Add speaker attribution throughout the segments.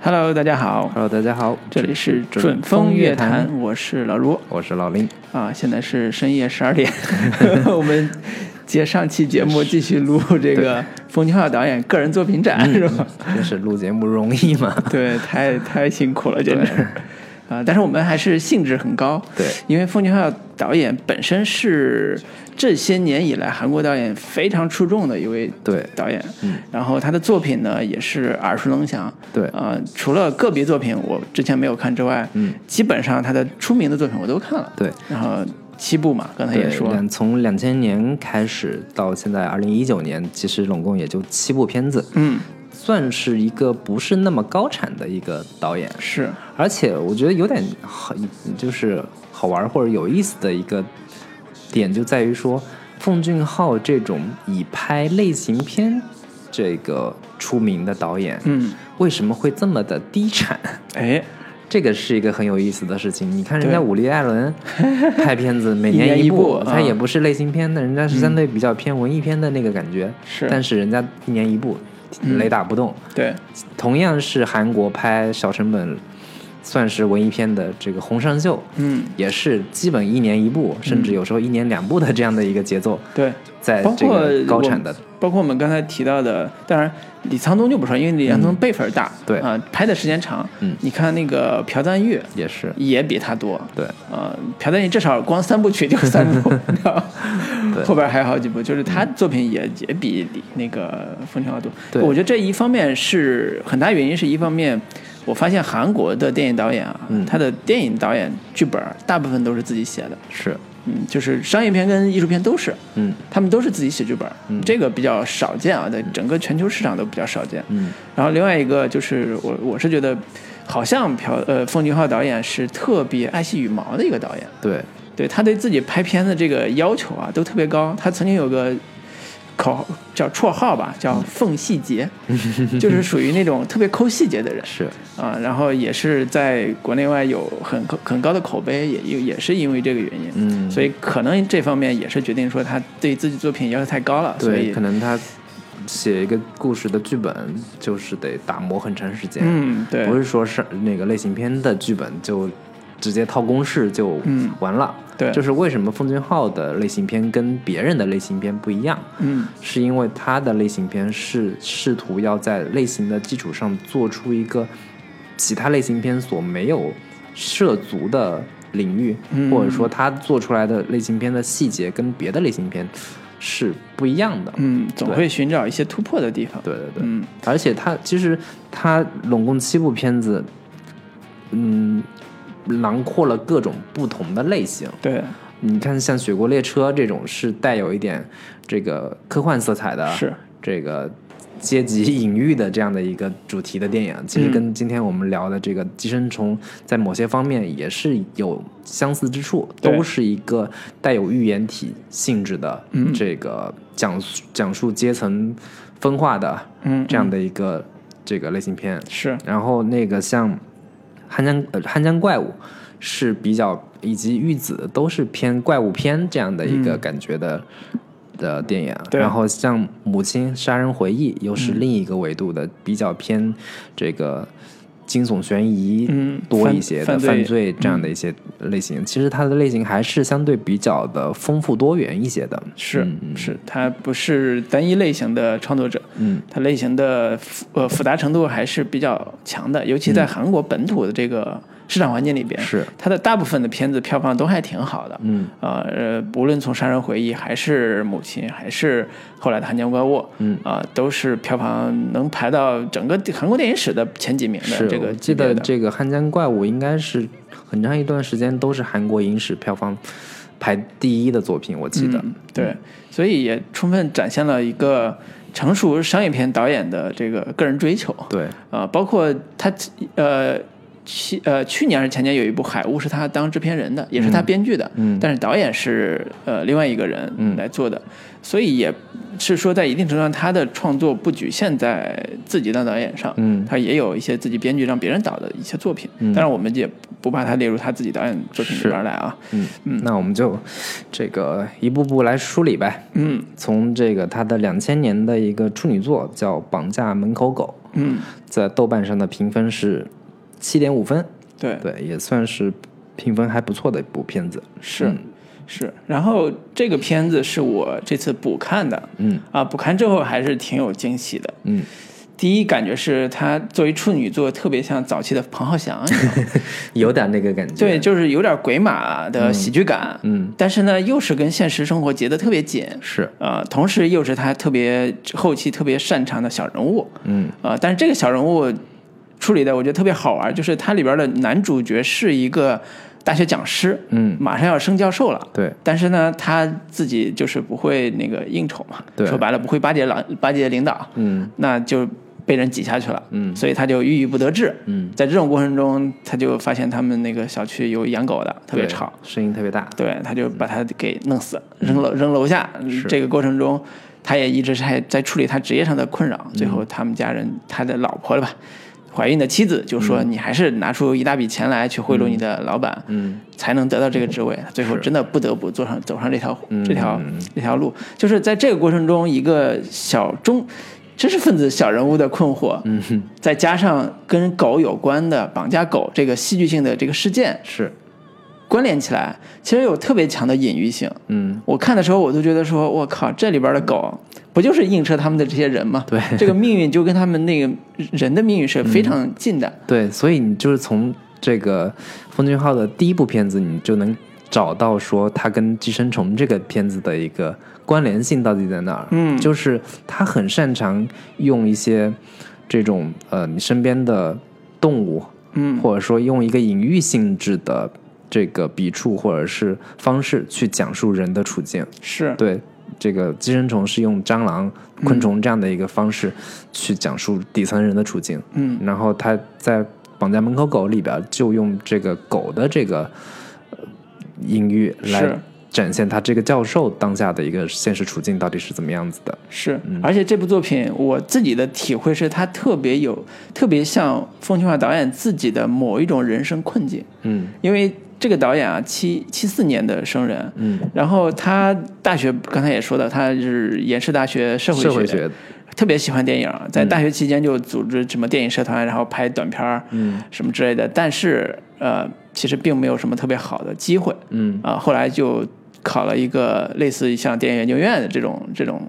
Speaker 1: Hello，大家好，
Speaker 2: Hello，大家好，
Speaker 1: 这里是准
Speaker 2: 准
Speaker 1: 风
Speaker 2: 风
Speaker 1: 乐
Speaker 2: 乐
Speaker 1: 坛
Speaker 2: 坛，
Speaker 1: 我是老卢
Speaker 2: 我是老林。
Speaker 1: 啊，现在是深夜十二 点，我们接上期节目继续录这个冯清浩导演个人作品展
Speaker 2: 嗯
Speaker 1: 是吧？
Speaker 2: 真是录节目容易吗？
Speaker 1: 对，太太辛苦了，真的是。啊、但是我们还是兴致很高，
Speaker 2: 对
Speaker 1: 因为奉俊昊导演本身是这些年以来韩国导演非常出众的一位
Speaker 2: 对
Speaker 1: 导演，然后他的作品呢也是耳熟能详，
Speaker 2: 嗯对
Speaker 1: 呃，除了个别作品我之前没有看之外，
Speaker 2: 嗯，
Speaker 1: 基本上他的出名的作品我都看了，
Speaker 2: 对，
Speaker 1: 然后七部嘛，刚才也
Speaker 2: 对
Speaker 1: 哎说，
Speaker 2: 两从两千年开始到现在二零一九年，其实总共也就七部片子，
Speaker 1: 嗯，
Speaker 2: 算是一个不是那么高产的一个导演。
Speaker 1: 是，
Speaker 2: 而且我觉得有点好，就是好玩或者有意思的一个点就在于说，奉俊昊这种以拍类型片这个出名的导演，
Speaker 1: 嗯，
Speaker 2: 为什么会这么的低产？
Speaker 1: 哎，
Speaker 2: 这个是一个很有意思的事情。你看人
Speaker 1: 对
Speaker 2: 家伍迪· 艾伦拍片子，每
Speaker 1: 一年
Speaker 2: 年
Speaker 1: 一部
Speaker 2: 部，
Speaker 1: 啊
Speaker 2: 他也不是类型片的，人家是相对比较偏文艺片的那个感觉。
Speaker 1: 嗯是嗯
Speaker 2: 但是人家一年一部，雷打不动。
Speaker 1: 对，
Speaker 2: 同样是韩国拍小成本，算是文艺片的这个《红上秀》，
Speaker 1: 嗯，
Speaker 2: 也是基本一年一部，甚至有时候一年两部的这样的一个节奏，
Speaker 1: 对，
Speaker 2: 在
Speaker 1: 包
Speaker 2: 这
Speaker 1: 括
Speaker 2: 个高产的
Speaker 1: 我，包括我们刚才提到的，当然李沧东就不说，因为李沧东辈分大，
Speaker 2: 嗯对
Speaker 1: 啊、拍的时间长。
Speaker 2: 嗯
Speaker 1: 你看那个朴赞玉
Speaker 2: 也是
Speaker 1: 也比他多，
Speaker 2: 对
Speaker 1: 呃，朴赞玉至少光三部曲就三 部，你知道吗
Speaker 2: 对
Speaker 1: 后边还有好几部，就是他作品也、也比李那个冯程要多。
Speaker 2: 对
Speaker 1: 我觉得这一方面是很大原因，是一方面。我发现韩国的电影导演啊，
Speaker 2: 嗯
Speaker 1: 他的电影导演剧本儿大部分都是自己写的，
Speaker 2: 是，
Speaker 1: 嗯，就是商业片跟艺术片都是，
Speaker 2: 嗯
Speaker 1: 他们都是自己写剧本，这个比较少见啊，在整个全球市场都比较少见。
Speaker 2: 嗯
Speaker 1: 然后另外一个就是我我是觉得，好像朴呃奉俊昊导演是特别爱惜羽毛的一个导演，
Speaker 2: 对，
Speaker 1: 对他对自己拍片的这个要求啊都特别高。他曾经有个口号叫绰号吧，叫“缝细节”， 就是属于那种特别抠细节的人。
Speaker 2: 是
Speaker 1: 啊，然后也是在国内外有很很高的口碑，也也也是因为这个原因，
Speaker 2: 嗯
Speaker 1: 所以可能这方面也是决定说他对自己作品要求太高了，所
Speaker 2: 对，
Speaker 1: 以
Speaker 2: 可能他写一个故事的剧本就是得打磨很长时间，
Speaker 1: 嗯，对，
Speaker 2: 不是说是那个类型片的剧本就直接套公式就
Speaker 1: 嗯
Speaker 2: 完了。
Speaker 1: 对
Speaker 2: 就是为什么奉俊昊的类型片跟别人的类型片不一样，
Speaker 1: 嗯
Speaker 2: 是因为他的类型片是试图要在类型的基础上做出一个其他类型片所没有涉足的领域，
Speaker 1: 嗯
Speaker 2: 或者说他做出来的类型片的细节跟别的类型片是不一样的。
Speaker 1: 嗯，总
Speaker 2: 对
Speaker 1: 会寻找一些突破的地方，
Speaker 2: 对对对，
Speaker 1: 嗯
Speaker 2: 而且他其实他拢共七部片子，嗯，囊括了各种不同的类型。
Speaker 1: 对，
Speaker 2: 你看，像《雪国列车》这种是带有一点这个科幻色彩的，
Speaker 1: 是
Speaker 2: 这个阶级 隐喻的这样的一个主题的电影，其
Speaker 1: 嗯
Speaker 2: 实跟今天我们聊的这个《寄生虫》在某些方面也是有相似之处，
Speaker 1: 对
Speaker 2: 都是一个带有寓言体性质的
Speaker 1: 嗯
Speaker 2: 这个讲述讲述阶层分化的
Speaker 1: 嗯
Speaker 2: 这样的一个这个类型片。
Speaker 1: 是
Speaker 2: 然后那个像《汉江》呃《汉江怪物》是比较，以及《玉子》都是偏怪物片这样的一个感觉的、的电影。
Speaker 1: 嗯
Speaker 2: 啊
Speaker 1: 对嗯
Speaker 2: 然后像《母亲杀人回忆》又是另一个维度的，比较偏这个惊悚悬疑
Speaker 1: 嗯
Speaker 2: 多
Speaker 1: 犯
Speaker 2: 一些的
Speaker 1: 犯罪嗯
Speaker 2: 犯罪这样的一些类型。其实它的类型还是相对比较的丰富多元一些的。
Speaker 1: 是
Speaker 2: 嗯嗯
Speaker 1: 是，他不是单一类型的创作者，
Speaker 2: 嗯，
Speaker 1: 它类型的复呃复杂程度还是比较强的，尤其在韩国本土的这个市场环境里边，
Speaker 2: 嗯是
Speaker 1: 它的大部分的片子票房都还挺好的，
Speaker 2: 嗯，
Speaker 1: 呃，无论从《杀人回忆》还是《母亲》，还是后来的《汉江怪物》，
Speaker 2: 嗯
Speaker 1: 啊、都是票房能排到整个韩国电影史的前几名的
Speaker 2: 是
Speaker 1: 这个
Speaker 2: 我
Speaker 1: 级
Speaker 2: 记
Speaker 1: 别
Speaker 2: 得
Speaker 1: 的，
Speaker 2: 这个《汉江怪物》应该是很长一段时间都是韩国影史票房排第一的作品，我记得。
Speaker 1: 嗯对，所以也充分展现了一个成熟商业片导演的这个个人追求，
Speaker 2: 对，
Speaker 1: 呃，包括他呃去呃去年还是前年有一部《海雾》是他当制片人的，也是他编剧的，
Speaker 2: 嗯
Speaker 1: 但是导演是呃另外一个人
Speaker 2: 嗯
Speaker 1: 来做的，所以也是说在一定程度上，他的创作不局限在自己当导演上，
Speaker 2: 嗯嗯
Speaker 1: 他也有一些自己编剧让别人导的一些作品，当然我们也不把它列入他自己导演作品里边来啊。
Speaker 2: 嗯，那我们就这个一步步来梳理呗。
Speaker 1: 嗯
Speaker 2: 从这个他的两千年的一个处女作叫《绑架门口狗》，
Speaker 1: 嗯，
Speaker 2: 在豆瓣上的评分是七点五分，
Speaker 1: 对，
Speaker 2: 对，也算是评分还不错的一部片子。
Speaker 1: 是、
Speaker 2: 嗯
Speaker 1: 是。然后这个片子是我这次补看的，
Speaker 2: 嗯
Speaker 1: 啊，补看之后还是挺有惊喜的。
Speaker 2: 嗯，
Speaker 1: 第一感觉是她作为处女座，特别像早期的彭浩翔，你知道 吗
Speaker 2: 有点那个感觉。
Speaker 1: 对，，就是有点鬼马的喜剧感，
Speaker 2: 嗯，
Speaker 1: 但是呢，又是跟现实生活结得特别紧，
Speaker 2: 是，
Speaker 1: 呃，同时又是她特别后期特别擅长的小人物，
Speaker 2: 嗯
Speaker 1: 呃，但是这个小人物处理的我觉得特别好玩，就是它里边的男主角是一个大学讲师，
Speaker 2: 嗯，
Speaker 1: 马上要升教授了。
Speaker 2: 对，
Speaker 1: 但是呢，他自己就是不会那个应酬嘛，
Speaker 2: 对
Speaker 1: 说白了不会巴结老巴结领导，
Speaker 2: 嗯
Speaker 1: 那就被人挤下去了，
Speaker 2: 嗯
Speaker 1: 所以他就郁郁不得志。
Speaker 2: 嗯，
Speaker 1: 在这种过程中，他就发现他们那个小区有养狗的，特别
Speaker 2: 对嗯
Speaker 1: 吵，，
Speaker 2: 声音特别大。
Speaker 1: 对，他就把他给弄死，扔楼扔楼下。这个过程中，他也一直在在处理他职业上的困
Speaker 2: 嗯
Speaker 1: 扰。最后，他们家人，他的老婆了吧，怀孕的妻子就说：“你还是拿出一大笔钱来去贿赂你的老板，
Speaker 2: 嗯，
Speaker 1: 才能得到这个职位。”最后，真的不得不坐上走上这条
Speaker 2: 嗯
Speaker 1: 这条这条路。就是在这个过程中，一个小中知识分子小人物的困惑，
Speaker 2: 嗯 哼，
Speaker 1: 再加上跟狗有关的绑架狗这个戏剧性的这个事件
Speaker 2: 是，
Speaker 1: 关联起来，其实有特别强的隐喻性。
Speaker 2: 嗯，
Speaker 1: 我看的时候，我都觉得说，我靠，这里边的狗不就是映射他们的这些人吗？
Speaker 2: 对
Speaker 1: 这个命运就跟他们那个人的命运是非常近的。
Speaker 2: 对，所以你就是从这个奉俊昊的第一部片子，你就能找到说他跟《寄生虫》这个片子的一个关联性到底在哪儿。
Speaker 1: 嗯
Speaker 2: 就是他很擅长用一些这种呃你身边的动物，
Speaker 1: 嗯，
Speaker 2: 或者说用一个隐喻性质的这个笔触或者是方式去讲述人的处境。
Speaker 1: 是，
Speaker 2: 对，这个寄生虫是用蟑螂、
Speaker 1: 嗯
Speaker 2: 昆虫这样的一个方式去讲述底层人的处境。
Speaker 1: 嗯，
Speaker 2: 然后他在绑架门口狗里边就用这个狗的这个呃隐喻来
Speaker 1: 是
Speaker 2: 展现他这个教授当下的一个现实处境到底是怎么样子的。
Speaker 1: 是。
Speaker 2: 嗯
Speaker 1: 而且这部作品，我自己的体会是，它特别有，特别像奉俊昊导演自己的某一种人生困境。
Speaker 2: 嗯
Speaker 1: 因为这个导演啊，七七四年的生人，
Speaker 2: 嗯，
Speaker 1: 然后他大学刚才也说到，他是延世大学社会
Speaker 2: 社会学
Speaker 1: 特别喜欢电影，在大学期间就组织什么电影社
Speaker 2: 嗯
Speaker 1: 团，然后拍短片儿，嗯，什么之类的。但是呃，其实并没有什么特别好的机会，
Speaker 2: 嗯
Speaker 1: 啊、后来就考了一个类似于像电影研究院的这种这种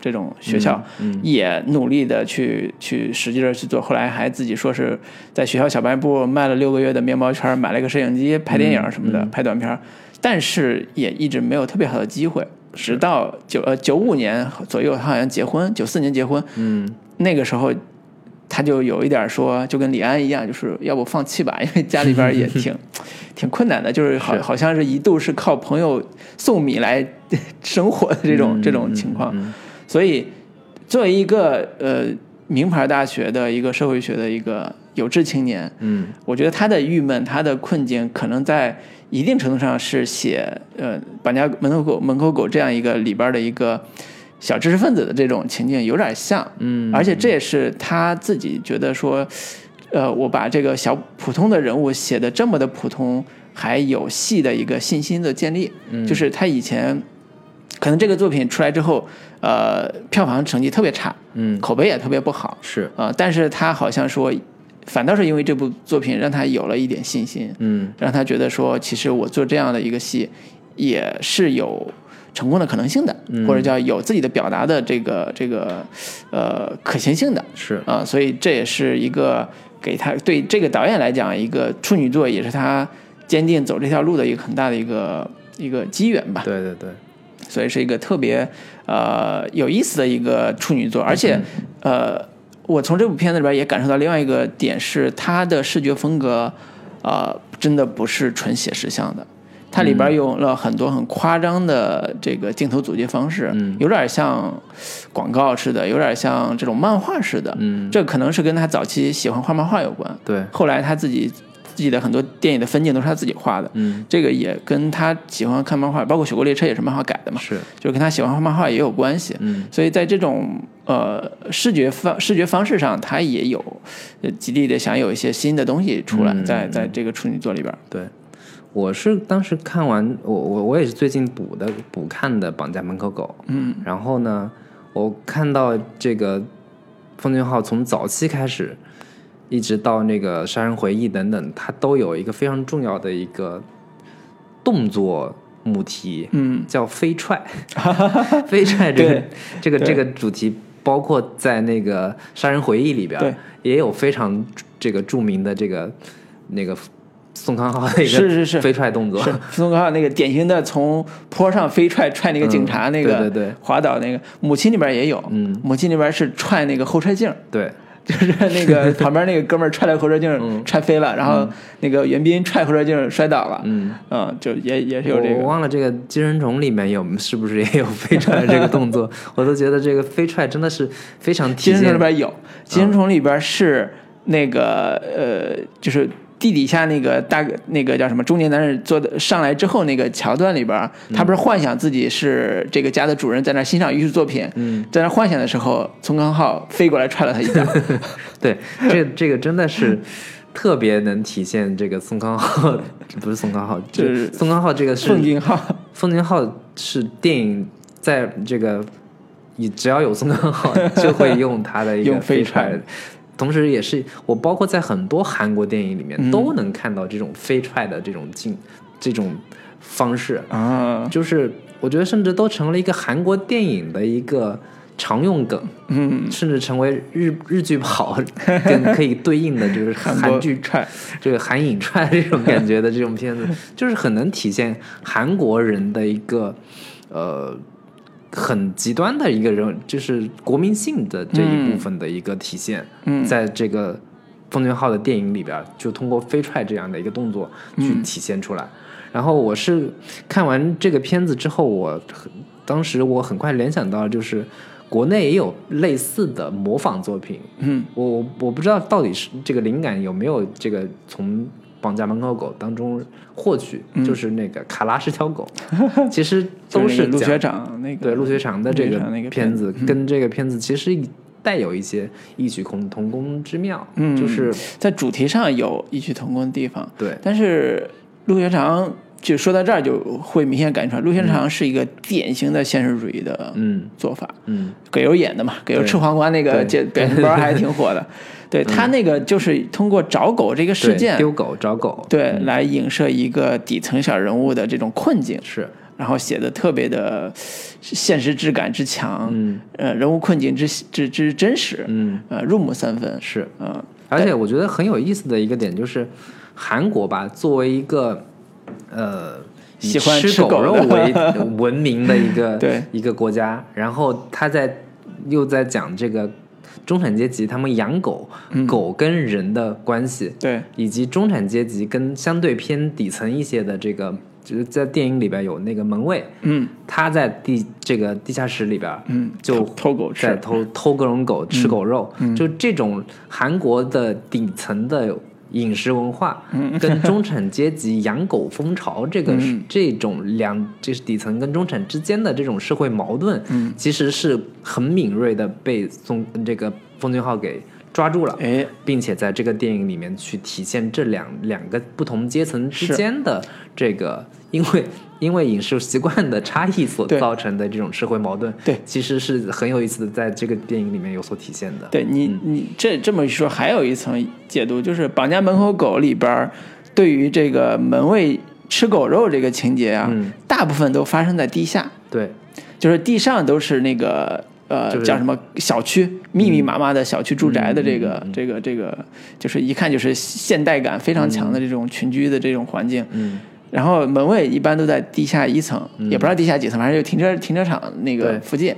Speaker 1: 这种学校，也努力的去去使劲的去做，后来还自己说是在学校小卖部卖了六个月的面包圈，买了个摄影机拍电影什么的，拍短片儿，但是也一直没有特别好的机会。直到九呃九五年左右，他好像结婚，九四年结婚，
Speaker 2: 嗯
Speaker 1: 那个时候他就有一点说，就跟李安一样，就是要不放弃吧， 因为家里边也挺挺困难的，就是好
Speaker 2: 是
Speaker 1: 好像是一度是靠朋友送米来生活的这
Speaker 2: 嗯
Speaker 1: 种、这种情况，所以作为一个呃名牌大学的一个社会学的一个有志青年，
Speaker 2: 嗯
Speaker 1: 我觉得他的郁闷、他的困境，可能在一定程度上是写呃《绑架门口狗》门口狗这样一个里边的一个小知识分子的这种情境有点像，
Speaker 2: 嗯，
Speaker 1: 而且这也是他自己觉得说，呃，我把这个小普通的人物写的这么的普通，还有戏的一个信心的建立，
Speaker 2: 嗯
Speaker 1: 就是他以前可能这个作品出来之后，呃，票房成绩特别差，
Speaker 2: 嗯
Speaker 1: 口碑也特别不好，
Speaker 2: 是
Speaker 1: 啊，但是他好像说，反倒是因为这部作品让他有了一点信心，
Speaker 2: 嗯
Speaker 1: 让他觉得说，其实我做这样的一个戏也是有成功的可能性的，或者叫有自己的表达的这个这个呃可行性的
Speaker 2: 是
Speaker 1: 啊、所以这也是一个给他对这个导演来讲，一个处女座也是他坚定走这条路的一个很大的一个一个机缘吧。
Speaker 2: 对对对
Speaker 1: 所以是一个特别呃有意思的一个处女作，而且呃，我从这部片子里边也感受到另外一个点是，它的视觉风格呃真的不是纯写实像的。它里边用了很多很夸张的这个镜头组接方式，有点像广告似的，有点像这种漫画似的。
Speaker 2: 嗯
Speaker 1: 这可能是跟他早期喜欢画漫画有关。
Speaker 2: 对
Speaker 1: 后来他自己自己的很多电影的分镜都是他自己画的，
Speaker 2: 嗯，
Speaker 1: 这个也跟他喜欢看漫画，包括《雪国列车》也是漫画改的嘛，
Speaker 2: 是，
Speaker 1: 就是跟他喜欢漫画也有关系。
Speaker 2: 嗯，
Speaker 1: 所以在这种呃视觉方视觉方式上，他也有呃极力的想有一些新的东西出来，
Speaker 2: 嗯
Speaker 1: 在在这个处女座里边儿。
Speaker 2: 对，我是当时看完，我我我也是最近补的补看的《绑架门口狗》，
Speaker 1: 嗯，
Speaker 2: 然后呢，我看到这个奉俊昊从早期开始，一直到那个《杀人回忆》等等，他都有一个非常重要的一个动作母题，
Speaker 1: 嗯，
Speaker 2: 叫 飞踹，飞踹这个
Speaker 1: 对
Speaker 2: 这个
Speaker 1: 对
Speaker 2: 这个主题，包括在那个《杀人回忆》里边
Speaker 1: 对
Speaker 2: 儿，也有非常这个著名的这个那个宋康昊的一个
Speaker 1: 是是是
Speaker 2: 飞踹动作，
Speaker 1: 是宋康昊那个典型的从坡上飞踹踹那个警察
Speaker 2: 嗯
Speaker 1: 那个、
Speaker 2: 对对对
Speaker 1: 滑倒那个，母亲里边也有，
Speaker 2: 嗯
Speaker 1: 母亲里边是踹那个后车镜儿。
Speaker 2: 对
Speaker 1: 就是那 个旁边那个哥们儿踹了后车镜儿
Speaker 2: 嗯
Speaker 1: 踹飞了，然后那个袁斌踹后车镜儿摔倒了，嗯，就也也是有这
Speaker 2: 我我
Speaker 1: 个，
Speaker 2: 忘了这个寄生虫里面有是不是也有飞踹这个动作？ 我都觉得这个飞踹真的是非常
Speaker 1: 寄
Speaker 2: 体
Speaker 1: 生虫里
Speaker 2: 现
Speaker 1: 边有，寄生虫里边是那个呃，就是地底下那个大哥那个叫什么中年男人坐的上来之后那个桥段里边儿，
Speaker 2: 嗯
Speaker 1: 他不是幻想自己是这个家的主人，在那儿欣赏艺术作品，嗯，在那儿幻想的时候，宋康昊飞过来踹了他一 脚，
Speaker 2: 对，这这个真的是特别能体现这个宋康昊， 不是宋康昊，
Speaker 1: 就
Speaker 2: 就是是宋康昊这个是
Speaker 1: 宋金 浩，
Speaker 2: 奉俊昊是电影在这个，你只要有宋康昊就会用他的一
Speaker 1: 用
Speaker 2: 个
Speaker 1: 飞
Speaker 2: 飞
Speaker 1: 踹
Speaker 2: 踹，同时也是我包括在很多韩国电影里面都能看到这种飞踹的这种镜这种方式，
Speaker 1: 啊，
Speaker 2: 就是我觉得甚至都成了一个韩国电影的一个常用梗，
Speaker 1: 嗯，
Speaker 2: 甚至成为日日剧 跑跟可以对应的就是韩
Speaker 1: 国
Speaker 2: 剧
Speaker 1: 踹，
Speaker 2: 这个韩影踹这种感觉的这种片子，就是很能体现韩国人的一个呃很极端的一个人，就是国民性的这一部分的一个体现，
Speaker 1: 嗯
Speaker 2: 在这个奉俊昊的电影里边儿，就通过飞踹这样的一个动作去体现出来。然后我是看完这个片子之后，我很当时我很快联想到就是。国内也有类似的模仿作品，
Speaker 1: 嗯
Speaker 2: 我我我不知道到底是这个灵感有没有这个从《绑架门口狗》当中获取，
Speaker 1: 嗯
Speaker 2: 就是那个卡拉是条狗，其实都
Speaker 1: 就是那
Speaker 2: 是
Speaker 1: 个陆
Speaker 2: 讲
Speaker 1: 学长那个
Speaker 2: 对陆学长的这
Speaker 1: 陆学长那个
Speaker 2: 片子，跟这个片子其实带有一些异曲同同工之妙，
Speaker 1: 嗯
Speaker 2: 就是
Speaker 1: 在主题上有异曲同工的地方，
Speaker 2: 对
Speaker 1: 但是陆学长就说到这儿就会明显感觉出来，陆学长是一个典型的现实主义的
Speaker 2: 嗯
Speaker 1: 做法。
Speaker 2: 嗯
Speaker 1: 葛优演的嘛，葛优
Speaker 2: 对
Speaker 1: 吃黄瓜那个
Speaker 2: 对嗯
Speaker 1: 这表情包还 挺火的，对他那个就是通过找狗这个事
Speaker 2: 对
Speaker 1: 件，
Speaker 2: 丢嗯狗找狗
Speaker 1: 对来影射一个底层小人物的这种困境，
Speaker 2: 是
Speaker 1: 然后写的特别的现实质感之强，
Speaker 2: 嗯
Speaker 1: 呃，人物困境之之之真实，
Speaker 2: 嗯
Speaker 1: 呃，入木三分，
Speaker 2: 是
Speaker 1: 嗯、
Speaker 2: 而且我觉得很有意思的一个点就是，韩国吧，作为一个呃以
Speaker 1: 喜欢吃
Speaker 2: 吃
Speaker 1: 狗
Speaker 2: 狗肉
Speaker 1: 的
Speaker 2: 为 闻名的一个
Speaker 1: 对
Speaker 2: 一个国家，然后他在又在讲这个中产阶级他们养狗、
Speaker 1: 嗯
Speaker 2: 狗跟人的关系，
Speaker 1: 对，
Speaker 2: 以及中产阶级跟相对偏底层一些的这个，就是在电影里边有那个门卫，
Speaker 1: 嗯，
Speaker 2: 他在地这个地下室里边，
Speaker 1: 嗯
Speaker 2: 就
Speaker 1: 偷偷狗吃
Speaker 2: 在偷偷各种狗吃狗肉，就这种韩国的底层的饮食文化，跟中产阶级养狗风潮这个、这种两这是底层跟中产之间的这种社会矛盾，其实是很敏锐的被宋这个奉俊昊给抓住了，
Speaker 1: 哎，
Speaker 2: 并且在这个电影里面去体现这两两个不同阶层之
Speaker 1: 是
Speaker 2: 间的这个，因为 因为饮食习惯的差异所
Speaker 1: 对
Speaker 2: 造成的这种社会矛盾，
Speaker 1: 对
Speaker 2: 其实是很有意思的，在这个电影里面有所体现的。
Speaker 1: 对你，你这这么一说，还有一层解读，就是《绑架门口狗》里边儿对于这个门卫吃狗肉这个情节啊，
Speaker 2: 嗯
Speaker 1: 大部分都发生在地下，
Speaker 2: 对
Speaker 1: 就是地上都是那个呃、
Speaker 2: 就是嗯
Speaker 1: 叫什么小区，密密麻麻的小区住宅的这个、这个这个，就是一看就是现代感非常强的这种群居的这种环境。
Speaker 2: 嗯，
Speaker 1: 然后门卫一般都在地下一层，也不知道地下几层，反正就停车停车场那个
Speaker 2: 对
Speaker 1: 附近。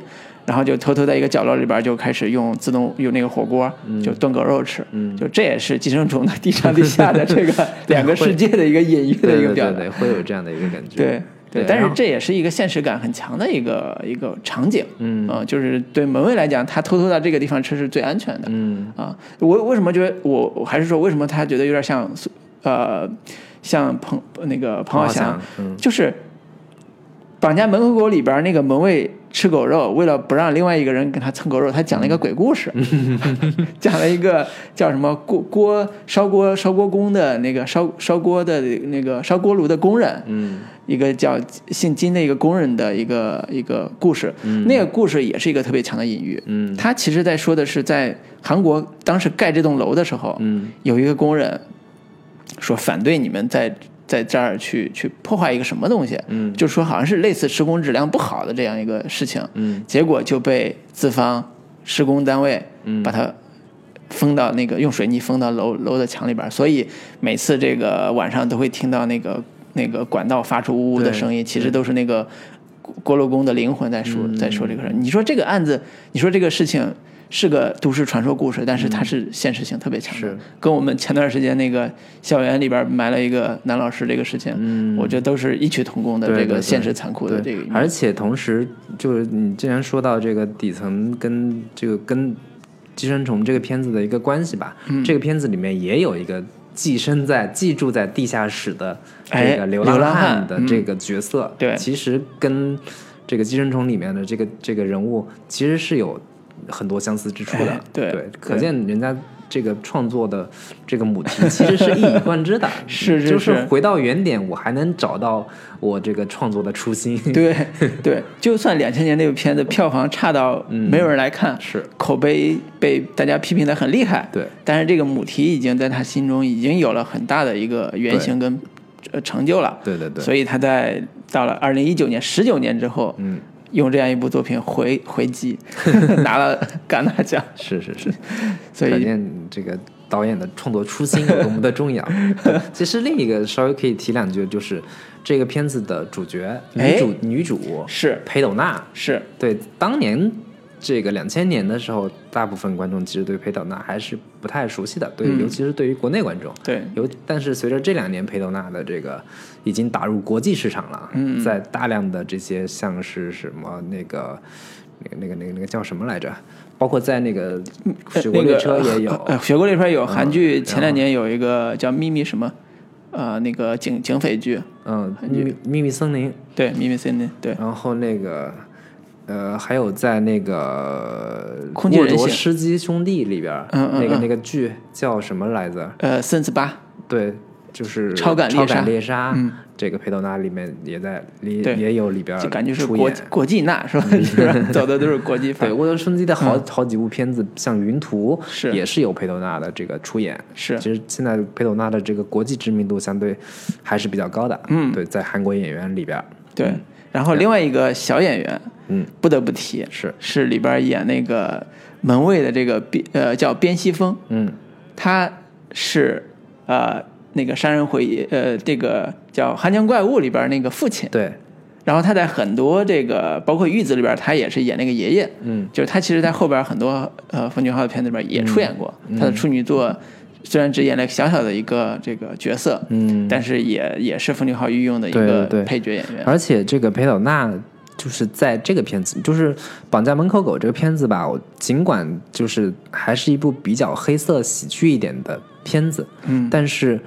Speaker 1: 然后就偷偷在一个角落里边就开始用自动用那个火锅
Speaker 2: 嗯
Speaker 1: 就炖狗肉吃，就这也是寄生虫的地上地下的这 个两个世界的一个隐喻的
Speaker 2: 对
Speaker 1: 一个
Speaker 2: 对
Speaker 1: 表
Speaker 2: 对
Speaker 1: 达。
Speaker 2: 对，会有这样的一个感觉。
Speaker 1: 对对，但
Speaker 2: 然
Speaker 1: 是
Speaker 2: 后
Speaker 1: 这也是一个现实感很强的一个一个场景，
Speaker 2: 嗯
Speaker 1: 呃就是对门卫来讲，他偷偷到这个地方吃是最安全的，
Speaker 2: 嗯
Speaker 1: 啊，我为什么觉得我我还是说为什么他觉得有点像宋呃，像彭那个彭浩翔，
Speaker 2: 翔，嗯，
Speaker 1: 就是《绑架门口狗》里边那个门卫吃狗肉，为了不让另外一个人给他蹭狗肉，他讲了一
Speaker 2: 嗯
Speaker 1: 个鬼故 事，讲了一个叫什么锅锅烧锅烧锅工的那个烧烧锅的那个烧锅炉的工人，
Speaker 2: 嗯，
Speaker 1: 一个叫姓金的一个工人的一个一个故事，那个故事也是一个特别强的隐喻。
Speaker 2: 嗯，
Speaker 1: 他其实在说的是，在韩国当时盖这栋楼的时候，
Speaker 2: 嗯，
Speaker 1: 有一个工人说反对你们在在这儿去去破坏一个什么东西，
Speaker 2: 嗯，
Speaker 1: 就说好像是类似施工质量不好的这样一个事情，
Speaker 2: 嗯，
Speaker 1: 结果就被资方施工单位
Speaker 2: 嗯
Speaker 1: 把它封到那个用水泥封到楼楼的墙里边儿，所以每次这个晚上都会听到那个那个管道发出呜呜的
Speaker 2: 对嗯
Speaker 1: 声音，其实都是那个锅锅炉工的灵魂在说、在说这个事儿。你说这个案子，你说这个事情是个都市传说故事，但是它是现实性特别强的，
Speaker 2: 是
Speaker 1: 跟我们前段时间那个校园里边埋了一个男老师这个事情，我觉得都是异曲同工的
Speaker 2: 嗯对
Speaker 1: 这
Speaker 2: 对
Speaker 1: 个
Speaker 2: 对
Speaker 1: 现实残酷的这个一面。
Speaker 2: 而且同时，就是你之前说到这个底层跟这个跟《寄生虫》这个片子的一个关系吧，
Speaker 1: 嗯
Speaker 2: 这个片子里面也有一个寄生在寄住在地下室的这
Speaker 1: 哎
Speaker 2: 个流
Speaker 1: 流
Speaker 2: 浪
Speaker 1: 浪汉
Speaker 2: 汉的这个角色，
Speaker 1: 对
Speaker 2: 其实跟这个《寄生虫》里面的这个这个人物其实是有很多相似之处的，
Speaker 1: 哎对
Speaker 2: 对，可
Speaker 1: 对
Speaker 2: 见人家。这个创作的这个母题其实是一以贯之的，
Speaker 1: 是是
Speaker 2: 就是回到原点，我还能找到我这个创作的初心。
Speaker 1: 对对，就算两千年那部片子票房差到没有人来看，
Speaker 2: 嗯是
Speaker 1: 口碑被大家批评的很厉害，
Speaker 2: 对，
Speaker 1: 但是这个母题已经在他心中已经有了很大的一个原型跟呃成就了，
Speaker 2: 对对对，
Speaker 1: 所以他在到了二零一九年十九年之后，
Speaker 2: 嗯，
Speaker 1: 用这样一部作品回回 击，拿了戛纳奖，
Speaker 2: 是是是，
Speaker 1: 所
Speaker 2: 可
Speaker 1: 以
Speaker 2: 见这个导演的创作初心有多么的重要。对其实另一个稍微可以提两句，就是这个片子的主角女
Speaker 1: 哎
Speaker 2: 主女主
Speaker 1: 是
Speaker 2: 裴斗娜，
Speaker 1: 是
Speaker 2: 对，当年这个两千年的时候，大部分观众其实对裴斗娜还是不太熟悉的，对，
Speaker 1: 嗯
Speaker 2: 尤其是对于国内观众。
Speaker 1: 对
Speaker 2: 尤但是随着这两年裴斗娜的这个已经打入国际市场了，嗯，在大量的这些像是什么那个那个那个那个那个叫什么来着，包括在那个
Speaker 1: 嗯
Speaker 2: 《雪国列车》也有，
Speaker 1: 呃，学过这片有韩剧，
Speaker 2: 嗯
Speaker 1: 前两年有一个叫《秘密》什么，呃，那个警警匪剧，
Speaker 2: 嗯，秘密秘密森林，
Speaker 1: 对，《秘密森林》，呃对，
Speaker 2: 然后那个。呃，还有在那个《
Speaker 1: 空气
Speaker 2: 沃
Speaker 1: 人
Speaker 2: 卓
Speaker 1: 形
Speaker 2: 吃鸡兄弟》里边儿，
Speaker 1: 嗯嗯
Speaker 2: 那个
Speaker 1: 嗯
Speaker 2: 那个剧叫什么来着？
Speaker 1: 呃，森斯八，
Speaker 2: 对，就是
Speaker 1: 超感猎
Speaker 2: 超
Speaker 1: 杀
Speaker 2: 感猎杀，
Speaker 1: 嗯
Speaker 2: 这个佩斗娜里面也在里
Speaker 1: 对
Speaker 2: 也有里边
Speaker 1: 就感觉是
Speaker 2: 出
Speaker 1: 国
Speaker 2: 演。
Speaker 1: 国际纳是吧？就是走的都是国际范
Speaker 2: 对，
Speaker 1: 儿，
Speaker 2: 沃德春基的好、好几部片子，像《云图》
Speaker 1: 嗯是
Speaker 2: 也是有佩斗娜的这个出演。
Speaker 1: 是
Speaker 2: 其实现在佩斗娜的这个国际知名度相对还是比较高的。嗯，对，在韩国演员里边，
Speaker 1: 对。然后另外一个小演员，
Speaker 2: 嗯，
Speaker 1: 不得不提
Speaker 2: 是
Speaker 1: 是里边演那个门卫的这个边呃叫边西风，
Speaker 2: 嗯，
Speaker 1: 他是呃那个杀人回忆呃这个叫《寒江怪物》里边那个父亲，
Speaker 2: 对，
Speaker 1: 然后他在很多这个包括《玉子》里边，他也是演那个爷爷，
Speaker 2: 嗯，
Speaker 1: 就是他其实，在后边很多呃奉俊昊的片子里边也出演过，
Speaker 2: 嗯
Speaker 1: 他的处女作虽然只演了小小的一个这个角色，
Speaker 2: 嗯
Speaker 1: 但是也也是奉俊昊御用的一个
Speaker 2: 对对对
Speaker 1: 配角演员，
Speaker 2: 而且这个裴斗娜就是在这个片子，就是《绑架门口狗》这个片子吧，我尽管就是还是一部比较黑色喜剧一点的片子，嗯，但是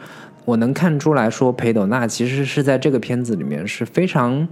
Speaker 2: 我能看出来说裴斗娜其实是在这个片子里面是非常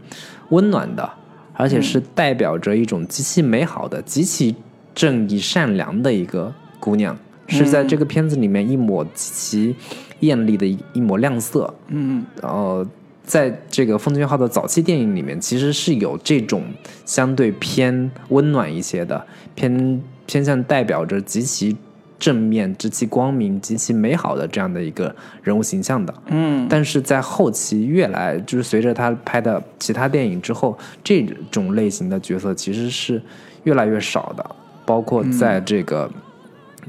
Speaker 2: 温暖的，而且是代表着一种极其美好的、极其正义善良的一个姑娘，是在这个片子里面一抹极其艳丽的一一抹亮色，
Speaker 1: 嗯，
Speaker 2: 然后在这个奉俊昊的早期电影里面，其实是有这种相对偏温暖一些的，偏偏向代表着极其正面、极其光明、极其美好的这样的一个人物形象的。嗯，但是在后期越来就是随着他拍的其他电影之后，这种类型的角色其实是越来越少的，包括
Speaker 1: 嗯
Speaker 2: 在这个。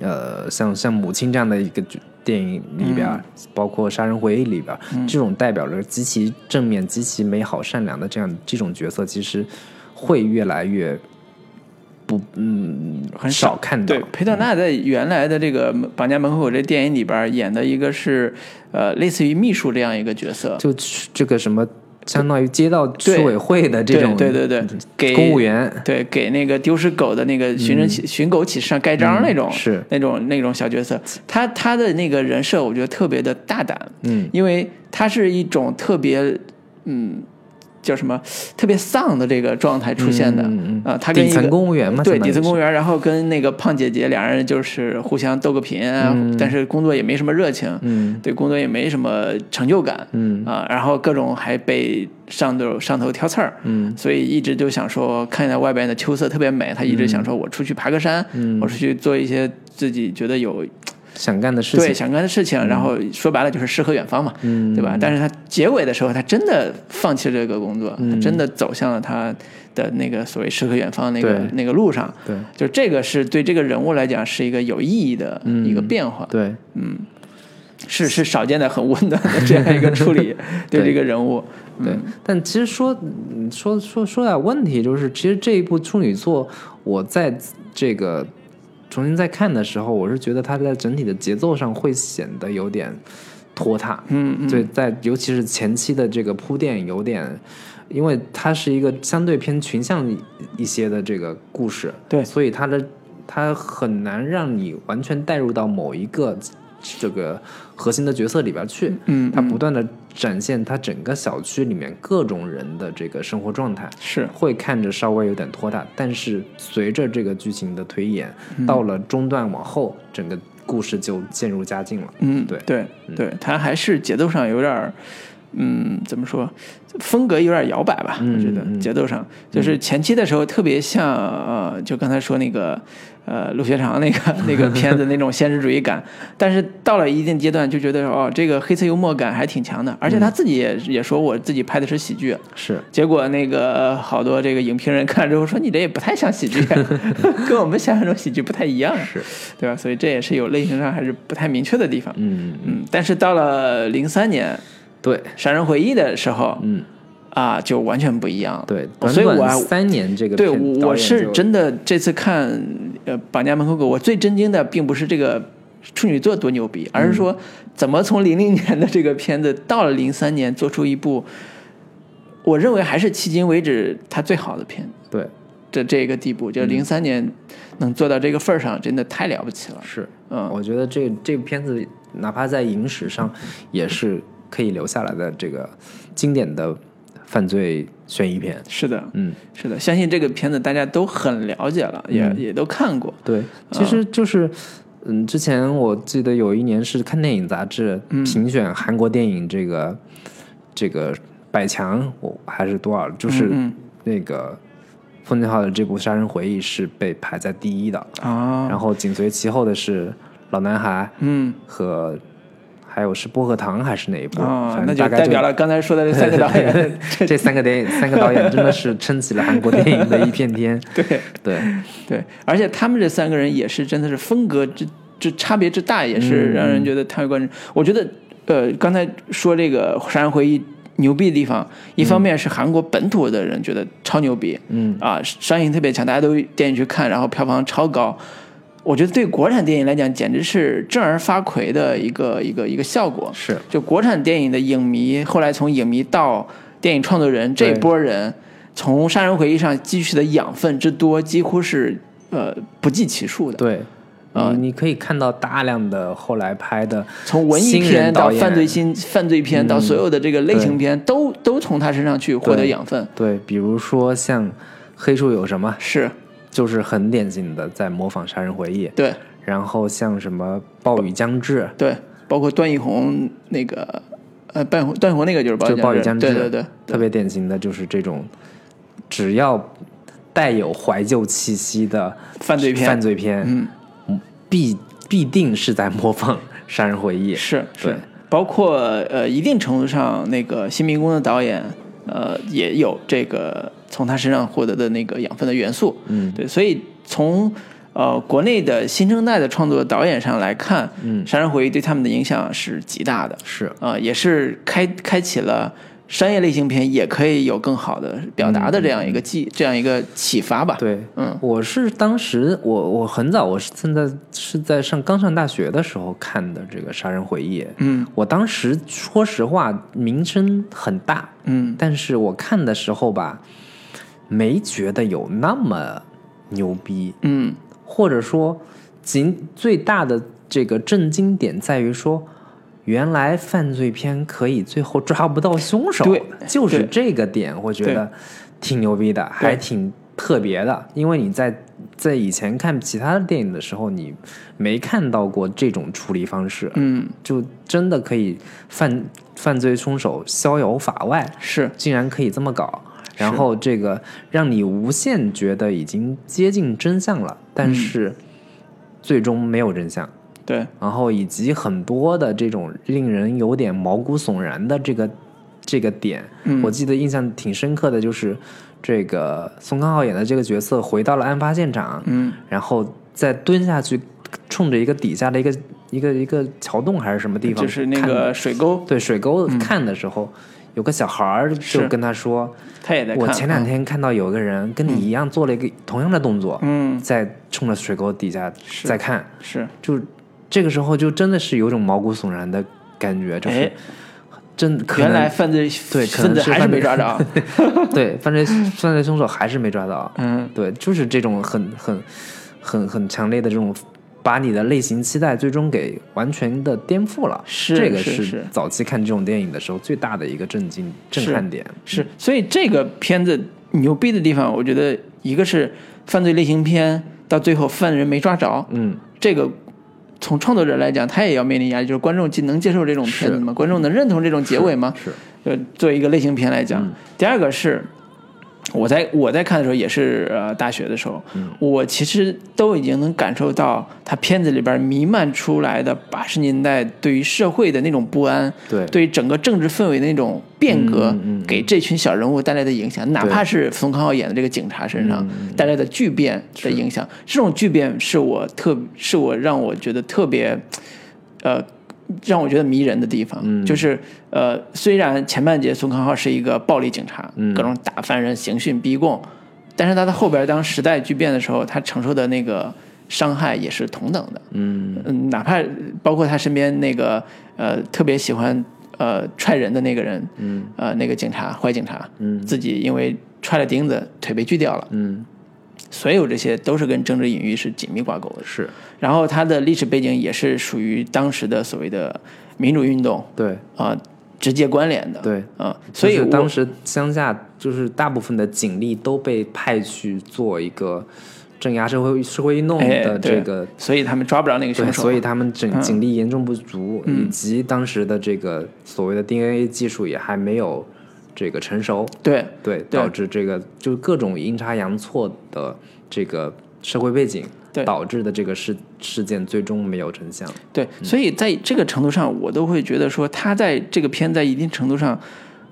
Speaker 2: 呃，像像母亲这样的一个角电影里边儿，
Speaker 1: 嗯
Speaker 2: 包括《杀人回忆》里边儿，这种代表着极其正面、极其美好、善良的这样这种角色，其实会越来越不嗯
Speaker 1: 很
Speaker 2: 少看到
Speaker 1: 对，。裴德娜在原来的这个《绑架门口狗》这电影里边演的一个是呃类似于秘书这样一个角色，
Speaker 2: 就去这个什么相当于街道居委会的这种嗯
Speaker 1: 对对对给
Speaker 2: 公务员，
Speaker 1: 对给那个丢失狗的那个寻人启、寻狗启事上盖章那种，
Speaker 2: 嗯是
Speaker 1: 那种那种小角色，他他的那个人设我觉得特别的大胆，
Speaker 2: 嗯
Speaker 1: 因为他是一种特别嗯叫什么特别丧的这个状态出现的，
Speaker 2: 嗯嗯
Speaker 1: 啊、他跟
Speaker 2: 底
Speaker 1: 一个
Speaker 2: 层公务员嘛，
Speaker 1: 对
Speaker 2: 相当
Speaker 1: 底
Speaker 2: 于
Speaker 1: 层公
Speaker 2: 是
Speaker 1: 务员，然后跟那个胖姐姐两人就是互相斗个贫啊，但是工作也没什么热情，
Speaker 2: 嗯
Speaker 1: 对工作也没什么成就感，
Speaker 2: 嗯
Speaker 1: 啊，然后各种还被上头上头挑刺儿，
Speaker 2: 嗯
Speaker 1: 所以一直就想说，看见外边的秋色特别美，他一直想说，我出去爬个山，
Speaker 2: 嗯
Speaker 1: 我出去做一些自己觉得有
Speaker 2: 想干的事
Speaker 1: 对
Speaker 2: 情，
Speaker 1: 想干的事情，然后说白了就是诗和远方嘛，
Speaker 2: 嗯
Speaker 1: 对吧？但是他结尾的时候，他真的放弃了这个工作，
Speaker 2: 嗯
Speaker 1: 他真的走向了他的那个所谓诗和远方那个
Speaker 2: 对
Speaker 1: 那个路上，
Speaker 2: 对
Speaker 1: 就这个是对这个人物来讲是一个有意义的
Speaker 2: 嗯
Speaker 1: 一个变化，
Speaker 2: 对，
Speaker 1: 是是少见的很温暖的这样一个处 理对这个人物，
Speaker 2: 对，但其实说嗯说说说点问题，就是其实这一部处女座，我在这个重新再看的时候，我是觉得它在整体的节奏上会显得有点拖沓。
Speaker 1: 嗯嗯
Speaker 2: 对，在尤其是前期的这个铺垫有点，因为它是一个相对偏群像一一些的这个故事，
Speaker 1: 对
Speaker 2: 所以它的它很难让你完全带入到某一个这个核心的角色里边去。
Speaker 1: 嗯
Speaker 2: 它不断的展现它整个小区里面各种人的这个生活状态，
Speaker 1: 是
Speaker 2: 会看着稍微有点拖沓，但是随着这个剧情的推演，
Speaker 1: 嗯
Speaker 2: 到了中段往后，整个故事就渐入佳境了。
Speaker 1: 嗯，
Speaker 2: 对
Speaker 1: 对对，他还是节奏上有点儿，嗯，怎么说，风格有点摇摆吧？我觉得
Speaker 2: 嗯嗯
Speaker 1: 节奏上就是前期的时候特别像呃，就刚才说那个呃陆学长那个那 个片子那种现实主义感，但是到了一定阶段就觉得哦，这个黑色幽默感还挺强的，而
Speaker 2: 嗯
Speaker 1: 且他自己也也说我自己拍的是喜剧，
Speaker 2: 是，
Speaker 1: 结果那个好多这个影评人看了之后说你这也不太像喜剧，啊 跟我们想象中喜剧不太一样，啊
Speaker 2: 是，
Speaker 1: 对吧？所以这也是有类型上还是不太明确的地方。
Speaker 2: 嗯，
Speaker 1: 嗯，但是到了零三年
Speaker 2: 对，
Speaker 1: 《闪人回忆》的时候，
Speaker 2: 嗯，
Speaker 1: 啊，就完全不一样了。
Speaker 2: 对，
Speaker 1: 我
Speaker 2: 短
Speaker 1: 所以我
Speaker 2: 短
Speaker 1: 还
Speaker 2: 三年这个
Speaker 1: 对
Speaker 2: 片
Speaker 1: 我
Speaker 2: 导
Speaker 1: 我
Speaker 2: 演
Speaker 1: 是
Speaker 2: 就
Speaker 1: 真的这次看呃《绑架门口狗》，我最震惊的并不是这个处女座多牛逼，
Speaker 2: 嗯
Speaker 1: 而是说怎么从零零年的这个片子到了零三年做出一部，我认为还是迄今为止它最好的片子
Speaker 2: 对，
Speaker 1: 的这个地步，就
Speaker 2: 嗯
Speaker 1: 零三年能做到这个份儿上，真的太了不起了。
Speaker 2: 是，
Speaker 1: 嗯
Speaker 2: 我觉得这这部片子哪怕在影史上也是可以留下来的这个经典的犯罪悬疑片。
Speaker 1: 是的，
Speaker 2: 嗯，
Speaker 1: 是的，相信这个片子大家都很了解了，也、
Speaker 2: 嗯
Speaker 1: 也都看过。
Speaker 2: 对，其实就是，嗯，之前我记得有一年是看电影杂志
Speaker 1: 嗯
Speaker 2: 评选韩国电影这个、这个百强，我还是多少，就是
Speaker 1: 嗯
Speaker 2: 那个奉俊昊的这部《杀人回忆》是被排在第一的，
Speaker 1: 啊，
Speaker 2: 然后紧随其后的是《老男孩》
Speaker 1: 嗯
Speaker 2: 和还有是薄荷糖还是哪一部，
Speaker 1: 啊，
Speaker 2: 反
Speaker 1: 那
Speaker 2: 正
Speaker 1: 就
Speaker 2: 大概
Speaker 1: 代表 了刚才说的这三个导演。
Speaker 2: 这三个电影，三个导演真的是撑起了韩国电影的一片 天。
Speaker 1: 对
Speaker 2: 对，
Speaker 1: 对，而且他们这三个人也是真的是风格之之差别之大，也
Speaker 2: 嗯
Speaker 1: 是让人觉得叹为观止。我觉得，呃，刚才说这个《杀人回忆》牛逼的地方，一方面是韩国本土的人觉得超牛逼，
Speaker 2: 嗯
Speaker 1: 啊，商业性特别强，大家都电影去看，然后票房超高。我觉得对国产电影来讲，简直是正儿八魁的一个一个一个效果。
Speaker 2: 是
Speaker 1: 就国产电影的影迷，后来从影迷到电影创作人这
Speaker 2: 对
Speaker 1: 一波人，从《杀人回忆》上汲取的养分之多，几乎是呃不计其数的。
Speaker 2: 对，
Speaker 1: 嗯
Speaker 2: 呃，你可以看到大量的后来拍的
Speaker 1: 从文艺
Speaker 2: 新人
Speaker 1: 片到
Speaker 2: 导演嗯
Speaker 1: 犯罪新犯罪片，到所有的这个类型片，都都从他身上去获得
Speaker 2: 对
Speaker 1: 养分。
Speaker 2: 对，比如说像《黑处有什么》，
Speaker 1: 是
Speaker 2: 就是很典型的在模仿《杀人回忆》，
Speaker 1: 对
Speaker 2: 然后像什么《暴雨将至
Speaker 1: 对，包括段奕宏那个呃，段奕宏段奕宏那个就是》，
Speaker 2: 就是《暴
Speaker 1: 暴
Speaker 2: 雨
Speaker 1: 力
Speaker 2: 将至》，
Speaker 1: 对对对，
Speaker 2: 特别典型的就是这种，只要带有怀旧气息的
Speaker 1: 犯罪片
Speaker 2: 犯罪片，嗯，必必定是在模仿《杀人回忆》，
Speaker 1: 是
Speaker 2: 对
Speaker 1: 是，包括呃，一定程度上，那个新民工的导演，呃，也有这个从他身上获得的那个养分的元素。嗯，对，所以从呃国内的新生代的创作导演上来看，嗯，《杀人回忆》对他们的影响是极大的。
Speaker 2: 是
Speaker 1: 啊、也是开开启了商业类型片也可以有更好的表达的这样一个技，这样一个启发吧。
Speaker 2: 嗯对，
Speaker 1: 嗯，
Speaker 2: 我是当时我我很早，我是现在是在上刚上大学的时候看的这个《杀人回忆》。
Speaker 1: 嗯
Speaker 2: 我当时说实话，名声很大，
Speaker 1: 嗯
Speaker 2: 但是我看的时候吧，没觉得有那么牛逼，
Speaker 1: 嗯
Speaker 2: 或者说，仅最大的这个震惊点在于说，原来犯罪片可以最后抓不到凶手，
Speaker 1: 对
Speaker 2: 就是
Speaker 1: 对
Speaker 2: 这个点，我觉得挺牛逼的，还挺特别的，因为你在在以前看其他的电影的时候，你没看到过这种处理方式，
Speaker 1: 嗯，
Speaker 2: 就真的可以犯犯罪凶手逍遥法外，
Speaker 1: 是
Speaker 2: 竟然可以这么搞，然后这个让你无限觉得已经接近真相了，但
Speaker 1: 嗯
Speaker 2: 是最终没有真相。
Speaker 1: 对，
Speaker 2: 然后以及很多的这种令人有点毛骨悚然的这个这个点，
Speaker 1: 嗯
Speaker 2: 我记得印象挺深刻的就是这个宋康昊演的这个角色回到了案发现场，
Speaker 1: 嗯
Speaker 2: 然后再蹲下去，冲着一个底下的一个一个一个桥洞还是什么地方，
Speaker 1: 就是嗯那
Speaker 2: 看
Speaker 1: 个水沟，
Speaker 2: 对水沟看的时候，有个小孩儿就是跟他说
Speaker 1: 他也在：“看。啊
Speaker 2: 我前两天看到有个人跟你一样做了一个同样的动作，
Speaker 1: 嗯
Speaker 2: 在冲着水沟底下
Speaker 1: 是
Speaker 2: 再看，
Speaker 1: 是
Speaker 2: 就这个时候就真的是有种毛骨悚然的感觉，就是
Speaker 1: 哎
Speaker 2: 真可
Speaker 1: 原来
Speaker 2: 能
Speaker 1: 犯罪
Speaker 2: 对可
Speaker 1: 分
Speaker 2: 能
Speaker 1: 子
Speaker 2: 是
Speaker 1: 还是
Speaker 2: 犯罪
Speaker 1: 没抓 着。啊
Speaker 2: 对犯罪犯罪凶手还是没抓到，
Speaker 1: 嗯，
Speaker 2: 对，就是这种很很很很强烈的这种。”把你的类型期待最终给完全的颠覆了，
Speaker 1: 是
Speaker 2: 这个
Speaker 1: 是
Speaker 2: 是
Speaker 1: 是
Speaker 2: 早期看这种电影的时候最大的一个震惊、震
Speaker 1: 是
Speaker 2: 撼点。
Speaker 1: 是，所以这个片子牛逼的地方，我觉得一个是犯罪类型片到最后犯人没抓着，
Speaker 2: 嗯，
Speaker 1: 这个从创作者来讲，他也要面临压力，就是观众既能接受这种片子吗？观众能认同这种结尾吗？
Speaker 2: 是，
Speaker 1: 呃，作为一个类型片来讲，第二个是。我在我在看的时候也是呃大学的时候，我其实都已经能感受到他片子里边弥漫出来的八十年代对于社会的那种不安，
Speaker 2: 对
Speaker 1: 对整个政治氛围的那种变革
Speaker 2: 嗯嗯嗯，
Speaker 1: 给这群小人物带来的影响，哪怕是冯康昊演的这个警察身
Speaker 2: 嗯
Speaker 1: 上带来的巨变的影响，这种巨变是我特是我让我觉得特别，呃，让我觉得迷人的地方，
Speaker 2: 嗯
Speaker 1: 就是呃，虽然前半节宋康昊是一个暴力警察，
Speaker 2: 嗯
Speaker 1: 各种打犯人、刑讯逼供，但是他到后边当时代巨变的时候，他承受的那个伤害也是同等的，
Speaker 2: 嗯
Speaker 1: 嗯，哪怕包括他身边那个呃特别喜欢呃踹人的那个人，
Speaker 2: 嗯，
Speaker 1: 呃那个警察坏警察，
Speaker 2: 嗯
Speaker 1: 自己因为踹了钉子腿被锯掉了，
Speaker 2: 嗯，
Speaker 1: 所有这些都是跟政治隐喻是紧密挂钩的。
Speaker 2: 是
Speaker 1: 然后他的历史背景也是属于当时的所谓的民主运动
Speaker 2: 对
Speaker 1: 啊、直接关联的，
Speaker 2: 对，
Speaker 1: 啊、所以
Speaker 2: 就是
Speaker 1: 我
Speaker 2: 当时乡下就是大部分的警力都被派去做一个镇压社会社会运动
Speaker 1: 哎
Speaker 2: 的
Speaker 1: 对
Speaker 2: 这个，
Speaker 1: 所以他们抓不着那个
Speaker 2: 对，
Speaker 1: 凶手，
Speaker 2: 所以他们
Speaker 1: 嗯
Speaker 2: 警警力严重不足，以及当时的这个所谓的 DNA 技术也还没有这个成熟，
Speaker 1: 对
Speaker 2: 对，导致这个就是各种阴差阳错的这个社会背景
Speaker 1: 对
Speaker 2: 导致的这个事事件最终没有真相，
Speaker 1: 对，所以在这个程度上，我都会觉得说，他在这个片在一定程度上，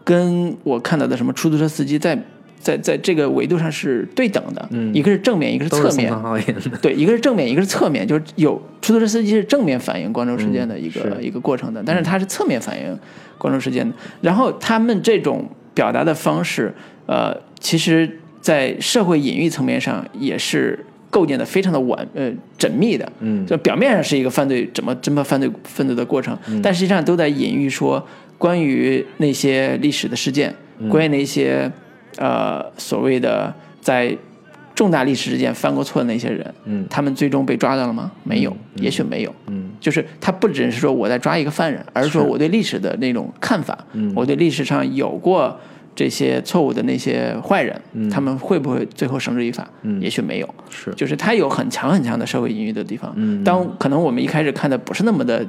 Speaker 1: 跟我看到的什么出租车司机在在在这个维度上是对等的，嗯，一个是正面，一个是
Speaker 2: 都
Speaker 1: 侧
Speaker 2: 是宋
Speaker 1: 面，
Speaker 2: 康昊演的。
Speaker 1: 对，一个是正面，一个是侧面，就是有出租车司机是正面反映观众事件的一个、
Speaker 2: 嗯是
Speaker 1: 一个过程的，但是他是侧面反映观众事件的。然后他们这种表达的方式，呃，其实在社会隐喻层面上也是构建的非常的完呃缜密的，
Speaker 2: 嗯
Speaker 1: 就表面上是一个犯罪怎么侦破犯罪分子的过程，
Speaker 2: 嗯
Speaker 1: 但实际上都在隐喻说关于那些历史的事件，
Speaker 2: 嗯
Speaker 1: 关于那些呃所谓的在重大历史事件犯过错的那些人，
Speaker 2: 嗯
Speaker 1: 他们最终被抓到了吗？没有，也许没有。
Speaker 2: 嗯，
Speaker 1: 就是他不只是说我在抓一个犯人，而是说我对历史的那种看法，
Speaker 2: 嗯
Speaker 1: 我对历史上有过这些错误的那些坏人，
Speaker 2: 嗯
Speaker 1: 他们会不会最后绳之以法？也许没有。
Speaker 2: 是
Speaker 1: 就是它有很强很强的社会隐喻的地方。嗯，当可能我们一开始看的不是那么的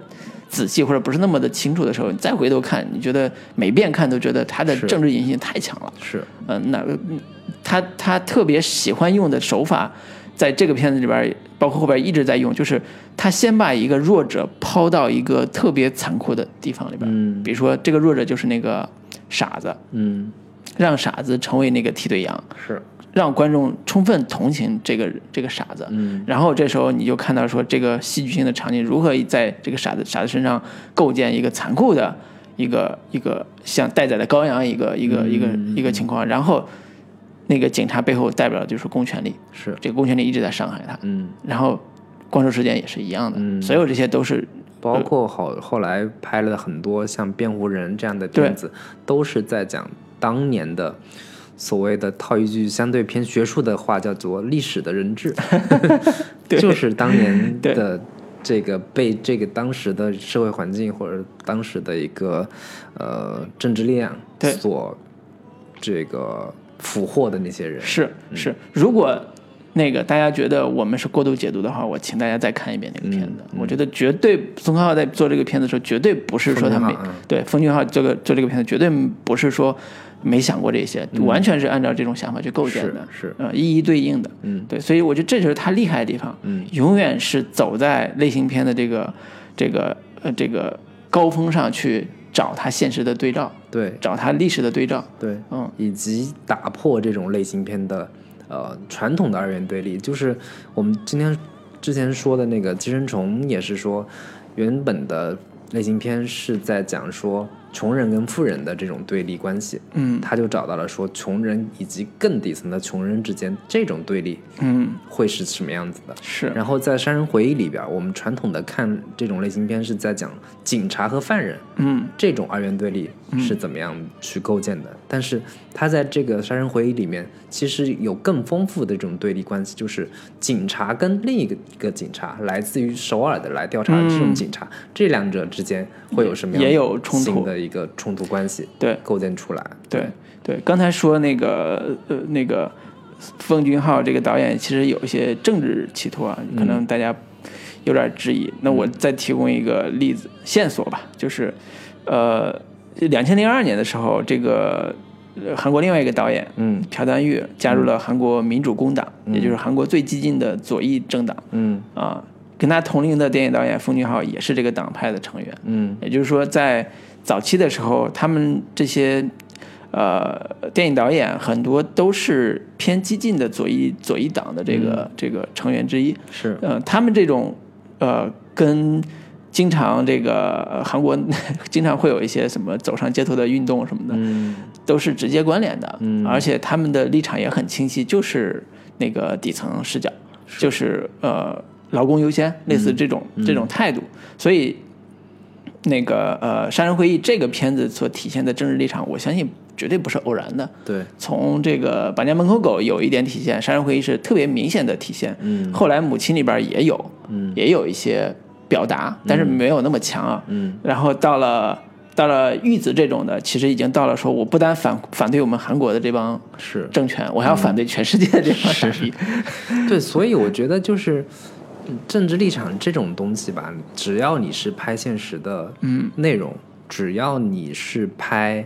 Speaker 1: 仔细，或者不是那么的清楚的时候，你再回头看，你觉得每遍看都觉得它的
Speaker 2: 是
Speaker 1: 政治隐性太强了。
Speaker 2: 是，
Speaker 1: 嗯、那嗯他他特别喜欢用的手法，在这个片子里边，包括后边一直在用，就是他先把一个弱者抛到一个特别残酷的地方里边，
Speaker 2: 嗯
Speaker 1: 比如说这个弱者就是那个傻子，
Speaker 2: 嗯
Speaker 1: 让傻子成为那个替罪羊，
Speaker 2: 是，
Speaker 1: 让观众充分同情这个这个傻子。
Speaker 2: 嗯
Speaker 1: 然后这时候你就看到说，这个戏剧性的场景如何在这个傻子傻子身上构建一个残酷的一个一个像待宰的羔羊一个一个一个一个情况，然后那个警察背后代表的就是公权力，
Speaker 2: 是，
Speaker 1: 这个公权力一直在伤害他，
Speaker 2: 嗯，
Speaker 1: 然后光州事件也是一样的，所有这些都是
Speaker 2: 包括好后来拍了很多像《辩护人》这样的片子，都是在讲当年的所谓的套一句相对偏学术的话，叫做历史的人质，
Speaker 1: 对
Speaker 2: 就是当年
Speaker 1: 对
Speaker 2: 的这个被这个当时的社会环境或者当时的一个呃政治力量
Speaker 1: 对
Speaker 2: 所这个俘获的那些人。
Speaker 1: 是是，如果那个大家觉得我们是过度解读的话，我请大家再看一遍那个片
Speaker 2: 嗯
Speaker 1: 子。我觉得绝对，宋康昊在做这个片子的时候，绝对不是说他
Speaker 2: 奉
Speaker 1: 没
Speaker 2: 俊昊嗯
Speaker 1: 对奉俊昊这个做这个片子，绝对不是说没想过这些，完全是按照这种想法去构建的，
Speaker 2: 嗯是是
Speaker 1: 呃一一对应的。
Speaker 2: 嗯，
Speaker 1: 对，所以我觉得这就是他厉害的地方，嗯，永远是走在类型片的这个这个呃这个高峰上去找他现实的对照，
Speaker 2: 对
Speaker 1: 找他历史的对照。
Speaker 2: 对，
Speaker 1: 嗯，
Speaker 2: 以及打破这种类型片的呃传统的二元对立，就是我们今天之前说的那个《寄生虫》，也是说原本的类型片是在讲说穷人跟富人的这种对立关系，
Speaker 1: 嗯
Speaker 2: 他就找到了说穷人以及更底层的穷人之间这种对立
Speaker 1: 嗯，
Speaker 2: 会是什么样子的。
Speaker 1: 是
Speaker 2: 然后在《杀人回忆》里边，我们传统的看这种类型片是在讲警察和犯人，
Speaker 1: 嗯
Speaker 2: 这种二元对立是怎么样去构建的。但是他在这个《杀人回忆》里面，其实有更丰富的这种对立关系，就是警察跟另一个一个警察，来自于首尔的来调查的这种警察，这两者之间会有什么
Speaker 1: 嗯
Speaker 2: 样
Speaker 1: 也有冲突
Speaker 2: 新的一个冲突关系
Speaker 1: 对。
Speaker 2: 构建出来？
Speaker 1: 对对，刚才说那个呃那个奉俊昊这个导演其实有一些政治企图啊，可能大家有点质疑。那我再提供一个例子线索吧，就是呃，两千零二年的时候，这个呃韩国另外一个导演
Speaker 2: 嗯
Speaker 1: 朴丹玉加入了韩国民主工党，也就是韩国最激进的左翼政党
Speaker 2: 嗯
Speaker 1: 啊。跟他同龄的电影导演奉俊昊也是这个党派的成员，
Speaker 2: 嗯
Speaker 1: 也就是说，在早期的时候，他们这些呃电影导演很多都是偏激进的左翼左翼党的这个、这个成员之一。
Speaker 2: 是
Speaker 1: 呃，他们这种呃跟经常这个呃韩国 经常会有一些什么走上街头的运动什么的，
Speaker 2: 嗯
Speaker 1: 都是直接关联的。而且他们的立场也很清晰，就是那个底层视角，就是呃劳工优先，类似这种、这种态度。所以那个呃《杀人回忆》这个片子所体现的政治立场，我相信绝对不是偶然的。
Speaker 2: 对
Speaker 1: 从这个《板家门口狗》有一点体现，《杀人回忆》是特别明显的体现。
Speaker 2: 嗯
Speaker 1: 后来《母亲》里边也有，
Speaker 2: 嗯
Speaker 1: 也有一些表达，但是没有那么强啊。
Speaker 2: 嗯
Speaker 1: 然后到了到了玉子这种的，其实已经到了说我不单反反对我们韩国的这帮
Speaker 2: 是
Speaker 1: 政权，我还要反对全世界的这帮傻 逼。
Speaker 2: 对，所以我觉得就是嗯政治立场这种东西吧，只要你是拍现实的内容，只要你是拍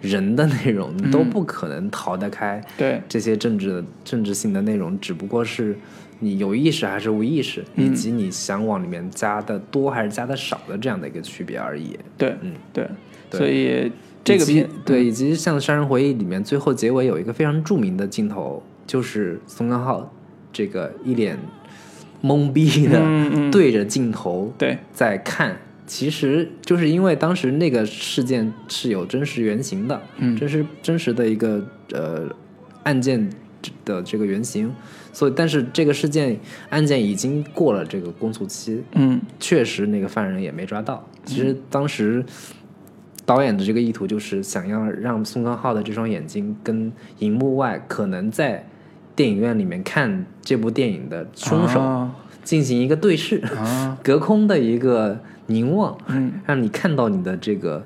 Speaker 2: 人的内容，你都不可能逃得开
Speaker 1: 对
Speaker 2: 这些政治的政治性的内容，只不过是。你有意识还是无意识，以及你想往里面加的多还是加的少的这样的一个区别而已。
Speaker 1: 对
Speaker 2: 嗯
Speaker 1: 对，
Speaker 2: 对
Speaker 1: 所以这个
Speaker 2: 以及
Speaker 1: 片嗯
Speaker 2: 对，以及像《杀人回忆》里面最后结尾有一个非常著名的镜头，就是宋康昊这个一脸懵逼
Speaker 1: 嗯
Speaker 2: 的对着镜头
Speaker 1: 对
Speaker 2: 在看。其实就是因为当时那个事件是有真实原型的，
Speaker 1: 嗯
Speaker 2: 真实真实的一个呃案件的这个原型，所以但是这个事件案件已经过了这个公诉期，
Speaker 1: 嗯
Speaker 2: 确实那个犯人也没抓到。其实当时导演的这个意图就是想要让宋康昊的这双眼睛跟荧幕外可能在电影院里面看这部电影的凶手
Speaker 1: 啊
Speaker 2: 进行一个对视， 隔空的一个凝望，
Speaker 1: 嗯
Speaker 2: 让你看到你的这个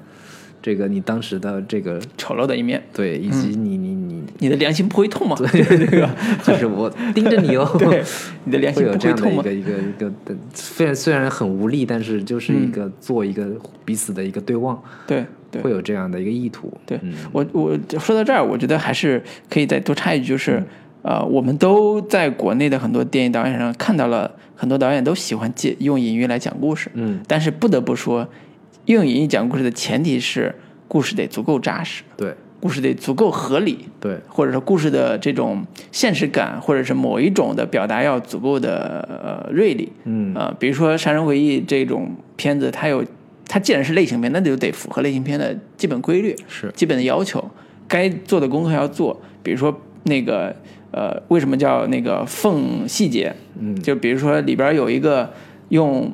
Speaker 2: 这个你当时的这个
Speaker 1: 丑陋的一面，
Speaker 2: 对，以及
Speaker 1: 嗯
Speaker 2: 你你你。
Speaker 1: 你的良心不会痛吗？就是这个，
Speaker 2: 就是我盯着你哦，
Speaker 1: 对，你的良
Speaker 2: 会
Speaker 1: 心
Speaker 2: 有
Speaker 1: 不
Speaker 2: 这
Speaker 1: 会
Speaker 2: 样的
Speaker 1: 痛
Speaker 2: 一
Speaker 1: 吗？
Speaker 2: 个一个一个的，虽然虽然很无力，但是就是一个做一个彼此的一个对望，
Speaker 1: 对嗯对
Speaker 2: 会。有这样的一个意图。
Speaker 1: 对
Speaker 2: 嗯，
Speaker 1: 我我说到这儿，我觉得还是可以再多插一句，
Speaker 2: 嗯
Speaker 1: 就是、呃，我们都在国内的很多电影导演上看到了很多导演都喜欢借用隐喻来讲故事，
Speaker 2: 嗯，
Speaker 1: 但是不得不说，用隐喻讲故事的前提是故事得足够扎实，
Speaker 2: 对
Speaker 1: 故事得足够合理，
Speaker 2: 对
Speaker 1: 或者说故事的这种现实感，或者是某一种的表达要足够的呃锐利，
Speaker 2: 嗯
Speaker 1: 呃，比如说《杀人回忆》这种片子，它有它既然是类型片，那就得符合类型片的基本规律，
Speaker 2: 是
Speaker 1: 基本的要求，该做的工作要做。比如说那个呃，为什么叫那个缝细节？
Speaker 2: 嗯，
Speaker 1: 就比如说里边有一个用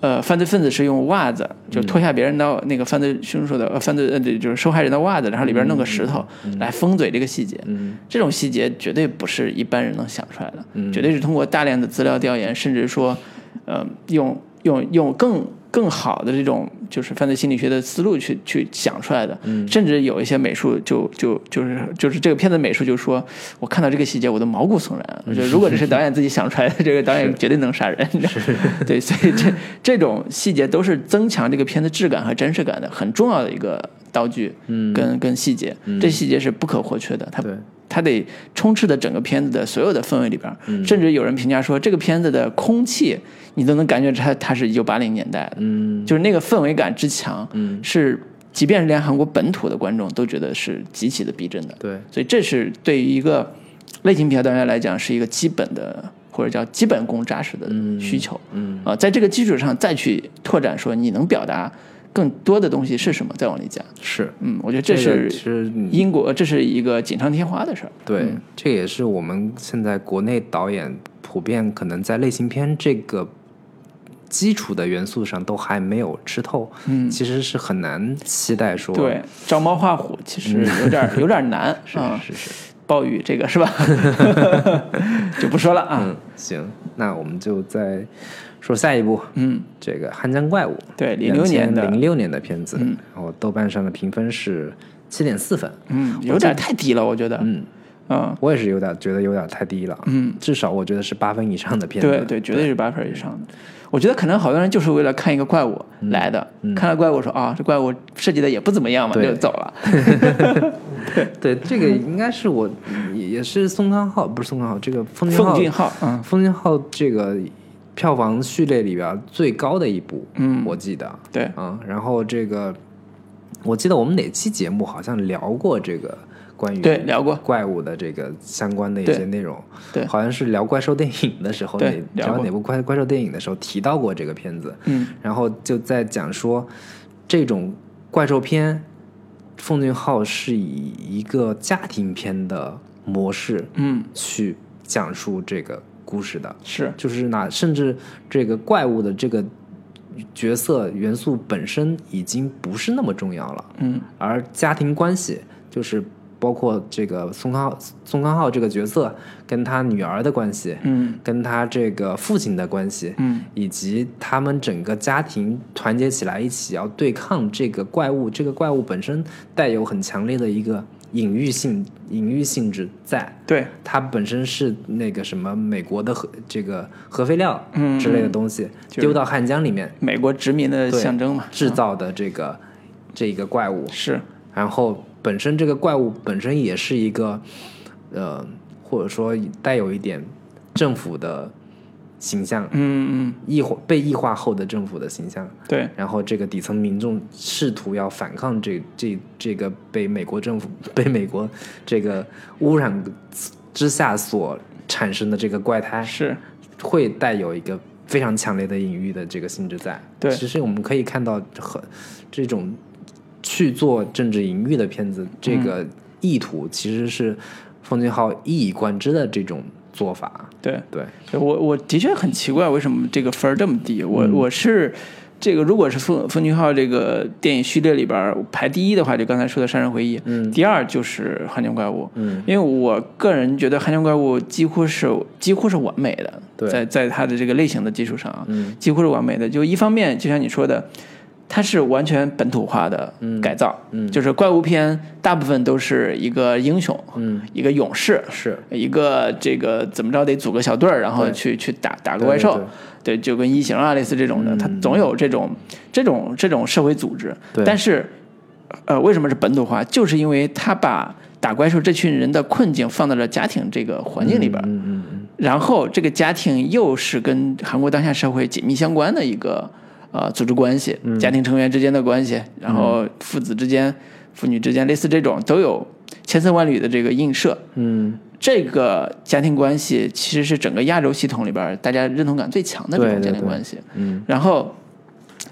Speaker 1: 呃犯罪分子是用袜子，就
Speaker 2: 嗯
Speaker 1: 脱下别人的那个犯罪凶手的、呃、犯罪呃对就是受害人的袜子，然后里边弄个石头来封嘴这个细节。
Speaker 2: 嗯
Speaker 1: 这种细节绝对不是一般人能想出来的，
Speaker 2: 嗯
Speaker 1: 绝对是通过大量的资料调研，甚至说，呃，用用用更更好的这种就是犯罪心理学的思路去去想出来的。甚至有一些美术就就就是就是这个片子美术就说，我看到这个细节我都毛骨悚然。啊我觉得如果这是导演自己想出来的，这个导演绝对能杀人。你知道吗 对，所以这这种细节都是增强这个片子质感和真实感的很重要的一个道具，嗯，跟跟细节，这细节是不可或缺的，它
Speaker 2: 对
Speaker 1: 它得充斥在整个片子的所有的氛围里边儿，
Speaker 2: 嗯
Speaker 1: 甚至有人评价说这个片子的空气，你都能感觉它它是一九八零年代的，
Speaker 2: 嗯
Speaker 1: 就是那个氛围感之强，
Speaker 2: 嗯
Speaker 1: 是即便是连韩国本土的观众都觉得是极其的逼真的，
Speaker 2: 对
Speaker 1: 所以这是对于一个类型片导演来讲是一个基本的或者叫基本功扎实的需求，
Speaker 2: 嗯
Speaker 1: 啊，在这个基础上再去拓展说你能表达更多的东西是什么，再往里加，
Speaker 2: 是，
Speaker 1: 嗯，我觉得这
Speaker 2: 个
Speaker 1: 是
Speaker 2: 其实你
Speaker 1: 英国，这是一嗯个锦上添花的事儿。
Speaker 2: 对，这也是我们现在国内导演普遍可能在类型片这个基础的元素上都还没有吃透，
Speaker 1: 嗯
Speaker 2: 其实是很难期待说，
Speaker 1: 对，照猫画虎其实有点、有点难
Speaker 2: 嗯 是
Speaker 1: 啊、
Speaker 2: 是是是，
Speaker 1: 暴雨这个 是吧？就不说了啊
Speaker 2: 嗯。，行，那我们就再说下一部，
Speaker 1: 嗯，
Speaker 2: 这个《汉江怪物》，
Speaker 1: 对06年的
Speaker 2: 零六年的片子，然后豆瓣上的评分是七点四分，
Speaker 1: 嗯，有点太低了，我觉得。
Speaker 2: 嗯，
Speaker 1: 嗯，
Speaker 2: 我也是有点觉得有点太低了，嗯，至少我觉得是八分以上的片子，
Speaker 1: 对对，绝对是八分以上的。我觉得可能好多人就是为了看一个怪物
Speaker 2: 嗯
Speaker 1: 来的，看了怪物说啊，这怪物设计的也不怎么样嘛，
Speaker 2: 对
Speaker 1: 就走了。
Speaker 2: 对，这个应该是我也也是宋康昊，不是宋康昊，这个奉俊
Speaker 1: 奉
Speaker 2: 昊，
Speaker 1: 俊昊，嗯
Speaker 2: 奉俊昊这个票房序列里边最高的一部，
Speaker 1: 嗯
Speaker 2: 我记得，
Speaker 1: 对
Speaker 2: 嗯，然后这个我记得我们哪期节目好像聊过这个关于
Speaker 1: 对聊过
Speaker 2: 怪物的这个相关的一
Speaker 1: 对
Speaker 2: 些内容，
Speaker 1: 对
Speaker 2: 好像是聊怪兽电影的时候，
Speaker 1: 对
Speaker 2: 哪
Speaker 1: 聊
Speaker 2: 聊
Speaker 1: 过
Speaker 2: 哪部怪怪兽电影的时候提到过这个片子，
Speaker 1: 嗯，
Speaker 2: 然后就在讲说这种怪兽片，奉俊昊是以一个家庭片的模式，
Speaker 1: 嗯，
Speaker 2: 去讲述这个故事的，
Speaker 1: 是
Speaker 2: 就是哪甚至这个怪物的这个角色元素本身已经不是那么重要了，
Speaker 1: 嗯，
Speaker 2: 而家庭关系就是包括这个宋康昊宋康昊这个角色跟他女儿的关系，
Speaker 1: 嗯
Speaker 2: 跟他这个父亲的关系，
Speaker 1: 嗯，
Speaker 2: 以及他们整个家庭团结起来一起要对抗这个怪物，这个怪物本身带有很强烈的一个隐喻性隐喻性质在。
Speaker 1: 对，
Speaker 2: 它本身是那个什么美国的核这个核废料
Speaker 1: 嗯
Speaker 2: 之类的东西、
Speaker 1: 就是
Speaker 2: 丢到汉江里面
Speaker 1: 美国殖民的
Speaker 2: 对
Speaker 1: 象征嘛，
Speaker 2: 制造的这个、这一个怪物，
Speaker 1: 是
Speaker 2: 然后本身这个怪物本身也是一个，呃，或者说带有一点政府的形象，
Speaker 1: 嗯嗯
Speaker 2: 异化被异化后的政府的形象，
Speaker 1: 对，
Speaker 2: 然后这个底层民众试图要反抗这这这个被美国政府 被美国这个污染之下所产生的这个怪胎，
Speaker 1: 是
Speaker 2: 会带有一个非常强烈的隐喻的这个性质在。
Speaker 1: 对
Speaker 2: 其实我们可以看到很这种去做政治隐喻的片子，这
Speaker 1: 嗯
Speaker 2: 个意图其实是奉俊昊一以贯之的这种做法。
Speaker 1: 对。
Speaker 2: 对，
Speaker 1: 对我我的确很奇怪，为什么这个分儿这么低？
Speaker 2: 嗯
Speaker 1: 我、我是这个，如果是奉奉俊昊这个电影序列里边儿排第一的话，就刚才说的《杀人回忆》，
Speaker 2: 嗯
Speaker 1: 第二就是《汉江怪物》，
Speaker 2: 嗯，
Speaker 1: 因为我个人觉得《汉江怪物》几乎是几乎是完美的，
Speaker 2: 对
Speaker 1: 在在它的这个类型的基础上啊，
Speaker 2: 嗯
Speaker 1: 几乎是完美的。就一方面，就像你说的。它是完全本土化的改造，
Speaker 2: 嗯
Speaker 1: 就是怪物片大部分都是一个英雄，
Speaker 2: 嗯，
Speaker 1: 一个勇士，
Speaker 2: 是
Speaker 1: 一个这个怎么着得组个小队儿，然后
Speaker 2: 对
Speaker 1: 去去打打个怪兽，对就跟异形啊类似这种的，它总有这种这种这种社会组织。
Speaker 2: 对
Speaker 1: 但是，呃，为什么是本土化？就是因为他把打怪兽这群人的困境放到了家庭这个环境里边儿，
Speaker 2: 嗯嗯嗯，
Speaker 1: 然后这个家庭又是跟韩国当下社会紧密相关的一个呃组织关系，家庭成员之间的关系，然后父子之间、父女之间，类似这种都有千丝万缕的这个映射。
Speaker 2: 嗯，
Speaker 1: 这个家庭关系其实是整个亚洲系统里边儿大家认同感最强的这
Speaker 2: 对
Speaker 1: 种
Speaker 2: 对
Speaker 1: 家庭
Speaker 2: 对
Speaker 1: 关系。
Speaker 2: 嗯，
Speaker 1: 然后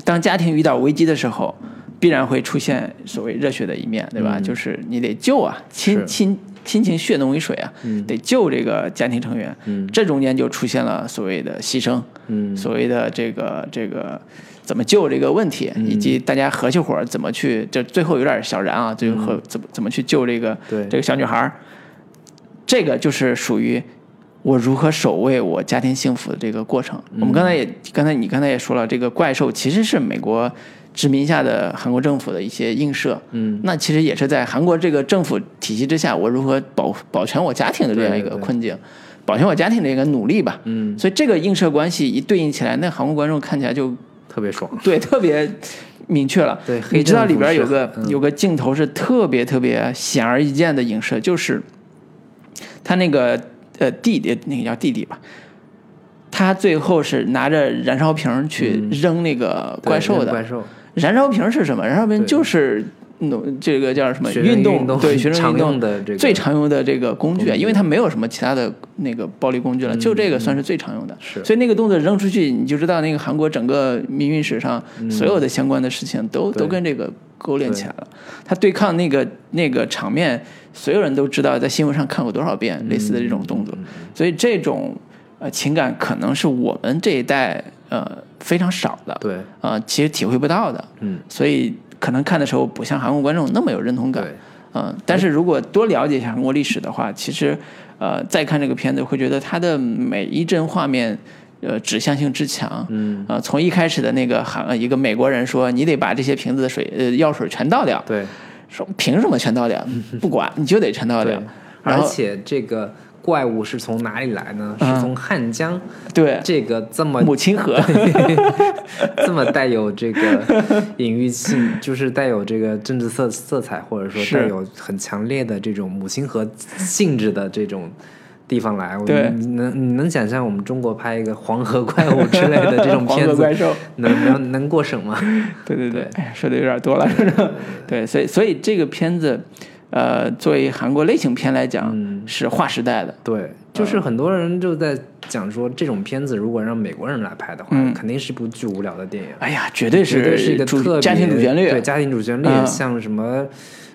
Speaker 1: 当家庭遇到危机的时候，必然会出现所谓热血的一面，对吧？
Speaker 2: 嗯
Speaker 1: 就是你得救啊，亲
Speaker 2: 是
Speaker 1: 亲亲情血浓于水啊，
Speaker 2: 嗯
Speaker 1: 得救这个家庭成员。
Speaker 2: 嗯
Speaker 1: 这中间就出现了所谓的牺牲，
Speaker 2: 嗯
Speaker 1: 所谓的这个这个怎么救这个问题，
Speaker 2: 嗯
Speaker 1: 以及大家合起伙儿怎么去，这最后有点小燃啊，最
Speaker 2: 嗯
Speaker 1: 后和怎么怎么去救这个
Speaker 2: 对
Speaker 1: 这个小女孩儿，这个就是属于我如何守卫我家庭幸福的这个过程。
Speaker 2: 嗯
Speaker 1: 我们刚才也刚才你刚才也说了，这个怪兽其实是美国殖民下的韩国政府的一些映射，
Speaker 2: 嗯，
Speaker 1: 那其实也是在韩国这个政府体系之下，我如何保保全我家庭的这样一个
Speaker 2: 对对
Speaker 1: 困境。保全我家庭的一个努力吧，
Speaker 2: 嗯，
Speaker 1: 所以这个映射关系一对应起来，那韩国观众看起来就
Speaker 2: 特别爽，
Speaker 1: 对特别明确了。
Speaker 2: 对
Speaker 1: 你
Speaker 2: 黑
Speaker 1: 知道
Speaker 2: 政
Speaker 1: 里
Speaker 2: 府
Speaker 1: 边
Speaker 2: 是
Speaker 1: 有个、
Speaker 2: 嗯
Speaker 1: 有个镜头是特别特别显而易见的影射，就是他那个呃弟弟，那个叫弟弟吧，他最后是拿着燃烧瓶去扔那个
Speaker 2: 嗯对
Speaker 1: 怪兽
Speaker 2: 扔
Speaker 1: 的。
Speaker 2: 怪兽，
Speaker 1: 燃烧瓶是什么？燃烧瓶
Speaker 2: 对
Speaker 1: 就是嗯这个叫什么
Speaker 2: 学生运
Speaker 1: 动
Speaker 2: 动
Speaker 1: 对学生
Speaker 2: 常
Speaker 1: 运动
Speaker 2: 用的这个
Speaker 1: 最常用的这个工具，啊
Speaker 2: 工具嗯
Speaker 1: 因为它没有什么其他的那个暴力工具了，就这个算是最常用的。
Speaker 2: 是
Speaker 1: 所以那个动作扔出去，你就知道那个韩国整个民运史上所有的相关的事情都、
Speaker 2: 嗯对
Speaker 1: 都跟这个勾连起来了。他对抗那个那个场面，所有人都知道，在新闻上看过多少
Speaker 2: 嗯
Speaker 1: 遍类似的这种动作，所以这种呃情感可能是我们这一代呃非常少的。
Speaker 2: 对，
Speaker 1: 啊、其实体会不到的，
Speaker 2: 嗯，
Speaker 1: 所以可能看的时候不像韩国观众那么有认同感，
Speaker 2: 对，
Speaker 1: 嗯、但是如果多了解一下韩国历史的话，其实，呃，再看这个片子会觉得它的每一帧画面，呃，指向性之强，
Speaker 2: 嗯，
Speaker 1: 呃，从一开始的那个韩呃一个美国人说你得把这些瓶子的水呃药水全倒掉，
Speaker 2: 对，
Speaker 1: 说凭什么全倒 掉？不管你就得全倒掉
Speaker 2: 对，
Speaker 1: 然
Speaker 2: 而
Speaker 1: 后
Speaker 2: 且这个怪物是从哪里来呢？
Speaker 1: 嗯
Speaker 2: 是从汉江
Speaker 1: 对
Speaker 2: 这个这么
Speaker 1: 母亲河，
Speaker 2: 这么带有这个隐喻性， 就是带有这个政治色色彩，或者说
Speaker 1: 是
Speaker 2: 带有很强烈的这种母亲河性质的这种地方来。我
Speaker 1: 对
Speaker 2: 你能你能想象我们中国拍一个黄河怪物之类 的这种
Speaker 1: 黄
Speaker 2: 片
Speaker 1: 河
Speaker 2: 子，
Speaker 1: 怪兽。
Speaker 2: 能能能过审 吗？
Speaker 1: 对对对
Speaker 2: 对，
Speaker 1: 哎呀，说的有点多了，是吧？对，所以所以这个片子，呃，作为韩国类型片来讲，
Speaker 2: 嗯
Speaker 1: 是划时代的。
Speaker 2: 对，就是
Speaker 1: 嗯
Speaker 2: 很多人就在讲说，这种片子如果让美国人来拍的话，
Speaker 1: 嗯
Speaker 2: 肯定是一部巨无聊的电影。
Speaker 1: 哎呀，绝对
Speaker 2: 绝对是一个特
Speaker 1: 主
Speaker 2: 别
Speaker 1: 家庭主旋律，
Speaker 2: 对家庭主旋律，
Speaker 1: 嗯
Speaker 2: 像什么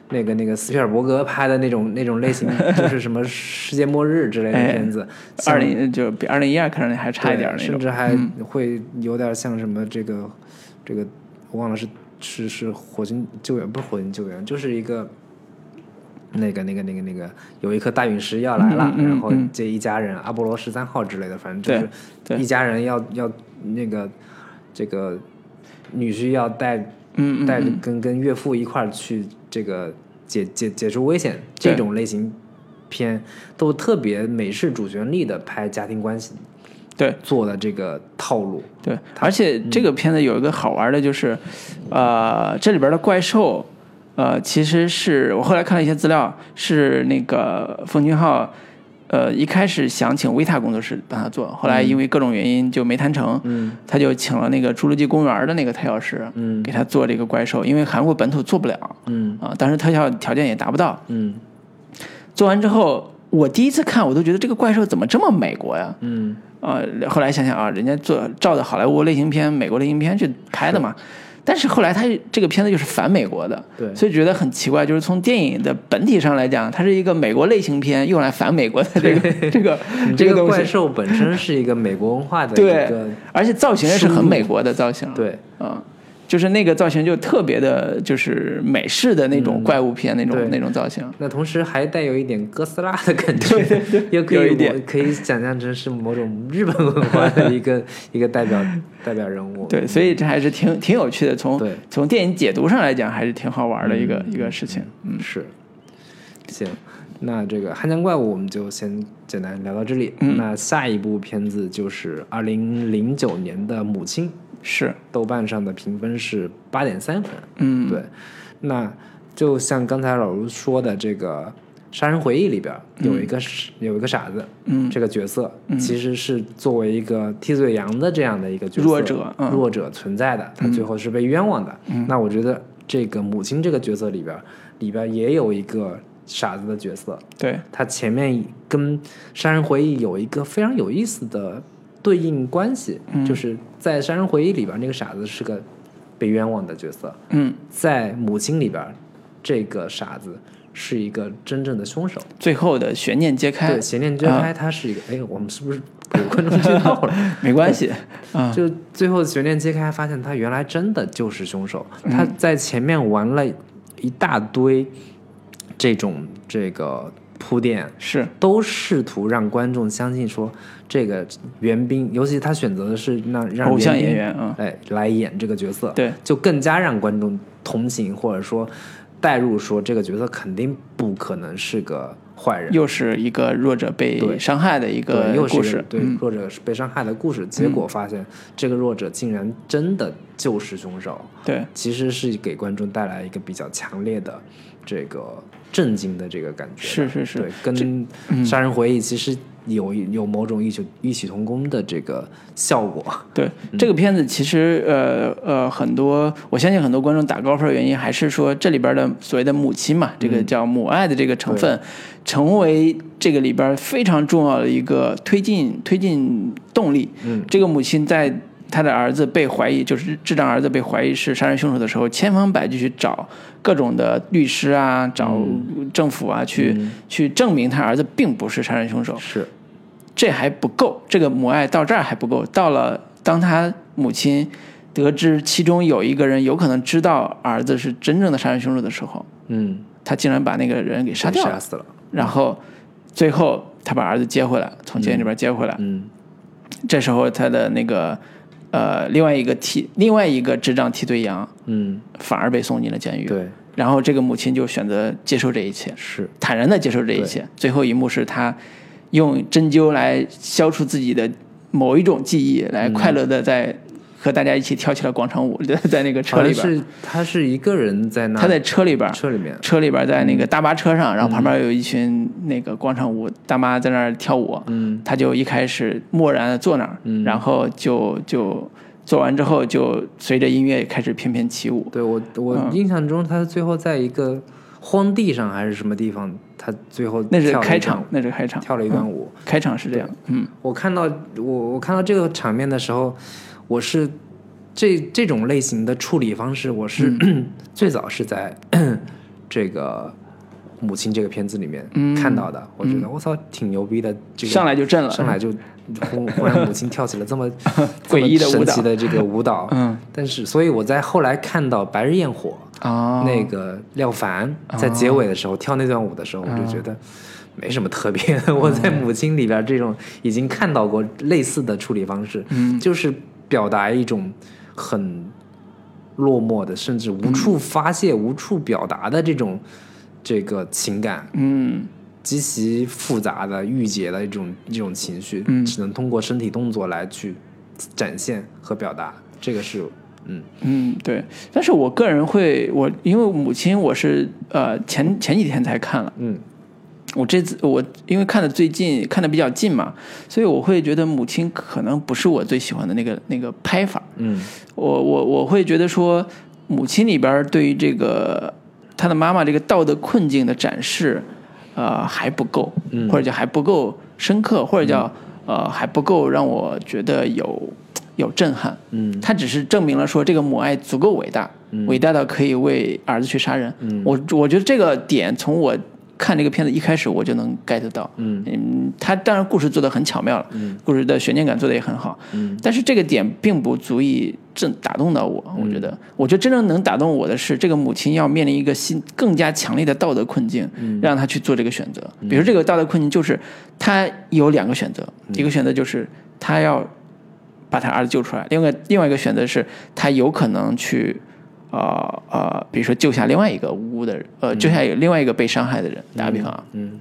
Speaker 2: 那个那个斯皮尔伯格拍的那种那种类 型，就是什么世界末日之类的
Speaker 1: 哎
Speaker 2: 片子，像
Speaker 1: 二零就比二零一二看上去还差一点儿
Speaker 2: 对
Speaker 1: 那种。嗯
Speaker 2: 甚至还会有点像什么这个这个我忘了是是是火星救援，不是火星救援，就是一个。那个、那个、那个、那个，有一颗大陨石要来
Speaker 1: 嗯
Speaker 2: 了，
Speaker 1: 嗯嗯
Speaker 2: 然后
Speaker 1: 嗯
Speaker 2: 这一家人，阿波罗十三号之类的，反正就是
Speaker 1: 对对
Speaker 2: 一家人要要那个这个女婿要带
Speaker 1: 嗯嗯
Speaker 2: 带着跟跟岳父一块儿去这个解解解除危险这
Speaker 1: 对
Speaker 2: 种类型片，都特别美式主旋律的拍家庭关系
Speaker 1: 对
Speaker 2: 做的这个套路。
Speaker 1: 对，而且这个片子有一个好玩的，就是，呃，这里边的怪兽，呃，其实是我后来看了一些资料，是那个奉俊昊，呃，一开始想请维塔工作室帮他做，后来因为各种原因就没谈成，
Speaker 2: 嗯，
Speaker 1: 他就请了那个《侏罗纪公园》的那个特效师，
Speaker 2: 嗯
Speaker 1: 给他做这个怪兽，因为韩国本土做不了，
Speaker 2: 嗯
Speaker 1: 啊、当时特效条件也达不到，
Speaker 2: 嗯
Speaker 1: 做完之后，我第一次看我都觉得这个怪兽怎么这么美国呀？
Speaker 2: 嗯，
Speaker 1: 啊、后来想想啊，人家做照着好莱坞类型片、美国类型片去拍的嘛。但是后来他这个片子又是反美国的，
Speaker 2: 对
Speaker 1: 所以觉得很奇怪，就是从电影的本体上来讲，它是一个美国类型片用来反美国的这个 这个这
Speaker 2: 你嗯这
Speaker 1: 个
Speaker 2: 个
Speaker 1: 东
Speaker 2: 怪
Speaker 1: 西，
Speaker 2: 兽本身是一个美国文化的一
Speaker 1: 对
Speaker 2: 个，
Speaker 1: 而且造型也是
Speaker 2: 输
Speaker 1: 很
Speaker 2: 入
Speaker 1: 美国的造型，
Speaker 2: 对
Speaker 1: 啊、就是那个造型就特别的，就是美式的那种怪物片、那种
Speaker 2: 嗯对
Speaker 1: 那种造型，
Speaker 2: 那同时还带有一点哥斯拉的感觉，对对对，也可
Speaker 1: 有一
Speaker 2: 以
Speaker 1: 点
Speaker 2: 我可以想象成是某种日本文化的一 个一个代表代表人物。
Speaker 1: 对，所以这还是挺挺有趣的，从
Speaker 2: 嗯对
Speaker 1: 从电影解读上来讲，还是挺好玩的一个、一个事情，
Speaker 2: 嗯，是。行，那这个《汉江怪物》我们就先简单聊到这里。那下一部片子就是二零零九年的《母亲》，
Speaker 1: 是，
Speaker 2: 豆瓣上的评分是八点三分。
Speaker 1: 嗯，
Speaker 2: 对，那就像刚才老卢说的，这个《杀人回忆》里边儿有一个、傻有一个傻子，
Speaker 1: 嗯
Speaker 2: 这个角色、其实是作为一个替罪羊的这样的一个角色
Speaker 1: 弱者嗯
Speaker 2: 弱者存在的，他最后是被冤枉的。那我觉得这个母亲这个角色里边儿，里边儿也有一个傻子的角色，
Speaker 1: 对，
Speaker 2: 他前面跟《杀人回忆》有一个非常
Speaker 1: 嗯
Speaker 2: 有意思的对应关系，就是在《杀人回忆》里边，那个傻子是个被冤枉的角色，
Speaker 1: 嗯，
Speaker 2: 在母亲里边儿，这个傻子是一个真正的凶手。
Speaker 1: 最后的悬念揭开
Speaker 2: 对，，悬念揭
Speaker 1: 啊
Speaker 2: 开，他是一个，哎，我们是不是给观众剧透 了？
Speaker 1: 没关系，啊，
Speaker 2: 就最后悬念揭开，发现他原来真的就是凶手。
Speaker 1: 嗯
Speaker 2: 他在前面玩了一大堆这种这个铺垫，
Speaker 1: 是
Speaker 2: 都试图让观众相信说这个袁冰，尤其他选择的是让让
Speaker 1: 偶像
Speaker 2: 袁
Speaker 1: 演
Speaker 2: 冰
Speaker 1: 员啊，
Speaker 2: 哎来演这个角色，
Speaker 1: 对，
Speaker 2: 就更加让观众同情或者说代入，说这个角色肯定不可能是个坏人。
Speaker 1: 又是一个弱者被
Speaker 2: 对
Speaker 1: 伤害的一
Speaker 2: 对，又
Speaker 1: 个
Speaker 2: 是
Speaker 1: 故
Speaker 2: 一个
Speaker 1: 事，嗯
Speaker 2: 对弱者是被伤害的故事，结果发现这个弱者竟然真的就是凶手，
Speaker 1: 对，
Speaker 2: 其实是给观众带来一个比较强烈的这个震惊的这个感觉
Speaker 1: 是
Speaker 2: 的。
Speaker 1: 是是嗯
Speaker 2: 对，跟《杀人回忆》其实有一有某种异曲异曲同工的这个效果。
Speaker 1: 对，这个片子其实呃呃很多，我相信很多观众打高分的原因还是说这里边的所谓的母亲嘛，这个叫母爱的这个成分，成为这个里边非常重要的一个推进推进动力。嗯，这个母亲在。她的儿子被怀疑，就是智障儿子被怀疑是杀人凶手的时候，千方百计去找各种的律师啊，找政府啊，去、去证明他儿子并不是杀人凶手。
Speaker 2: 是，
Speaker 1: 这还不够，这个母爱到这儿还不够。到了当他母亲得知其中有一个人有可能知道儿子是真正的杀人凶手的时候，
Speaker 2: 嗯，
Speaker 1: 他竟然把那个人给杀掉
Speaker 2: 杀
Speaker 1: 了。
Speaker 2: 死了。
Speaker 1: 然后最后他把儿子接回来，从监狱里边接回来。
Speaker 2: 嗯
Speaker 1: 这时候他的那个呃另外一个替另外一个智障替罪羊
Speaker 2: 嗯，
Speaker 1: 反而被送进了监狱。
Speaker 2: 对，
Speaker 1: 然后这个母亲就选择接受这一切。
Speaker 2: 是
Speaker 1: 坦然的接受这一切。最后一幕是他用针灸来消除自己的某一种记忆，
Speaker 2: 嗯
Speaker 1: 来快乐的在和大家一起跳起了广场舞， 在那个车
Speaker 2: 好
Speaker 1: 里
Speaker 2: 像
Speaker 1: 边，
Speaker 2: 是他是一个人在那，
Speaker 1: 他在车里边，
Speaker 2: 车里面。
Speaker 1: 车里边在那个大巴车上，然后旁
Speaker 2: 嗯
Speaker 1: 边有一群那个广场舞大妈在那儿跳舞，
Speaker 2: 嗯，
Speaker 1: 他就一开始漠然的坐那儿，然后就就做完之后就随着音乐开始翩翩起舞。
Speaker 2: 对我
Speaker 1: 嗯
Speaker 2: 我印象中他最后在一个荒地上还是什么地方，他最后
Speaker 1: 那是
Speaker 2: 跳了一
Speaker 1: 开
Speaker 2: 段
Speaker 1: 场，嗯那是开场，
Speaker 2: 跳了一段舞。
Speaker 1: 开场是这样，嗯，
Speaker 2: 我看到我我看到这个场面的时候，我是这这种类型的处理方式，我是、
Speaker 1: 嗯
Speaker 2: 最早是在 这个《母亲》这个片子里面看到的。我觉得我操，挺牛逼的，这个
Speaker 1: 嗯上来就震了，
Speaker 2: 上来就忽忽然母亲跳起了这 么
Speaker 1: 诡异的舞蹈
Speaker 2: 这么神奇的这个舞蹈。
Speaker 1: 嗯
Speaker 2: 但是，所以我在后来看到《白日焰火》
Speaker 1: 啊，
Speaker 2: 那个廖凡在结尾的时候、跳那段舞的时候，我
Speaker 1: 哦
Speaker 2: 就觉得没什么特别。 我在《母亲》里边这种已经看到过类似的处理方式，
Speaker 1: 嗯
Speaker 2: 就是表达一种很落寞的，甚至无处发泄、无处表达的这种这个情感，
Speaker 1: 嗯。
Speaker 2: 极其复杂的、郁结的一种一种情绪，
Speaker 1: 嗯
Speaker 2: 只能通过身体动作来去展现和表达。这个是，嗯，
Speaker 1: 嗯，对，但是我个人会，我因为母亲我是呃前前几天才看了，
Speaker 2: 嗯，
Speaker 1: 我这次我因为看的最近看的比较近嘛，所以我会觉得母亲可能不是我最喜欢的那个那个拍法，
Speaker 2: 嗯，
Speaker 1: 我我我会觉得说母亲里边对于这个她的妈妈这个道德困境的展示，呃还不够，
Speaker 2: 嗯
Speaker 1: 或者叫还不够深刻，或者叫、呃还不够让我觉得有有震撼，
Speaker 2: 嗯，
Speaker 1: 他只是证明了说这个母爱足够伟大，伟大到可以为儿子去杀人。
Speaker 2: 嗯
Speaker 1: 我我觉得这个点从我看这个片子一开始我就能 get 到。
Speaker 2: 嗯
Speaker 1: 他当然故事做得很巧妙了，故事的悬念感做得也很好。
Speaker 2: 嗯
Speaker 1: 但是这个点并不足以正打动到我。
Speaker 2: 嗯
Speaker 1: 我觉得，我觉得真正能打动我的是这个母亲要面临一个新更加强烈的道德困境，
Speaker 2: 嗯
Speaker 1: 让她去做这个选择。比如这个道德困境就是她有两个选择，
Speaker 2: 嗯
Speaker 1: 一个选择就是她要。把他儿子救出来。另外另外一个选择是，他有可能去，呃呃，比如说救下另外一个无辜的人，呃，救下一个另外一个被伤害的人。打个比方啊，
Speaker 2: 嗯，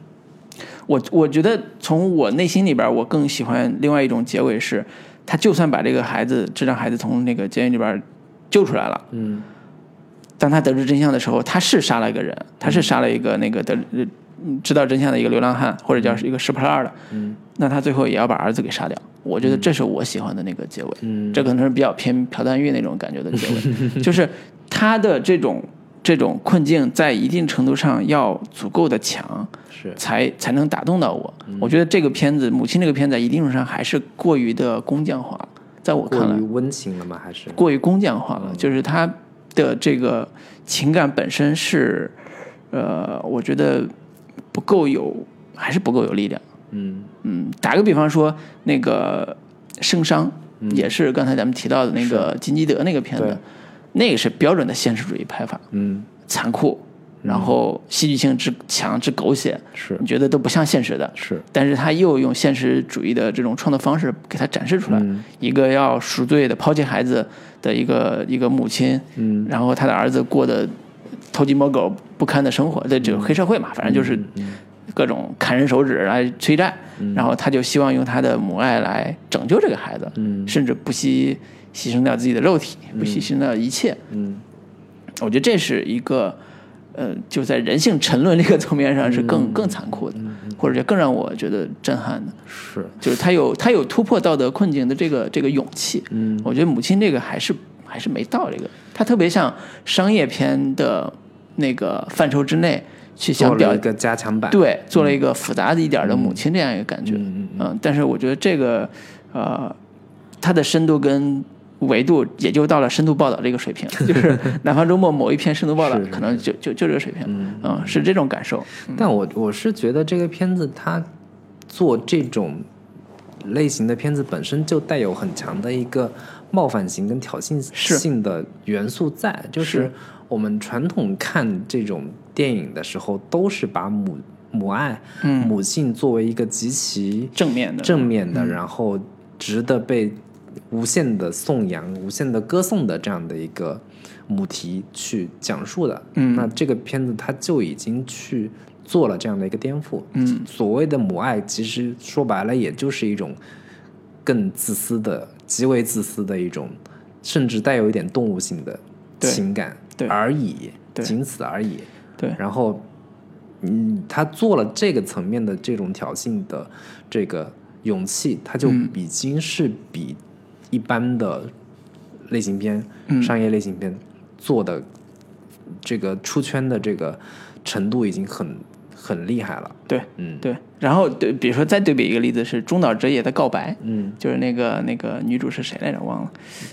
Speaker 1: 我我觉得从我内心里边，我更喜欢另外一种结尾是，他就算把这个孩子智障孩子从那个监狱里边救出来了，
Speaker 2: 嗯，
Speaker 1: 当他得知真相的时候，他是杀了一个人，他是杀了一个那个得呃知道真相的一个流浪汉，或者叫是一个拾破烂的，
Speaker 2: 嗯，
Speaker 1: 那他最后也要把儿子给杀掉。我觉得这是我喜欢的那个结尾，
Speaker 2: 嗯，
Speaker 1: 这可能是比较偏朴赞玉那种感觉的结 尾，就是他的这种这种困境在一定程度上要足够的强，
Speaker 2: 是，嗯
Speaker 1: 才才能打动到我。我觉得这个片子《母亲》这个片子在一定程度上还是过于的工匠化了，在我看
Speaker 2: 过
Speaker 1: 来
Speaker 2: 于温情了吗？还是
Speaker 1: 过于工匠化
Speaker 2: 嗯
Speaker 1: 了，就是他的这个情感本身是，呃，我觉得不够有，还是不够有力量。
Speaker 2: 嗯
Speaker 1: 嗯，打个比方说，那个《圣殇》也是刚才咱们提到的那个金基德那个片
Speaker 2: 嗯对
Speaker 1: 子，那个是标准的现实主义拍法，
Speaker 2: 嗯
Speaker 1: 残酷，然后戏剧性之强之狗血，
Speaker 2: 是
Speaker 1: 你觉得都不像现实的。
Speaker 2: 是
Speaker 1: 但是他又用现实主义的这种创作方式给他展示出来，一个要赎罪的抛弃孩子的一个一个母亲，
Speaker 2: 嗯
Speaker 1: 然后他的儿子过的偷鸡摸狗不堪的生活，这就是黑社会嘛，反正就是各种砍人手指来催债，然后他就希望用他的母爱来拯救这个孩子，
Speaker 2: 嗯
Speaker 1: 甚至不惜牺牲掉自己的肉体，不惜牺牲掉一切，
Speaker 2: 嗯
Speaker 1: 我觉得这是一个，呃，就在人性沉沦这个层面上是
Speaker 2: 嗯
Speaker 1: 更、更残酷的，或者说更让我觉得震撼的，
Speaker 2: 是
Speaker 1: 就是他有他有突破道德困境的这个这个勇气。
Speaker 2: 嗯
Speaker 1: 我觉得母亲这个还是还是没到这个，他特别像商业片的那个范畴之内去
Speaker 2: 做
Speaker 1: 想表
Speaker 2: 了一个加强版，
Speaker 1: 对，做了一个复杂的一点儿的母亲这样一个感觉。
Speaker 2: 嗯
Speaker 1: 嗯，但是我觉得这个，呃，它的深度跟维度也就到了深度报道这个水平，就是 《南方周末》某一篇深度报道
Speaker 2: 是是
Speaker 1: 可能就就就这个水平，嗯，是这种感受。
Speaker 2: 但我我是觉得这个片子它做这种类型的片子本身就带有很强的一个冒犯型跟挑衅
Speaker 1: 是
Speaker 2: 性的元素在，就是
Speaker 1: 是
Speaker 2: 我们传统看这种电影的时候，都是把母母爱、
Speaker 1: 嗯
Speaker 2: 母性作为一个极其
Speaker 1: 正面的，嗯
Speaker 2: 正面的，然后值得被无限的颂扬、无限的歌颂的这样的一个母题去讲述的。
Speaker 1: 嗯
Speaker 2: 那这个片子它就已经去做了这样的一个颠覆。
Speaker 1: 嗯，
Speaker 2: 所谓的母爱，其实说白了，也就是一种更自私的、极为自私的一种，甚至带有一点动物性的
Speaker 1: 对
Speaker 2: 情感
Speaker 1: 对
Speaker 2: 而已，
Speaker 1: 对
Speaker 2: 仅此而已。
Speaker 1: 对
Speaker 2: 然后，嗯，他做了这个层面的这种挑衅的这个勇气，他就
Speaker 1: 嗯
Speaker 2: 已经是比一般的类型片、
Speaker 1: 嗯
Speaker 2: 商业类型片做的这个出圈的这个程度已经很很厉害了。
Speaker 1: 对
Speaker 2: 嗯，
Speaker 1: 对。然后对，比如说再对比一个例子是中岛哲也的《告白》，
Speaker 2: 嗯，
Speaker 1: 就是那个那个女主是谁来着？忘了。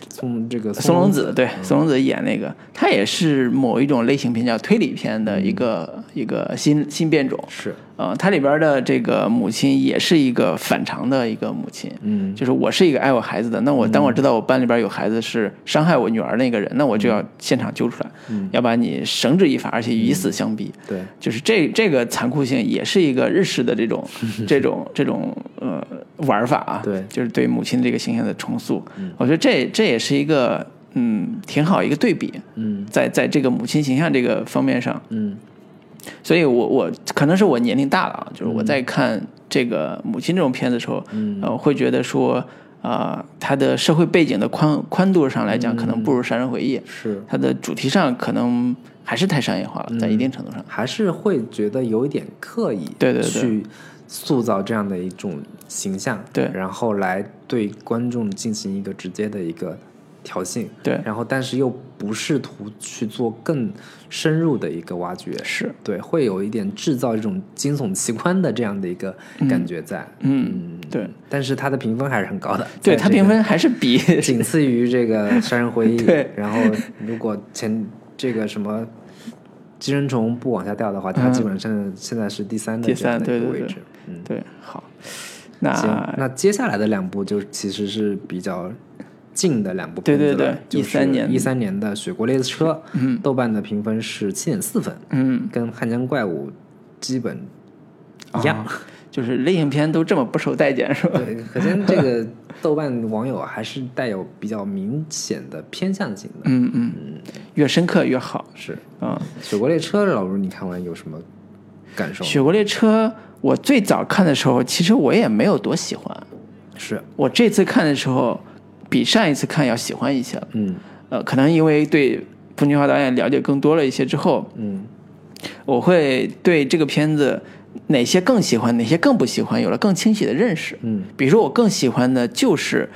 Speaker 2: 从这个
Speaker 1: 松
Speaker 2: 隆嗯
Speaker 1: 隆子，对，松隆子演那个，他也是某一种类型片叫推理片的
Speaker 2: 嗯
Speaker 1: 一个、一个新新变种。
Speaker 2: 是，
Speaker 1: 呃，它里边的这个母亲也是一个反常的一个母亲，
Speaker 2: 嗯
Speaker 1: 就是我是一个爱我孩子的，那我当我知道我班里边有孩子是伤害我女儿那个人，那我就
Speaker 2: 嗯
Speaker 1: 要现场揪出来，要把你绳之以法，而且以
Speaker 2: 嗯
Speaker 1: 死相逼。
Speaker 2: 对，
Speaker 1: 就是这这个残酷性也是一个日式的这 种这种这种呃玩法啊，
Speaker 2: 对嗯
Speaker 1: 就是对母亲这个形象的重塑，我觉得这这也是一个嗯挺好一个对比，
Speaker 2: 嗯
Speaker 1: 在在这个母亲形象这个方面上，
Speaker 2: 嗯
Speaker 1: 所以我我可能是我年龄大了啊，就是
Speaker 2: 嗯
Speaker 1: 我在看这个母亲这种片子的时候，嗯，呃，我会觉得说啊，它的社会背景的宽宽度上来讲，可
Speaker 2: 嗯
Speaker 1: 能不如《杀人回忆》，
Speaker 2: 是。
Speaker 1: 它的主题上可能还是太商业化了，
Speaker 2: 嗯
Speaker 1: 在一定程度上。
Speaker 2: 还是会觉得有一点刻意，
Speaker 1: 对对对
Speaker 2: 去塑造这样的一种形象，
Speaker 1: 对
Speaker 2: 然后来对观众进行一个直接的一个挑衅，
Speaker 1: 对
Speaker 2: 然后但是又不试图去做更深入的一个挖掘，
Speaker 1: 是，
Speaker 2: 对，会有一点制造一种惊悚奇观的这样的一个感觉在，
Speaker 1: 嗯，对，
Speaker 2: 但是它的评分还是很高的，
Speaker 1: 对，
Speaker 2: 在
Speaker 1: 它
Speaker 2: 这个
Speaker 1: 评分还是 比
Speaker 2: 仅次于这个《杀人回忆》
Speaker 1: 对
Speaker 2: 然后如果前这个什么寄生虫不往下掉的话，它基本上现在、现在是第三
Speaker 1: 嗯
Speaker 2: 的
Speaker 1: 第
Speaker 2: 这样
Speaker 1: 三
Speaker 2: 的一个
Speaker 1: 对对
Speaker 2: 位
Speaker 1: 对
Speaker 2: 置。嗯，
Speaker 1: 对好。
Speaker 2: 行
Speaker 1: 那，
Speaker 2: 那接下来的两部就其实是比较。近的两部
Speaker 1: 对
Speaker 2: 片子
Speaker 1: 对
Speaker 2: 了
Speaker 1: 对13年
Speaker 2: 一三年的《雪国列车》，豆瓣的评分是七点四分，
Speaker 1: 嗯，
Speaker 2: 跟《汉江怪物》基本一
Speaker 1: 哦
Speaker 2: 样。
Speaker 1: 就是类型片都这么不受待见是吧？
Speaker 2: 对， 可见这个豆瓣网友还是带有比较明显的偏向性的。
Speaker 1: 嗯嗯，越深刻越好。
Speaker 2: 是，
Speaker 1: 嗯，
Speaker 2: 《雪国列车》老卢，你看完有什么感受
Speaker 1: 《
Speaker 2: 呢？
Speaker 1: 雪国列车》我最早看的时候，其实我也没有多喜欢。
Speaker 2: 是，
Speaker 1: 我这次看的时候，比上一次看要喜欢一些了。
Speaker 2: 嗯
Speaker 1: 呃，可能因为对彭俊华导演了解更多了一些之后，
Speaker 2: 嗯
Speaker 1: 我会对这个片子哪些更喜欢，哪些更不喜欢，有了更清晰的认识。
Speaker 2: 嗯
Speaker 1: 比如说我更喜欢的就是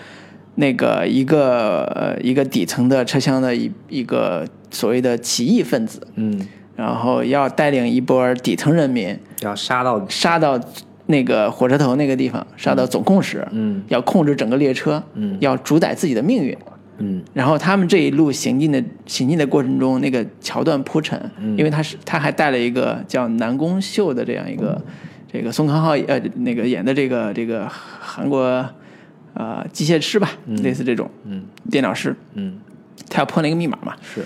Speaker 1: 那个一个呃一个底层的车厢的一一个所谓的起义分子，
Speaker 2: 嗯，
Speaker 1: 然后要带领一波底层人民
Speaker 2: 要杀到
Speaker 1: 杀到那个火车头那个地方杀到总控室，
Speaker 2: 嗯
Speaker 1: 要控制整个列车，
Speaker 2: 嗯
Speaker 1: 要主宰自己的命运。
Speaker 2: 嗯
Speaker 1: 然后他们这一路行进的行进的过程中，那个桥段铺陈，
Speaker 2: 嗯
Speaker 1: 因为他是他还带了一个叫南宫秀的这样一个、
Speaker 2: 嗯
Speaker 1: 这个宋康昊呃那个演的这个这个韩国呃机械师吧，类似这种
Speaker 2: 嗯
Speaker 1: 电脑师，
Speaker 2: 嗯，
Speaker 1: 他要破那个密码嘛，
Speaker 2: 是，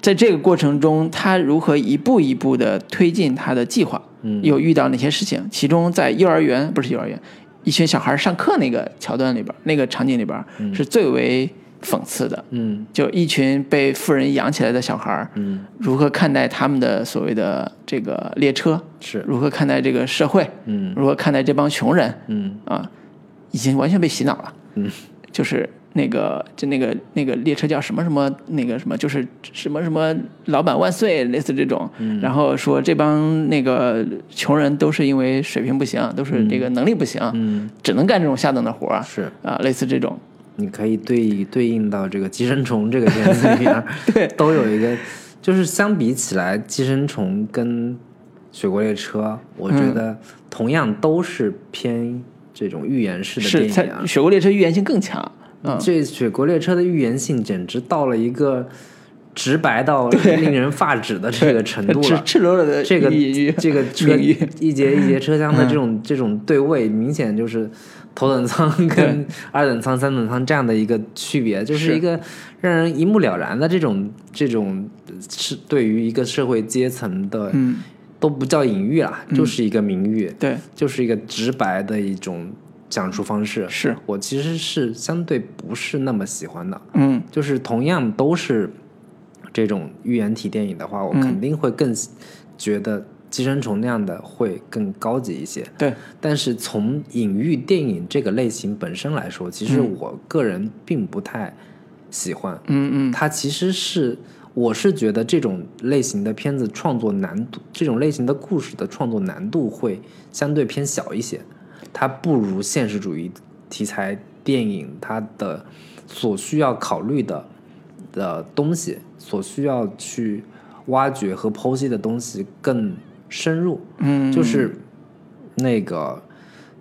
Speaker 1: 在这个过程中，他如何一步一步的推进他的计划，
Speaker 2: 嗯
Speaker 1: 又遇到哪些事情？其中在幼儿园不是幼儿园，一群小孩上课那个桥段里边，那个场景里边、是最为讽刺的。
Speaker 2: 嗯
Speaker 1: 就一群被富人养起来的小孩儿，
Speaker 2: 嗯
Speaker 1: 如何看待他们的所谓的这个列车，
Speaker 2: 是，
Speaker 1: 如何看待这个社会，
Speaker 2: 嗯
Speaker 1: 如何看待这帮穷人
Speaker 2: 嗯
Speaker 1: 啊，已经完全被洗脑了。
Speaker 2: 嗯，
Speaker 1: 就是那个就那个那个列车叫什么什么那个什么，就是什么什么老板万岁，类似这种。
Speaker 2: 嗯
Speaker 1: 然后说这帮那个穷人都是因为水平不行，都是这个能力不行，
Speaker 2: 嗯
Speaker 1: 只能干这种下等的活儿
Speaker 2: 是，
Speaker 1: 啊，类似这种。
Speaker 2: 你可以对对应到这个《寄生虫》这个片子里面， 对，都有一个，就是相比起来，《寄生虫》跟《雪国列车》，我觉得同样都是偏这种寓言式的
Speaker 1: 是
Speaker 2: 电
Speaker 1: 它
Speaker 2: 影啊。
Speaker 1: 《雪国列车》预言性更强。嗯，
Speaker 2: 这《雪国列车》的寓言性简直到了一个直白到令人发指的这个程度
Speaker 1: 赤
Speaker 2: 了。
Speaker 1: 赤裸裸的
Speaker 2: 这个
Speaker 1: 抑郁
Speaker 2: 这个车
Speaker 1: 名
Speaker 2: 一
Speaker 1: 誉
Speaker 2: 节一节车厢
Speaker 1: 嗯
Speaker 2: 的这种、这种对位，明显就是头等舱跟
Speaker 1: 对
Speaker 2: 二等舱、三等舱这样的一个区别，就是
Speaker 1: 是
Speaker 2: 一个让人一目了然的这种这种是对于一个社会阶层的、
Speaker 1: 嗯，
Speaker 2: 都不叫隐喻啦，就是一个名誉，
Speaker 1: 对，
Speaker 2: 就是一个直白的一种讲述方式。
Speaker 1: 是，
Speaker 2: 我其实是相对不是那么喜欢的，
Speaker 1: 嗯，
Speaker 2: 就是同样都是这种寓言体电影的话，我
Speaker 1: 嗯
Speaker 2: 肯定会更喜觉得《寄生虫》那样的会更高级一些。
Speaker 1: 对，
Speaker 2: 但是从隐喻电影这个类型本身来说，其实
Speaker 1: 嗯
Speaker 2: 我个人并不太喜欢。
Speaker 1: 嗯嗯，
Speaker 2: 它其实是，我是觉得这种类型的片子创作难度，这种类型的故事的创作难度会相对偏小一些，它不如现实主义题材电影它的所需要考虑的的东西，所需要去挖掘和剖析的东西更深入。
Speaker 1: 嗯，
Speaker 2: 就是那个，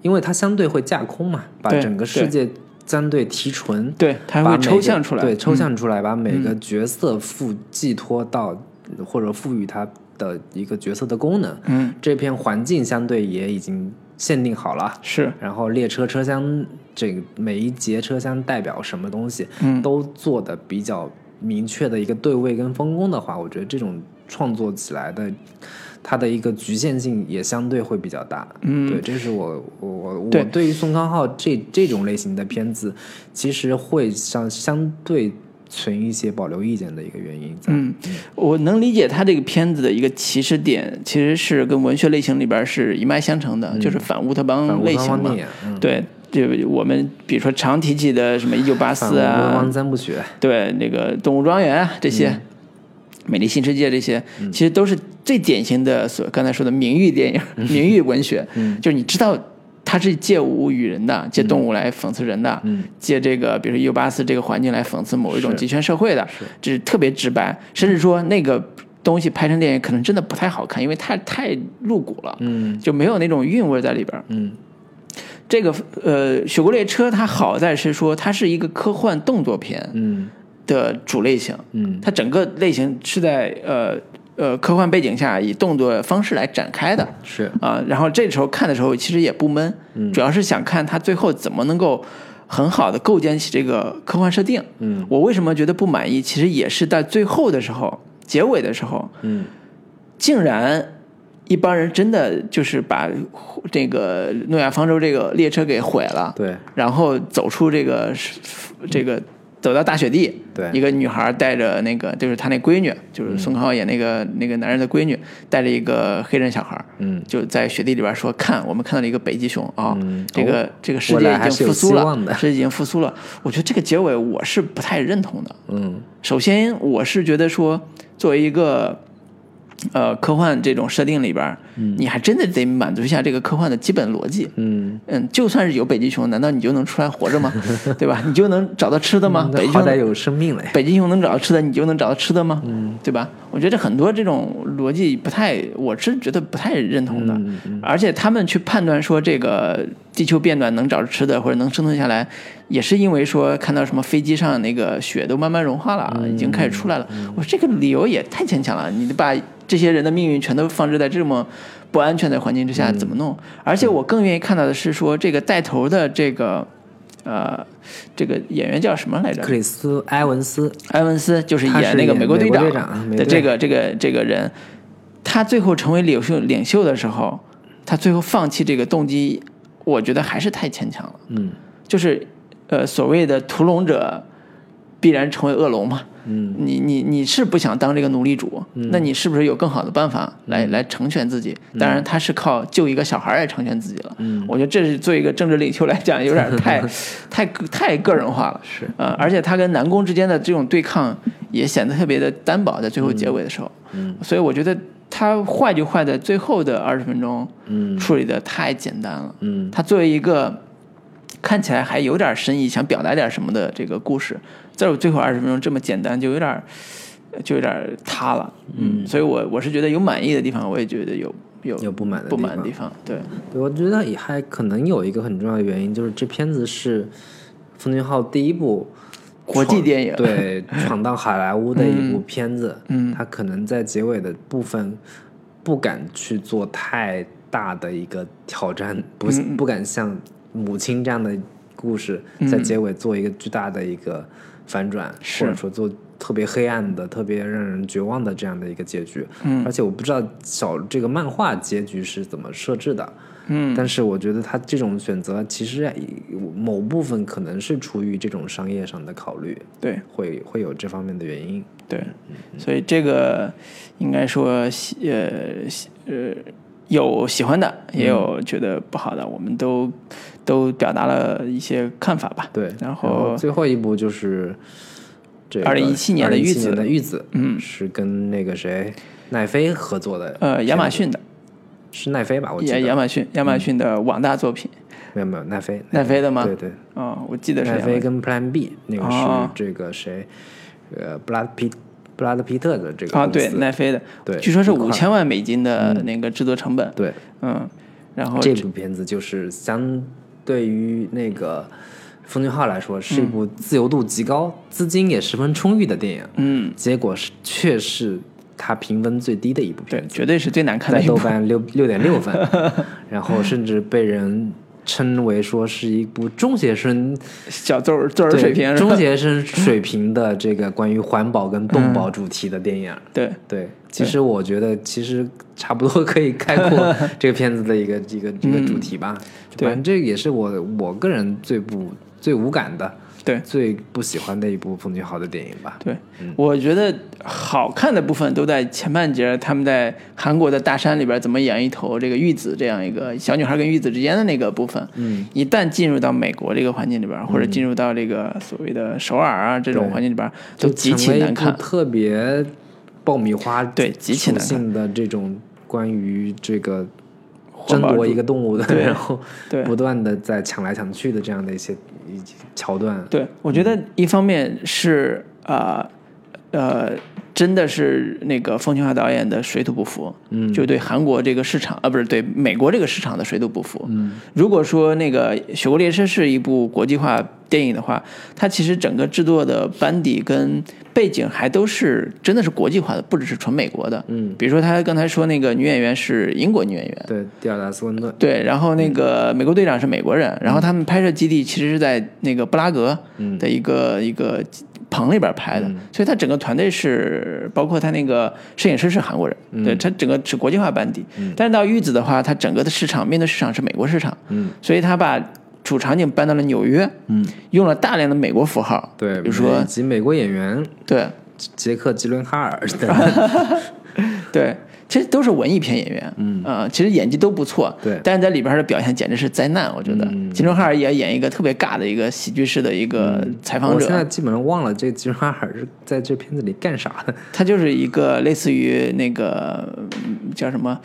Speaker 2: 因为它相对会架空嘛，把
Speaker 1: 对
Speaker 2: 整个世
Speaker 1: 对
Speaker 2: 界相对提纯，
Speaker 1: 对，它
Speaker 2: 把
Speaker 1: 会
Speaker 2: 每
Speaker 1: 抽
Speaker 2: 个
Speaker 1: 象出来，
Speaker 2: 对，抽
Speaker 1: 嗯
Speaker 2: 象出来，把每个角色赋寄托到、或者赋予它的一个角色的功能。
Speaker 1: 嗯，
Speaker 2: 这片环境相对也已经限定好了，
Speaker 1: 是，
Speaker 2: 然后列车车厢这个每一节车厢代表什么东西，
Speaker 1: 嗯
Speaker 2: 都做的比较明确的一个对位跟分工的话，我觉得这种创作起来的，它的一个局限性也相对会比较大。
Speaker 1: 嗯
Speaker 2: 对，这是我我我我
Speaker 1: 对
Speaker 2: 对于宋康昊这这种类型的片子，其实会相相对存一些保留意见的一个原因在。
Speaker 1: 嗯，我能理解他这个片子的一个起始点，其实是跟文学类型里边是一脉相承的，就是反乌托
Speaker 2: 嗯反
Speaker 1: 邦
Speaker 2: 乌
Speaker 1: 类
Speaker 2: 托
Speaker 1: 型
Speaker 2: 邦
Speaker 1: 嘛
Speaker 2: 电。影，嗯，
Speaker 1: 对，就我们比如说常提起的什么《一九八
Speaker 2: 反
Speaker 1: 四
Speaker 2: 乌》托
Speaker 1: 啊
Speaker 2: 邦，三部曲，
Speaker 1: 对，那个《动物庄园》啊这些，
Speaker 2: 嗯
Speaker 1: 美丽新世界》这些，其实都是最典型的所刚才说的名誉电影、
Speaker 2: 嗯
Speaker 1: 名誉文学，就是你知道。它是借物喻人的，借动物来讽刺人的，
Speaker 2: 嗯
Speaker 1: 借这个比如说一九八四这个环境来讽刺某一种
Speaker 2: 是
Speaker 1: 极权社会的，这是特别直白，甚至说那个东西拍成电影可能真的不太好看，因为太太露骨了，
Speaker 2: 嗯
Speaker 1: 就没有那种韵味在里边儿。
Speaker 2: 嗯
Speaker 1: 这个呃，《雪国列车》它好在是说它是一个科幻动作片
Speaker 2: 嗯
Speaker 1: 的主类型，
Speaker 2: 嗯
Speaker 1: 它整个类型是在呃呃科幻背景下以动作方式来展开的
Speaker 2: 是，
Speaker 1: 啊、然后这时候看的时候其实也不闷，主要是想看它最后怎么能够很好的构建起这个科幻设定。
Speaker 2: 嗯
Speaker 1: 我为什么觉得不满意？其实也是在最后的时候，结尾的时候，
Speaker 2: 嗯
Speaker 1: 竟然。一帮人真的就是把这个诺亚方舟这个列车给毁了，
Speaker 2: 对
Speaker 1: 然后走出这个这个走到大雪地，
Speaker 2: 对
Speaker 1: 一个女孩带着那个就是她那闺女，就是宋康昊演那个、那个男人的闺女，带着一个黑人小孩，
Speaker 2: 嗯。
Speaker 1: 就在雪地里边说看，我们看到了一个北极熊啊、
Speaker 2: 嗯
Speaker 1: 这个、
Speaker 2: 哦
Speaker 1: 这个世
Speaker 2: 未
Speaker 1: 界
Speaker 2: 来
Speaker 1: 已
Speaker 2: 还是
Speaker 1: 经
Speaker 2: 有
Speaker 1: 复苏
Speaker 2: 希望的
Speaker 1: 了，世界已经复苏了。我觉得这个结尾我是不太认同的。
Speaker 2: 嗯
Speaker 1: 首先，我是觉得说，作为一个呃科幻这种设定里边，你还真的得满足一下这个科幻的基本逻辑。
Speaker 2: 嗯
Speaker 1: 嗯，就算是有北极熊，难道你就能出来活 着吗？对吧？你就能找到吃的吗？北极
Speaker 2: 哎好
Speaker 1: 熊
Speaker 2: 歹有生命嘞。
Speaker 1: 北极熊能找到吃的，你就能找到吃的吗？嗯，对吧？我觉得很多这种逻辑不太，我是觉得不太认同的。而且他们去判断说这个地球变暖能找着吃的或者能生存下来，也是因为说看到什么飞机上那个雪都慢慢融化了，已经开始出来了。我说这个理由也太牵强了，你把这些人的命运全都放置在这么。不安全的环境之下怎么弄？而且我更愿意看到的是说，这个带头的这个，呃，这个演员叫什么来着？
Speaker 2: 克里斯埃文斯
Speaker 1: 埃文斯就是
Speaker 2: 他
Speaker 1: 演
Speaker 2: 是
Speaker 1: 那个
Speaker 2: 演
Speaker 1: 美国
Speaker 2: 美
Speaker 1: 队
Speaker 2: 国队长啊
Speaker 1: 长
Speaker 2: 美
Speaker 1: 的
Speaker 2: 队
Speaker 1: 这个这个这个人，他最后成为领袖领袖的时候，他最后放弃这个动机，我觉得还是太牵强了。
Speaker 2: 嗯，
Speaker 1: 就是呃，所谓的屠龙者必然成为恶龙嘛。嗯，你你你是不想当这个奴隶主，
Speaker 2: 嗯
Speaker 1: 那你是不是有更好的办法来、来成全自己？当然，他是靠救一个小孩来成全自己了。嗯，我觉得这是作为一个政治领袖来讲，有点 太太太个人化了。
Speaker 2: 是，
Speaker 1: 呃，而且他跟南宫之间的这种对抗也显得特别的单薄，在最后结尾的时候，嗯，所以我觉得他坏就坏在最后的二十分钟，嗯，处理的太简单了，
Speaker 2: 嗯，
Speaker 1: 他作为一个看起来还有点深意，想表达点什么的这个故事，在我最后二十分钟这么简单，就有点儿就有点儿塌了，嗯，所以我我是觉得有满意的地方，我也觉得有有
Speaker 2: 有不满的
Speaker 1: 不满的
Speaker 2: 地
Speaker 1: 地
Speaker 2: 方。
Speaker 1: 方，对，
Speaker 2: 对，我觉得也还可能有一个很重要的原因，就是这片子是奉俊昊第一部
Speaker 1: 国际
Speaker 2: 闯
Speaker 1: 电影
Speaker 2: 对闯到好莱坞的一部片子。嗯，他可能在结尾的部分不敢去做太大的一个挑战，不、不敢像母亲这样的故事在结尾做一个巨大的一个反转，
Speaker 1: 是
Speaker 2: 或者说做特别黑暗的、特别让人绝望的这样的一个结局。嗯，而且我不知道小这个漫画结局是怎么设置的。嗯，但是我觉得他这种选择其实某部分可能是出于这种商业上的考虑，
Speaker 1: 对。
Speaker 2: 会会有这方面的原因。
Speaker 1: 对，所以这个应该说喜呃喜呃有喜欢的，也
Speaker 2: 嗯
Speaker 1: 有觉得不好的，我们都都表达了一些看法吧。
Speaker 2: 对，
Speaker 1: 然
Speaker 2: 后
Speaker 1: 后
Speaker 2: 最后一部就是这个
Speaker 1: 2017年的玉子
Speaker 2: 2017年的玉子，嗯，是跟那个谁奈飞合作的，
Speaker 1: 呃，亚马逊的
Speaker 2: 是奈飞吧？我记
Speaker 1: 也
Speaker 2: 得嗯
Speaker 1: 亚马逊亚马逊的网大作品，
Speaker 2: 没有没有奈飞，
Speaker 1: 奈飞的吗？
Speaker 2: 对对，
Speaker 1: 哦，我记得是
Speaker 2: 奈
Speaker 1: 亚马
Speaker 2: 飞
Speaker 1: 逊
Speaker 2: 跟 Plan B 那个
Speaker 1: 哦
Speaker 2: 是这个谁，呃，布拉德皮布拉德皮特的这个
Speaker 1: 啊，
Speaker 2: 公司
Speaker 1: 对奈飞的，
Speaker 2: 对
Speaker 1: 据说是
Speaker 2: 一块
Speaker 1: 五
Speaker 2: 儿嗯
Speaker 1: 千万美金的那个制作成本，
Speaker 2: 对，
Speaker 1: 嗯，然后
Speaker 2: 哦这部片子就是相对于那个奉俊昊来说，是一
Speaker 1: 嗯
Speaker 2: 部自由度极高、资金也十分充裕的电影。
Speaker 1: 嗯，
Speaker 2: 结果是却是他评分最低的一部
Speaker 1: 对
Speaker 2: 片，子，
Speaker 1: 绝对是最难看的
Speaker 2: 在
Speaker 1: 一
Speaker 2: 豆
Speaker 1: 部，
Speaker 2: 瓣六六点 六分，然后甚至被人称为说是一部中学生
Speaker 1: 小作文作文
Speaker 2: 对
Speaker 1: 水平是吧
Speaker 2: 中学生水平的这个关于环保跟动
Speaker 1: 嗯
Speaker 2: 保主题的电影。
Speaker 1: 对，
Speaker 2: 对，其实我觉得其实差不多可以概 括这个片子的一个一个一个主题吧。
Speaker 1: 嗯对
Speaker 2: 反正这也是我我个人最不最无感的、
Speaker 1: 对
Speaker 2: 最不喜欢的一部奉俊昊的电影吧。
Speaker 1: 对，我觉得好看的部分都在前半截，他们在韩国的大山里边怎么演一头这个玉子这样一个小女孩跟玉子之间的那个部分。嗯，一旦进入到美国这个环境里边，
Speaker 2: 嗯
Speaker 1: 或者进入到这个所谓的首尔啊这种环境里边，都
Speaker 2: 就
Speaker 1: 极
Speaker 2: 成
Speaker 1: 其
Speaker 2: 为一
Speaker 1: 难
Speaker 2: 部
Speaker 1: 看。
Speaker 2: 特别爆米花
Speaker 1: 对极其
Speaker 2: 属
Speaker 1: 难看
Speaker 2: 性的这种关于这个
Speaker 1: 环
Speaker 2: 争
Speaker 1: 保
Speaker 2: 夺
Speaker 1: 主
Speaker 2: 一个动物的，
Speaker 1: 对
Speaker 2: 然后
Speaker 1: 对
Speaker 2: 不断的在抢来抢去的这样的一些一桥段。
Speaker 1: 对，我觉
Speaker 2: 嗯
Speaker 1: 得一方面是啊呃真的是那个奉俊昊导演的水土不服，嗯，就对韩国这个市场啊，不是对美国这个市场的水土不服。嗯，如果说那个《雪国列车》是一部国际化电影的话，它其实整个制作的班底跟背景还都是真的是国际化的，不只是纯美国的。嗯，比如说他刚才说那个女演员是英国女演员，
Speaker 2: 对，蒂尔达斯温顿。
Speaker 1: 对，然后那个美国队长是美国人，然后他们拍摄基地其实是在那个布拉格的一个、一个棚里边拍的，所以他整个团队是包括他那个摄影师是韩国人，对他整个是国际化班底。但是到玉子的话，他整个的市场面对市场是美国市场，所以他把主场景搬到了纽约，用了大量的美国符号，
Speaker 2: 对，
Speaker 1: 比如说
Speaker 2: 以及美国演员
Speaker 1: 对
Speaker 2: 杰克·吉伦 哈尔等
Speaker 1: 对。其实都是文艺片演员，嗯啊、其实演技都不错，
Speaker 2: 对嗯
Speaker 1: 但是在里边儿的表现简直是灾难，我觉得。金钟汉尔也演一个特别尬的一个喜剧式的一个采访
Speaker 2: 嗯我
Speaker 1: 者，
Speaker 2: 现在基本上忘了这吉哈尔是在这片子里干啥的。
Speaker 1: 他就是一个类似于那个嗯叫什么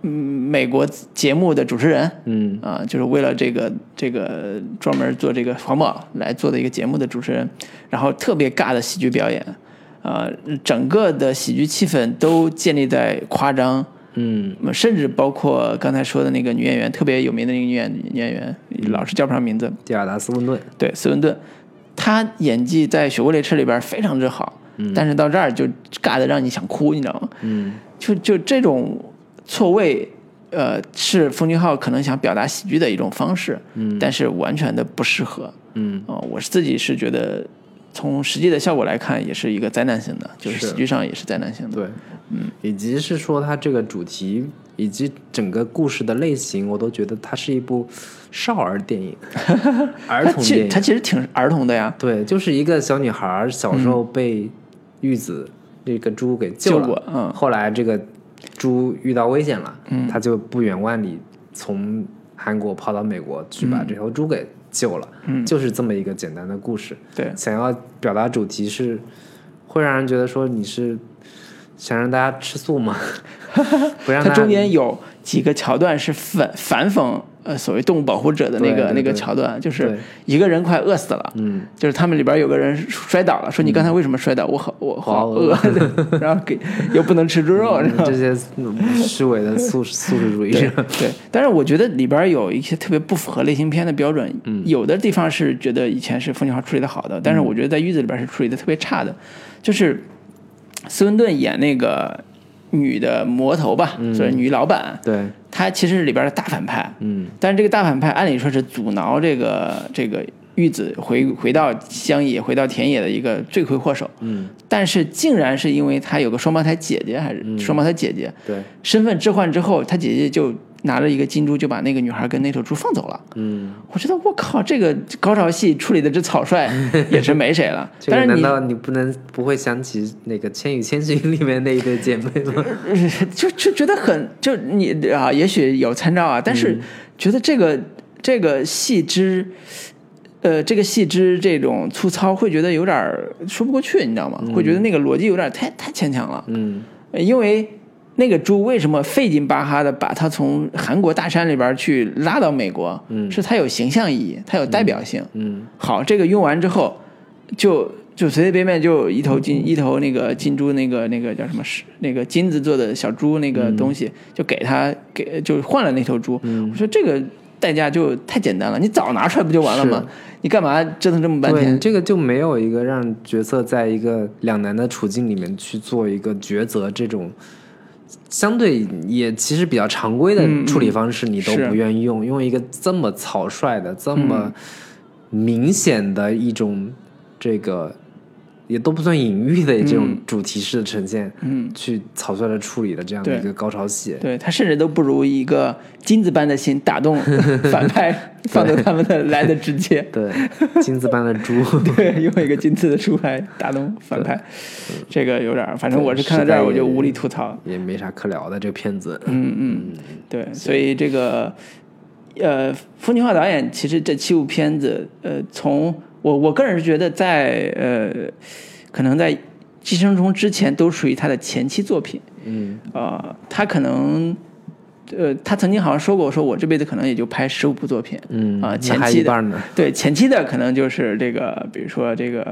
Speaker 1: 嗯美国节目的主持人，
Speaker 2: 嗯
Speaker 1: 啊，就是为了这个这个专门做这个环保来做的一个节目的主持人，然后特别尬的喜剧表演，啊，整个的喜剧气氛都建立在夸张，
Speaker 2: 嗯
Speaker 1: 嗯甚至包括刚才说的那个女演员，特别有名的那个女演女演员，老是叫不上名字，
Speaker 2: 蒂尔达斯温顿，
Speaker 1: 对，斯文顿，她演技在《雪国列车》里边非常之好，但是到这儿就尬的让你想哭，你知道吗？
Speaker 2: 嗯
Speaker 1: 就就这种错位，呃，是奉俊昊可能想表达喜剧的一种方式，
Speaker 2: 嗯
Speaker 1: 但是完全的不适合。
Speaker 2: 嗯
Speaker 1: 啊、我是自己是觉得，从实际的效果来看，也是一个灾难性的，就是
Speaker 2: 是
Speaker 1: 喜剧上也是灾难性的。
Speaker 2: 对，嗯，以及是说它这个主题以及整个故事的类型，我都觉得它是一部少儿 电影，儿
Speaker 1: 它
Speaker 2: 童
Speaker 1: 其实
Speaker 2: 电影
Speaker 1: 它。其实挺儿童的呀，
Speaker 2: 对，就是一个小女孩儿小时候被玉子这个猪给救
Speaker 1: 嗯
Speaker 2: 了，
Speaker 1: 救过嗯
Speaker 2: 后来这个猪遇到危险了，她就不远万里从韩国跑到美国去
Speaker 1: 嗯
Speaker 2: 把这头猪给救了，就是这么一个简单的故事。
Speaker 1: 对
Speaker 2: 想要表达主题是会让人觉得说你是想让大家吃 素吗？不让
Speaker 1: 它
Speaker 2: 大家
Speaker 1: 中间有几个桥段是反反讽呃所谓动物保护者的那
Speaker 2: 对
Speaker 1: 个
Speaker 2: 对
Speaker 1: 那个
Speaker 2: 对
Speaker 1: 桥段，就是
Speaker 2: 对
Speaker 1: 一个人快饿死了，嗯，就是他们里边有个人摔倒了，说你刚才为什么摔倒？我好我好
Speaker 2: 嗯好
Speaker 1: 饿， 然后给又不能吃猪肉，然后
Speaker 2: 嗯这些虚伪的素素食主义者，
Speaker 1: 对，但是我觉得里边有一些特别不符合类型片的标准，
Speaker 2: 嗯
Speaker 1: 有的地方是觉得以前是奉俊昊处理的好的，但是我觉得在《玉子》里边是处理的特别差的，就是斯文顿演那个女的魔头吧，
Speaker 2: 嗯
Speaker 1: 就是女老板，
Speaker 2: 对，
Speaker 1: 她其实是里边的大反派，
Speaker 2: 嗯
Speaker 1: 但是这个大反派按理说是阻挠这个这个玉子回回到乡野、回到田野的一个罪魁祸首，
Speaker 2: 嗯，
Speaker 1: 但是竟然是因为她有个双胞胎姐姐，还
Speaker 2: 嗯
Speaker 1: 是双胞胎姐姐，
Speaker 2: 对，
Speaker 1: 身份置换之后，他姐姐就拿着一个金猪就把那个女孩跟那头猪放走了。
Speaker 2: 嗯。
Speaker 1: 我觉得我靠，这个高潮戏处理的这草率也是没谁了。
Speaker 2: 这个
Speaker 1: 但是
Speaker 2: 难
Speaker 1: 你
Speaker 2: 道你不能不会想起那个《千与千寻》里面那一对姐妹吗？
Speaker 1: 就就觉得很就你啊，也许有参照啊，但
Speaker 2: 嗯
Speaker 1: 是觉得这个、这个戏之。呃，这个戏之这种粗糙，会觉得有点儿说不过去，你知道吗？会觉得那个逻辑有点儿太太牵强了。呃
Speaker 2: 嗯
Speaker 1: 因为那个猪为什么费劲巴哈的把它从韩国大山里边去拉到美国？
Speaker 2: 嗯
Speaker 1: 是它有形象意义，它有代表性。
Speaker 2: 嗯
Speaker 1: 好，这个用完之后，就就随随便便就一头金一头那个金猪那个那个叫什么是那个金子做的小猪那个东西，就给他给就换了那头猪。我说这个代价就太简单了，你早拿出来不就完了吗？你干嘛折腾这么半
Speaker 2: 对，
Speaker 1: 天
Speaker 2: 你？这个就没有一个让角色在一个两难的处境里面去做一个抉择，这种相对也其实比较常规的
Speaker 1: 嗯嗯
Speaker 2: 处理方式，你都
Speaker 1: 是
Speaker 2: 不愿意用，用一个这么草率的、这
Speaker 1: 嗯
Speaker 2: 么明显的一种这个。也都不算隐喻的这
Speaker 1: 嗯
Speaker 2: 种主题式的呈现，嗯，去草率的处理的这样的
Speaker 1: 对
Speaker 2: 一个高潮戏，
Speaker 1: 对他甚至都不如一个金子般的心打 动反派，放走他们的来的直接。
Speaker 2: 对， 金子般的猪，
Speaker 1: 对，用一个金子的出牌打动反派，这个有点儿，反正我是看到这儿我就无力吐槽。
Speaker 2: 也没啥可聊的这个片子。
Speaker 1: 嗯对，所以这个呃，风景画导演其实这七部片子，呃，从我我个人是觉得在呃，可能在《寄生虫》之前都属于他的前期作品。
Speaker 2: 嗯
Speaker 1: 呃，他可能，呃，他曾经好像说过，说我这辈子可能也就拍十五部作品，
Speaker 2: 嗯
Speaker 1: 啊、
Speaker 2: 那
Speaker 1: 前
Speaker 2: 还
Speaker 1: 期
Speaker 2: 一
Speaker 1: 的
Speaker 2: 半呢。
Speaker 1: 对前期的可能就是这个，比如说这个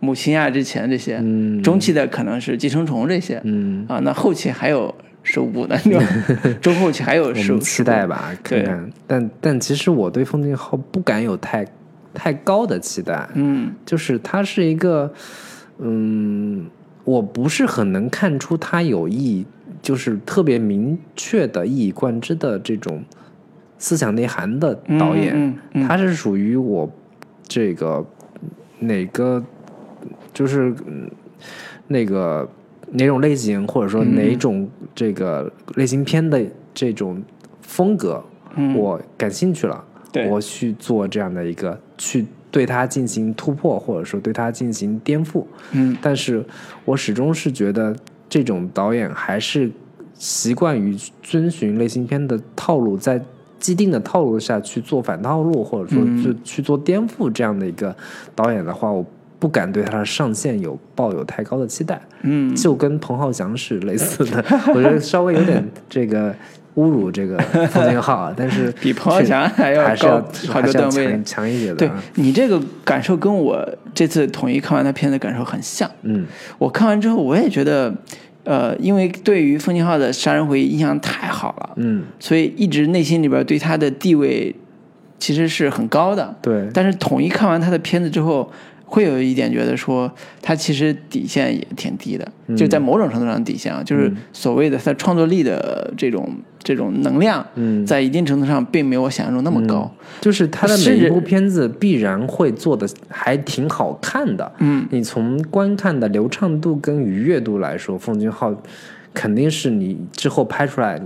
Speaker 1: 母亲啊之前这些，嗯，中期的可能是寄生虫这些，
Speaker 2: 嗯，
Speaker 1: 啊，那后期还有十五部呢，就 中后期还有
Speaker 2: 我
Speaker 1: 十五
Speaker 2: 们，期待吧，看
Speaker 1: 对
Speaker 2: 看。但但其实我对奉俊昊不敢有太太高的期待，
Speaker 1: 嗯
Speaker 2: 就是他是一个，嗯，我不是很能看出他有意，就是特别明确的一以贯之的这种思想内涵的
Speaker 1: 嗯
Speaker 2: 导演。
Speaker 1: 嗯嗯
Speaker 2: 他是属于我这个哪个就是嗯那个哪种类型，或者说哪种这个类型片的这种风格，我感兴趣了，
Speaker 1: 嗯对
Speaker 2: 我去做这样的一个去。对它进行突破，或者说对它进行颠覆，
Speaker 1: 嗯，
Speaker 2: 但是我始终是觉得这种导演还是习惯于遵循类型片的套路，在既定的套路下去做反套路，或者说去、去做颠覆这样的一个导演的话，我不敢对他的上限有抱有太高的期待。
Speaker 1: 嗯，
Speaker 2: 就跟彭浩翔是类似的，我觉得稍微有点这个。侮辱这个奉俊昊，但是
Speaker 1: 比彭浩
Speaker 2: 确
Speaker 1: 翔还要
Speaker 2: 还是要
Speaker 1: 高好
Speaker 2: 还
Speaker 1: 多
Speaker 2: 是要
Speaker 1: 段位
Speaker 2: 强强一些的。
Speaker 1: 对你这个感受跟我这次统一看完那片的感受很像。
Speaker 2: 嗯，
Speaker 1: 我看完之后，我也觉得，呃，因为对于奉俊昊的《杀人回忆》印象太好了，
Speaker 2: 嗯，
Speaker 1: 所以一直内心里边对他的地位其实是很高的。
Speaker 2: 对，
Speaker 1: 但是统一看完他的片子之后，会有一点觉得说，他其实底线也挺低的，
Speaker 2: 嗯
Speaker 1: 就在某种程度上的底线啊，就是所谓的他创作力的这种这种能量，
Speaker 2: 嗯
Speaker 1: 在一定程度上并没有我想象中那么高。
Speaker 2: 就是他的
Speaker 1: 甚
Speaker 2: 每一
Speaker 1: 至
Speaker 2: 部片子必然会做的还挺好看的。
Speaker 1: 嗯，
Speaker 2: 你从观看的流畅度跟愉悦度来说，奉俊昊肯定是你之后拍出来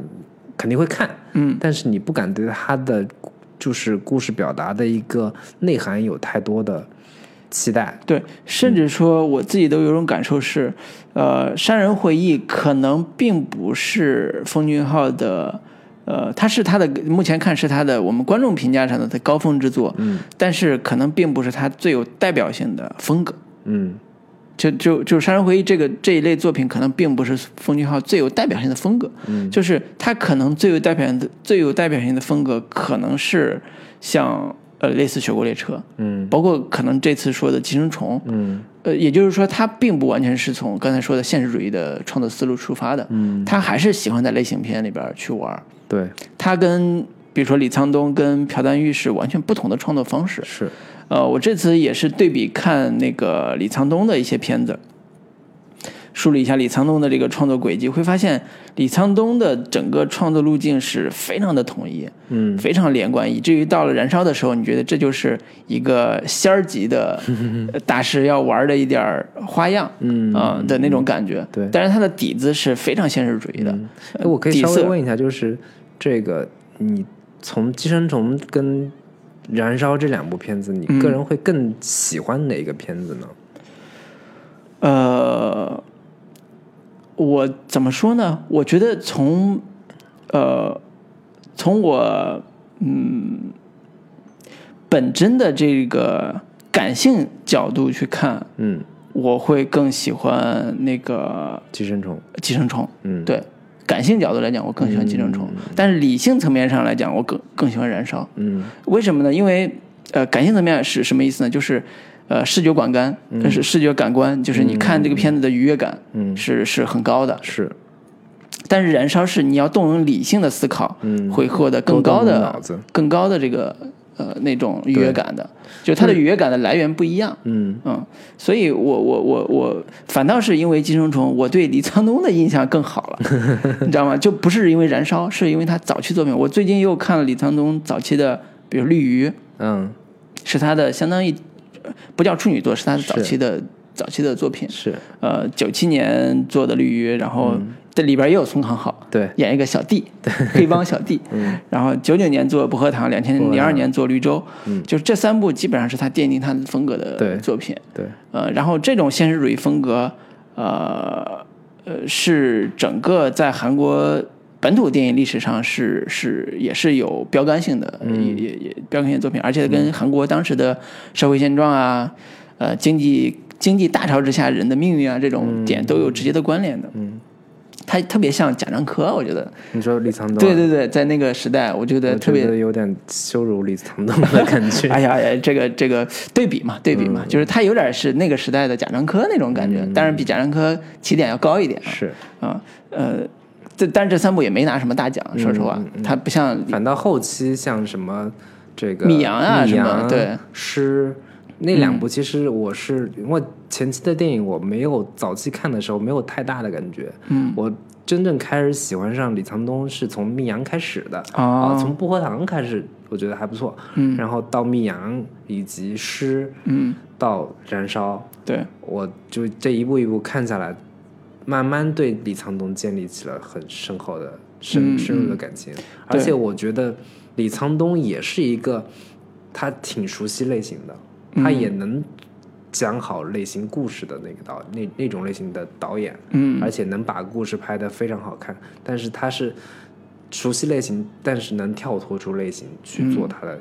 Speaker 2: 肯定会看，
Speaker 1: 嗯，
Speaker 2: 但是你不敢对他的就是故事表达的一个内涵有太多的期待。
Speaker 1: 对，甚至说我自己都有种感受是，呃，《山人回忆》可能并不是奉俊昊的，呃，他是他的目前看是他的我们观众评价上的他高峰之作，
Speaker 2: 嗯
Speaker 1: 但是可能并不是他最有代表性的风格。
Speaker 2: 嗯
Speaker 1: 就就就《杀人回忆》这个这一类作品，可能并不是奉俊昊最有代表性的风格，
Speaker 2: 嗯
Speaker 1: 就是他可能最有代表性的最有代表性的风格，可能是像呃类似《雪国列车》，
Speaker 2: 嗯
Speaker 1: 包括可能这次说的《寄生虫》，
Speaker 2: 嗯
Speaker 1: 呃，也就是说，他并不完全是从刚才说的现实主义的创作思路出发的，
Speaker 2: 嗯，
Speaker 1: 他还是喜欢在类型片里边儿去玩儿。
Speaker 2: 对，
Speaker 1: 他跟比如说李沧东跟朴赞玉是完全不同的创作方式。
Speaker 2: 是，
Speaker 1: 呃，我这次也是对比看那个李沧东的一些片子，梳理一下李沧东的这个创作轨迹，会发现李沧东的整个创作路径是非常的统一，
Speaker 2: 嗯
Speaker 1: 非常连贯，以至于到了《燃烧》的时候，你觉得这就是一个仙儿级的 呃大师要玩的一点儿花样。
Speaker 2: 嗯
Speaker 1: 啊、的那种感觉，
Speaker 2: 对
Speaker 1: 但是他的底子是非常现实主义的，
Speaker 2: 哎，我可以
Speaker 1: 底
Speaker 2: 稍微
Speaker 1: 色
Speaker 2: 问一下，就是这个你从《寄生虫》跟《燃烧》这两部片子，你个
Speaker 1: 嗯
Speaker 2: 人会更喜欢哪个片子呢？
Speaker 1: 呃，我怎么说呢？我觉得从呃，从我嗯本真的这个感性角度去看，
Speaker 2: 嗯，
Speaker 1: 我会更喜欢那个
Speaker 2: 《寄生虫》
Speaker 1: 寄生虫。
Speaker 2: 嗯，，
Speaker 1: 对，感性角度来讲，我更喜欢寄生虫；但是理性层面上来讲，我更更喜欢燃烧。
Speaker 2: 嗯
Speaker 1: 为什么呢？因为呃，感性层面是什么意思呢？就是呃，视觉感官，呃是视觉感官，就是你看这个片子的愉悦感
Speaker 2: 嗯
Speaker 1: 是、是很高的。
Speaker 2: 是
Speaker 1: 但是燃烧是你要动用理性的思考，
Speaker 2: 嗯
Speaker 1: 会获得更
Speaker 2: 多动
Speaker 1: 高
Speaker 2: 动脑
Speaker 1: 的
Speaker 2: 子，
Speaker 1: 更高的这个呃那种愉悦感的，就它的愉悦感的来源不一样。
Speaker 2: 嗯
Speaker 1: 嗯，所以我我我我反倒是因为寄生虫，我对李沧东的印象更好了， 你知道吗？就不是因为燃烧，是因为他早期作品。我最近又看了李沧东早期的，比如《绿鱼》，
Speaker 2: 嗯
Speaker 1: 是他的相当于呃不叫处女作，是他的早
Speaker 2: 是
Speaker 1: 期的早期的作品。
Speaker 2: 是
Speaker 1: 呃，九七年做的《绿鱼》，然后
Speaker 2: 嗯
Speaker 1: 这里边也有宋康昊，
Speaker 2: 对
Speaker 1: 演一个小弟， 黑帮小弟。然后九九年做《嗯薄荷糖》，嗯两千零二年做《绿洲》，就这三部基本上是他奠定他的风格
Speaker 2: 对
Speaker 1: 的作品。
Speaker 2: 对
Speaker 1: 呃，然后这种现实主义风格，呃呃，是整个在韩国本土电影历史上是是也是有标杆性的，也也也标杆性的作品，而且跟韩国当时的社会现状啊，呃经济经济大潮之下人的命运啊这种点都有直接的关联的。嗯，它特别像贾樟柯，我觉得，
Speaker 2: 你说李沧东啊，
Speaker 1: 对对对，在那个时代，我觉得
Speaker 2: 我
Speaker 1: 特
Speaker 2: 觉
Speaker 1: 别
Speaker 2: 得有点羞辱李沧东的感 觉。
Speaker 1: 哎呀，哎这个这个对比嘛，对比
Speaker 2: 嗯
Speaker 1: 嘛，就是他有点是那个时代的贾樟柯那种感觉，但是比贾樟柯起点要高一点啊
Speaker 2: 是，
Speaker 1: 啊，呃，这但是这三部也没拿什么大奖，说实话，他不像李
Speaker 2: 嗯反倒后期像什么这个
Speaker 1: 米阳啊
Speaker 2: 米
Speaker 1: 什么
Speaker 2: 阳
Speaker 1: 对嗯
Speaker 2: 诗那两部，其实我是、因为前期的电影我没有早期看的时候没有太大的感觉，嗯，我真正开始喜欢上李沧东是从密阳开始的
Speaker 1: 哦
Speaker 2: 啊，从薄荷糖开始，我觉得还不错，嗯，然后到密阳以及诗，嗯，到燃烧，
Speaker 1: 对，
Speaker 2: 我就这一步一步看下来，慢慢对李沧东建立起了很深厚的、深、深入的感情。而且我觉得李沧东也是一个他挺熟悉类型的，他也能讲好类型故事的那个导那那种类型的导演，
Speaker 1: 嗯，
Speaker 2: 而且能把故事拍得非常好看。但是他是熟悉类型，但是能跳脱出类型去做他的，
Speaker 1: 嗯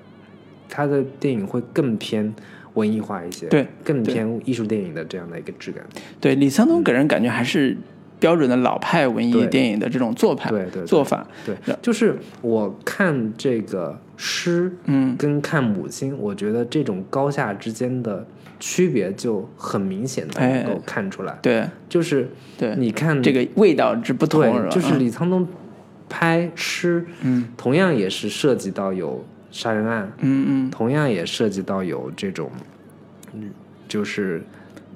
Speaker 2: 他的电影会更偏文艺化一些，
Speaker 1: 对
Speaker 2: 更
Speaker 1: 对
Speaker 2: 偏艺术电影的这样的一个质感。
Speaker 1: 对，李沧东给人感觉还是标准的老派文艺
Speaker 2: 对
Speaker 1: 电影的这种做派
Speaker 2: 对对对
Speaker 1: 做法，
Speaker 2: 对
Speaker 1: 是，
Speaker 2: 就是我看这个诗，
Speaker 1: 嗯，
Speaker 2: 跟看母亲，我觉得这种高下之间的区别就很明显的
Speaker 1: 哎
Speaker 2: 能够看出来。
Speaker 1: 对
Speaker 2: 就是
Speaker 1: 对，
Speaker 2: 你看
Speaker 1: 这个味道之不同是吧？
Speaker 2: 嗯对，就是
Speaker 1: 嗯
Speaker 2: 李沧东拍诗，
Speaker 1: 嗯，
Speaker 2: 同样也是涉及到有杀人案，
Speaker 1: 嗯嗯，
Speaker 2: 同样也涉及到有这种，嗯，就是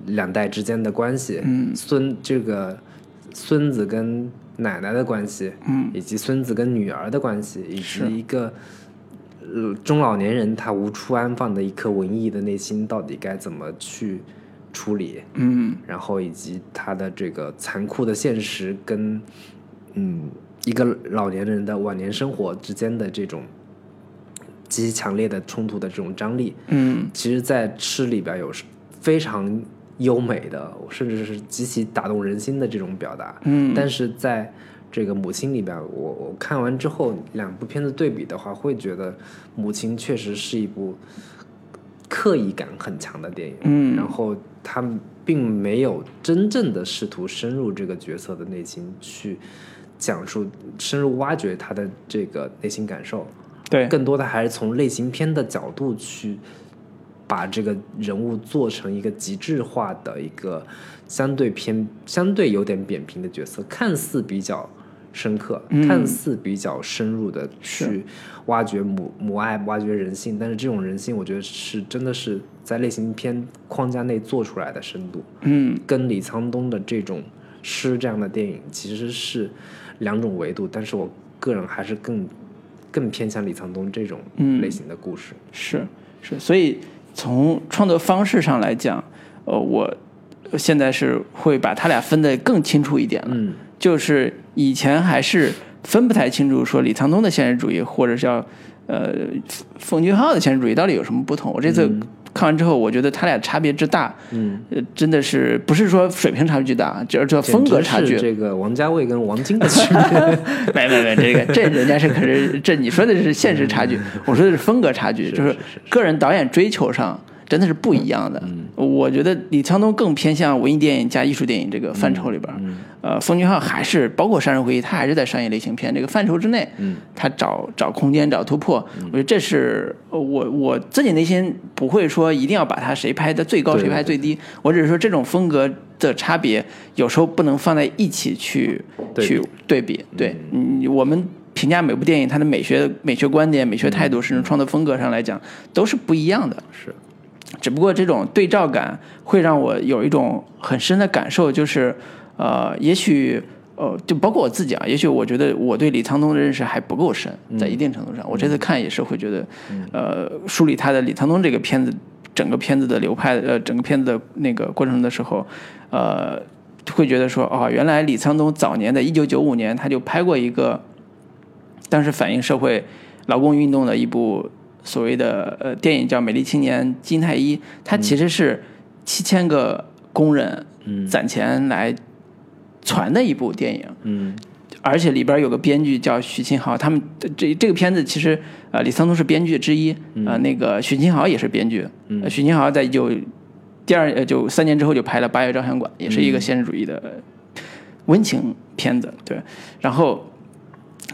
Speaker 2: 两代之间的关系，
Speaker 1: 嗯
Speaker 2: 孙这个孙子跟奶奶的关系，
Speaker 1: 嗯，
Speaker 2: 以及孙子跟女儿的关系，以及
Speaker 1: 是
Speaker 2: 一个。呃，中老年人他无处安放的一颗文艺的内心，到底该怎么去处理？
Speaker 1: 嗯
Speaker 2: 然后以及他的这个残酷的现实跟嗯一个老年人的晚年生活之间的这种极其强烈的冲突的这种张力，
Speaker 1: 嗯
Speaker 2: 其实，在诗里边有非常优美的，甚至是极其打动人心的这种表达。
Speaker 1: 嗯，
Speaker 2: 但是在这个母亲里边，我我看完之后，两部片子对比的话，会觉得母亲确实是一部刻意感很强的电影。
Speaker 1: 嗯
Speaker 2: 然后他并没有真正的试图深入这个角色的内心去讲述、深入挖掘他的这个内心感受，
Speaker 1: 对，
Speaker 2: 更多的还是从类型片的角度去把这个人物做成一个极致化的一个相对偏、相对有点扁平的角色，看似比较。深刻，
Speaker 1: 嗯
Speaker 2: 看似比较深入的
Speaker 1: 是
Speaker 2: 去挖掘母母爱，挖掘人性，但是这种人性，我觉得是真的是在类型片框架内做出来的深度。
Speaker 1: 嗯
Speaker 2: 跟李沧东的这种诗这样的电影其实是两种维度，但是我个人还是更更偏向李沧东这种
Speaker 1: 嗯
Speaker 2: 类型的故事。
Speaker 1: 是是，所以从创作方式上来讲，呃，我现在是会把他俩分得更清楚一点了。
Speaker 2: 嗯，
Speaker 1: 就是以前还是分不太清楚，说李沧东的现实主义或者叫呃奉俊昊的现实主义到底有什么不同。我这次看完之后，我觉得他俩差别之大，
Speaker 2: 嗯，
Speaker 1: 呃，真的是不是说水平差距大，就是叫风格差距
Speaker 2: 简直是。这个王家卫跟王晶 的区别。
Speaker 1: 没没没，这个这人家是可是这你说的是现实差距，我说的是风格差距，
Speaker 2: 嗯是
Speaker 1: 就是
Speaker 2: 是嗯是
Speaker 1: 个人导演追求上真的是不一样的。我觉得李沧东更偏向文艺电影加艺术电影这个范畴里边儿，
Speaker 2: 嗯
Speaker 1: 呃，奉俊昊还是包括《杀人回忆》，他还是在商业类型片这个范畴之内，
Speaker 2: 嗯
Speaker 1: 他找找空间找突破，我觉得这是呃我我自己内心不会说一定要把他谁拍的最高
Speaker 2: 对
Speaker 1: 谁拍
Speaker 2: 对
Speaker 1: 最低，我只是说这种风格的差别有时候不能放在一起去
Speaker 2: 对比
Speaker 1: 去对比，对，嗯，我们评价每部电影它的美学、美学观点、美学态度，甚至创作风格上来讲，都是不一样的。
Speaker 2: 是，
Speaker 1: 只不过这种对照感会让我有一种很深的感受，就是呃，也许呃，就包括我自己啊，也许我觉得我对李沧东的认识还不够深，在一定程度上，我这次看也是会觉得，呃，梳理他的李沧东这个片子。整个片子的流派，呃，整个片子的那个过程的时候，呃，会觉得说，哦，原来李沧东早年在一九九五年他就拍过一个，当时反映社会劳工运动的一部所谓的呃电影叫《美丽青年金太一》，它其实是七千个工人攒钱来传的一部电影。
Speaker 2: 嗯
Speaker 1: 而且里边有个编剧叫许沁豪，他们这这个片子其实呃李沧东是编剧之一，呃那个许沁豪也是编剧，呃许沁豪在就第二呃就三年之后就拍了《八月照相馆》，也是一个现实主义的温情片子，对，然后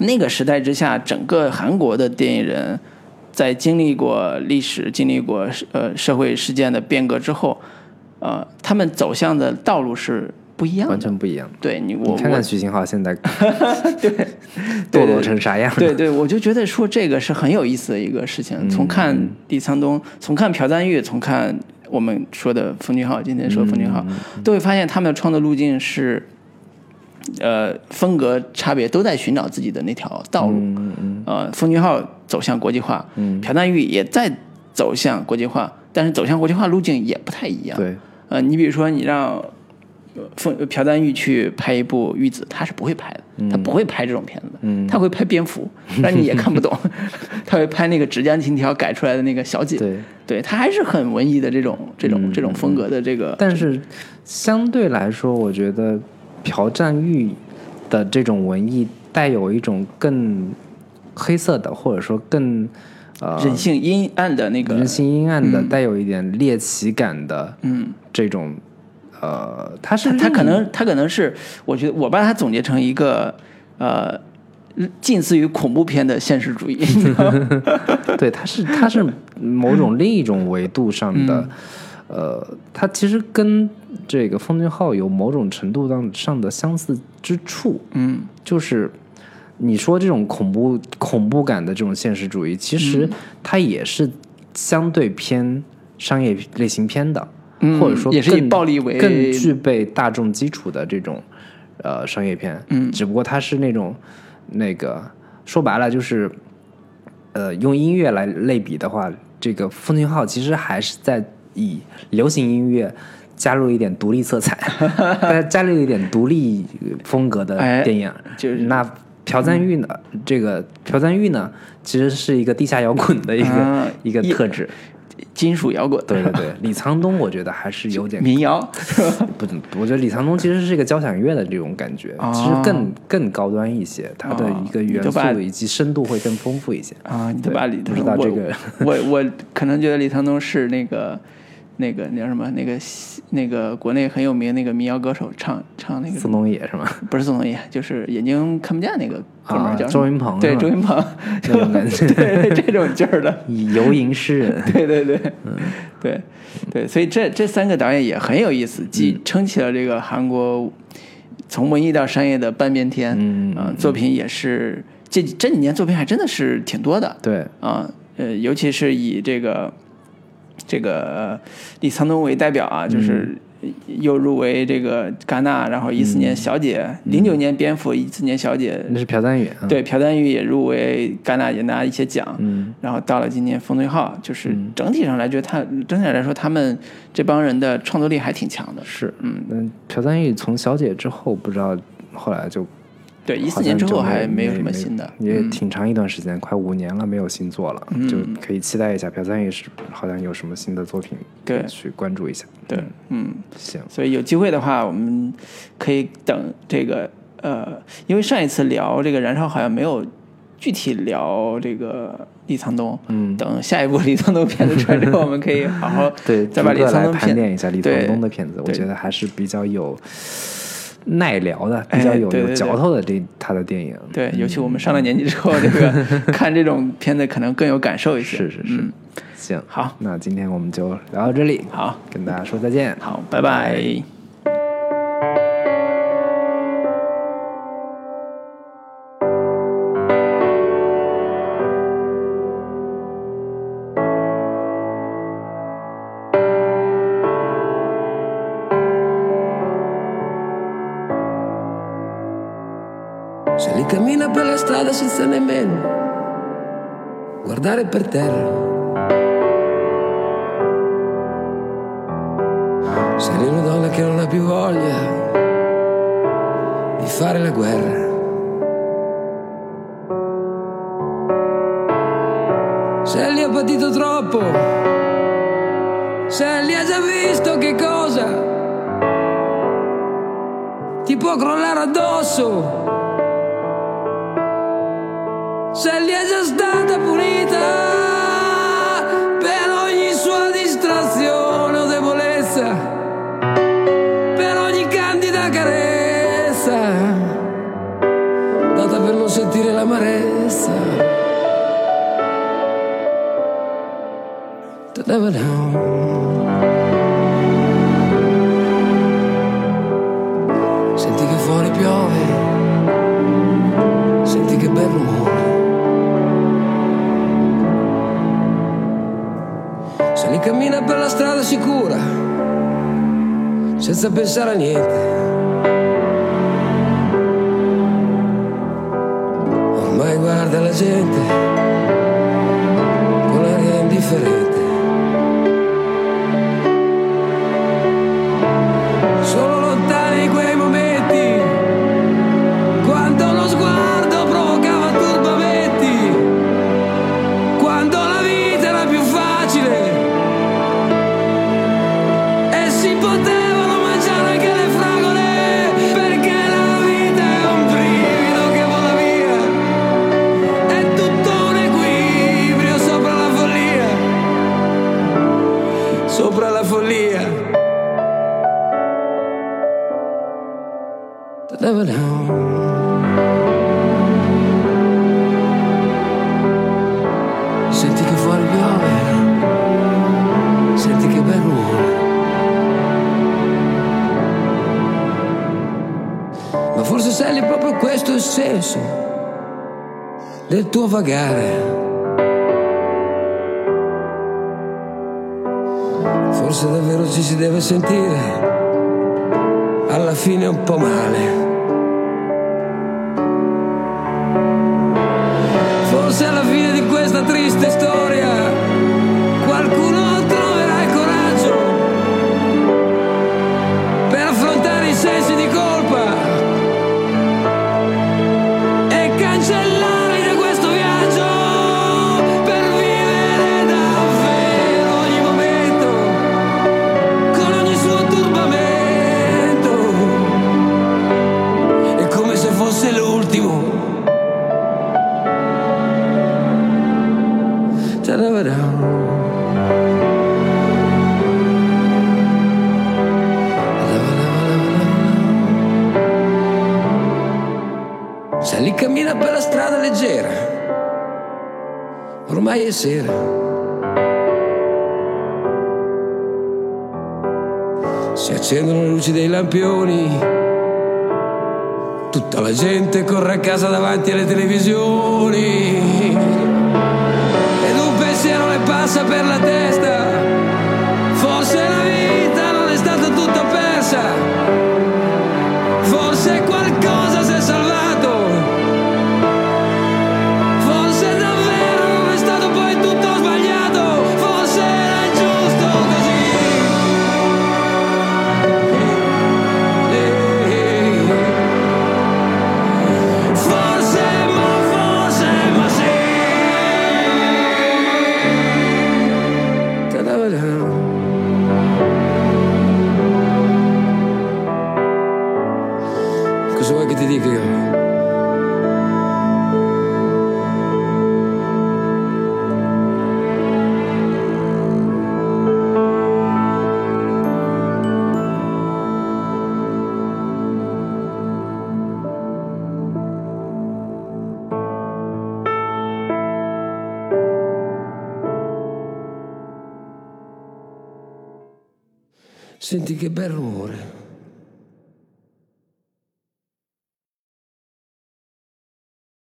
Speaker 1: 那个时代之下，整个韩国的电影人在经历过历史、经历过呃社会事件的变革之后，呃他们走向的道路是不一样
Speaker 2: 完
Speaker 1: 的。
Speaker 2: 全不一样。
Speaker 1: 对你，我
Speaker 2: 你看
Speaker 1: 我
Speaker 2: 看徐新浩现在
Speaker 1: 对
Speaker 2: 堕落成啥样？
Speaker 1: 对对，我就觉得说这个是很有意思的一个事情。从看李沧东，从看朴赞玉，从看我们说的冯俊浩，今天说冯俊浩，都会发现他们的创作路径是，呃，风格差别都在寻找自己的那条道路。呃，冯俊浩走向国际化，朴赞玉也在走向国际化，但是走向国际化路径也不太一样。
Speaker 2: 对，
Speaker 1: 呃，你比如说你让呃凤朴赞玉去拍一部《玉子》，他是不会拍的，
Speaker 2: 嗯
Speaker 1: 他不会拍这种片子的，他会拍《蝙 蝠》，但你也看不懂， 他会拍那个直江琴条改出来的那个小姐，
Speaker 2: 对嗯
Speaker 1: 他还是很文艺的这种这种、这种风格的这个，
Speaker 2: 但是相对来说，我觉得朴赞玉的这种文艺带有一种更黑色的，或者说更呃
Speaker 1: 人性阴暗的那个，
Speaker 2: 人性阴暗的，带有一点猎奇感的，嗯，这种呃，他是
Speaker 1: 嗯他
Speaker 2: 另
Speaker 1: 可能他可能是，我觉得我把它总结成一个呃，近似于恐怖片的现实主义。 你知道吗
Speaker 2: 对，它是它是某种另一种维度上
Speaker 1: 嗯
Speaker 2: 的，呃，它其实跟这个奉俊昊有某种程度上上的相似之处，
Speaker 1: 嗯，
Speaker 2: 就是你说这种恐怖恐怖感的这种现实主义，其
Speaker 1: 嗯
Speaker 2: 实它也是相对偏商业类型片的，
Speaker 1: 嗯
Speaker 2: 或者说
Speaker 1: 也是以
Speaker 2: 更
Speaker 1: 暴力为
Speaker 2: 更具备大众基础的这种呃商业片，
Speaker 1: 嗯
Speaker 2: 只不过它是那种那个说白了就是呃用音乐来类比的话，这个奉俊昊其实还是在以流行音乐。加入一点独立 色彩，加加入一点独立风格的
Speaker 1: 哎
Speaker 2: 电影，
Speaker 1: 就是嗯
Speaker 2: 那朴赞玉呢？这个朴赞玉呢，其实是一个地下摇滚的一个、
Speaker 1: 啊
Speaker 2: 一个
Speaker 1: 一
Speaker 2: 特质。
Speaker 1: 金属摇滚，
Speaker 2: 对对 对，李沧东我觉得还是有点
Speaker 1: 民谣，
Speaker 2: 不，我觉得李沧东其实是一个交响乐的这种感觉，
Speaker 1: 啊
Speaker 2: 其实更更高端一些，它的一个
Speaker 1: 啊你
Speaker 2: 元
Speaker 1: 都把
Speaker 2: 素以及深度会更丰富一些。
Speaker 1: 啊，你都
Speaker 2: 对
Speaker 1: 把李
Speaker 2: 不知道这个
Speaker 1: 我我我可能觉得李沧东是那个那个那叫什么那个西那个国内很有名那个民谣歌手唱唱那个
Speaker 2: 宋冬野 是吗？
Speaker 1: 不是宋冬野，就是眼睛看不见那个哥们儿
Speaker 2: 啊
Speaker 1: 叫什
Speaker 2: 周
Speaker 1: 么
Speaker 2: 云鹏
Speaker 1: 对
Speaker 2: 是吧
Speaker 1: 周云鹏，
Speaker 2: 那 种感觉
Speaker 1: 对对这种劲儿 的，
Speaker 2: 游吟诗人，
Speaker 1: 对对对，
Speaker 2: 嗯
Speaker 1: 对对，所以这这三个导演也很有意思，既
Speaker 2: 嗯
Speaker 1: 撑起了这个韩国从文艺到商业的半边天，
Speaker 2: 嗯
Speaker 1: 啊作品也是这这几年作品还真的是挺多的，
Speaker 2: 对，
Speaker 1: 啊，呃，尤其是以这个这个李沧东为代表啊，就是
Speaker 2: 嗯
Speaker 1: 又入围这个戛纳，然后一四年小姐，零九、年蝙蝠，一四年小姐，
Speaker 2: 嗯那是朴赞玉。嗯，
Speaker 1: 对，朴赞玉也入围戛纳，也拿一些奖。
Speaker 2: 嗯，
Speaker 1: 然后到了今年奉俊昊，就是整体上来觉得他，整体上来说，他们这帮人的创作力还挺强的。
Speaker 2: 是，嗯，朴赞玉从小姐之后，不知道后来就
Speaker 1: 对，一四
Speaker 2: 好像
Speaker 1: 年之后
Speaker 2: 就
Speaker 1: 还
Speaker 2: 没
Speaker 1: 没有什么新的。嗯
Speaker 2: 没也挺长一段时间，快五年了没有新作了，就可以期待一下朴赞玉是好像有什么新的作品，
Speaker 1: 对
Speaker 2: 去关注一下。
Speaker 1: 对，嗯，
Speaker 2: 行，
Speaker 1: 所以有机会的话，我们可以等这个呃，因为上一次聊这个燃烧好像没有具体聊这个李沧东，
Speaker 2: 嗯，
Speaker 1: 等下一部李沧东片子出来之后，我们可以好好
Speaker 2: 对，
Speaker 1: 再把
Speaker 2: 逐
Speaker 1: 李
Speaker 2: 个
Speaker 1: 沧
Speaker 2: 来
Speaker 1: 东
Speaker 2: 盘
Speaker 1: 片
Speaker 2: 点一下李沧
Speaker 1: 对
Speaker 2: 东的片子，我
Speaker 1: 对
Speaker 2: 觉得还是比较有耐聊的，比
Speaker 1: 哎
Speaker 2: 较有
Speaker 1: 对
Speaker 2: 有
Speaker 1: 对
Speaker 2: 嚼
Speaker 1: 对
Speaker 2: 头的这他的电影。
Speaker 1: 对，尤其我们上了年纪之后，这 个看这种片子可能更有感受一些。
Speaker 2: 是是是
Speaker 1: 嗯，
Speaker 2: 行，
Speaker 1: 好，
Speaker 2: 那今天我们就聊到这里，
Speaker 1: 好，
Speaker 2: 跟大家说再见。
Speaker 1: 好，拜拜
Speaker 3: Se li cammina per la strada senza nemmeno guardare per terra. Se li una donna che non ha più voglia di fare la guerra. Se li ha patito troppo, se li ha già visto che cosa ti può crollare addosso se lì è già stata punita per ogni sua distrazione o debolezza, per ogni candida carezza, data per non sentire l'amarezza. Ta-da-ba-dam. Senti che fuori piove, senti che bel rumore. se li cammina per la strada sicura, senza pensare a niente. Ormai guarda la gente con l'aria indifferente. Solo lontani quei momenti, quando lo sguardo provocava turbamenti quando la vita era più facile e si potevano mangiare anche le fragole perché la vita è un brivido che vola via è tutto un equilibrio sopra la follia sopra la follia never down. Senti che fuori piove, senti che bel rumore. Ma forse sai lì proprio questo è il senso del tuo vagare. Forse davvero ci si deve sentire alla fine un po' male. Forse alla fine di questa triste storia qualcuno troverà il coraggio per affrontare i sensi di colpa e cancellarli da questo viaggio per vivere davvero ogni momento con ogni suo turbamento e come se fosse l'ultimo. te la verrà. Se lì cammina per la strada leggera, ormai è sera. Si accendono le luci dei lampioni, tutta la gente corre a casa davanti alle televisioni ed un pensiero le passa per la testa. Forse la vita non è stata tutta persa, forse qualcosa si è salvato, forse davvero non è stato poi tutto sbagliato, forse era giusto così. Eh, eh. Forse, ma forse, ma sì. Te la vedrò. Cosa vuoi che ti dica io? Senti che bel rumore.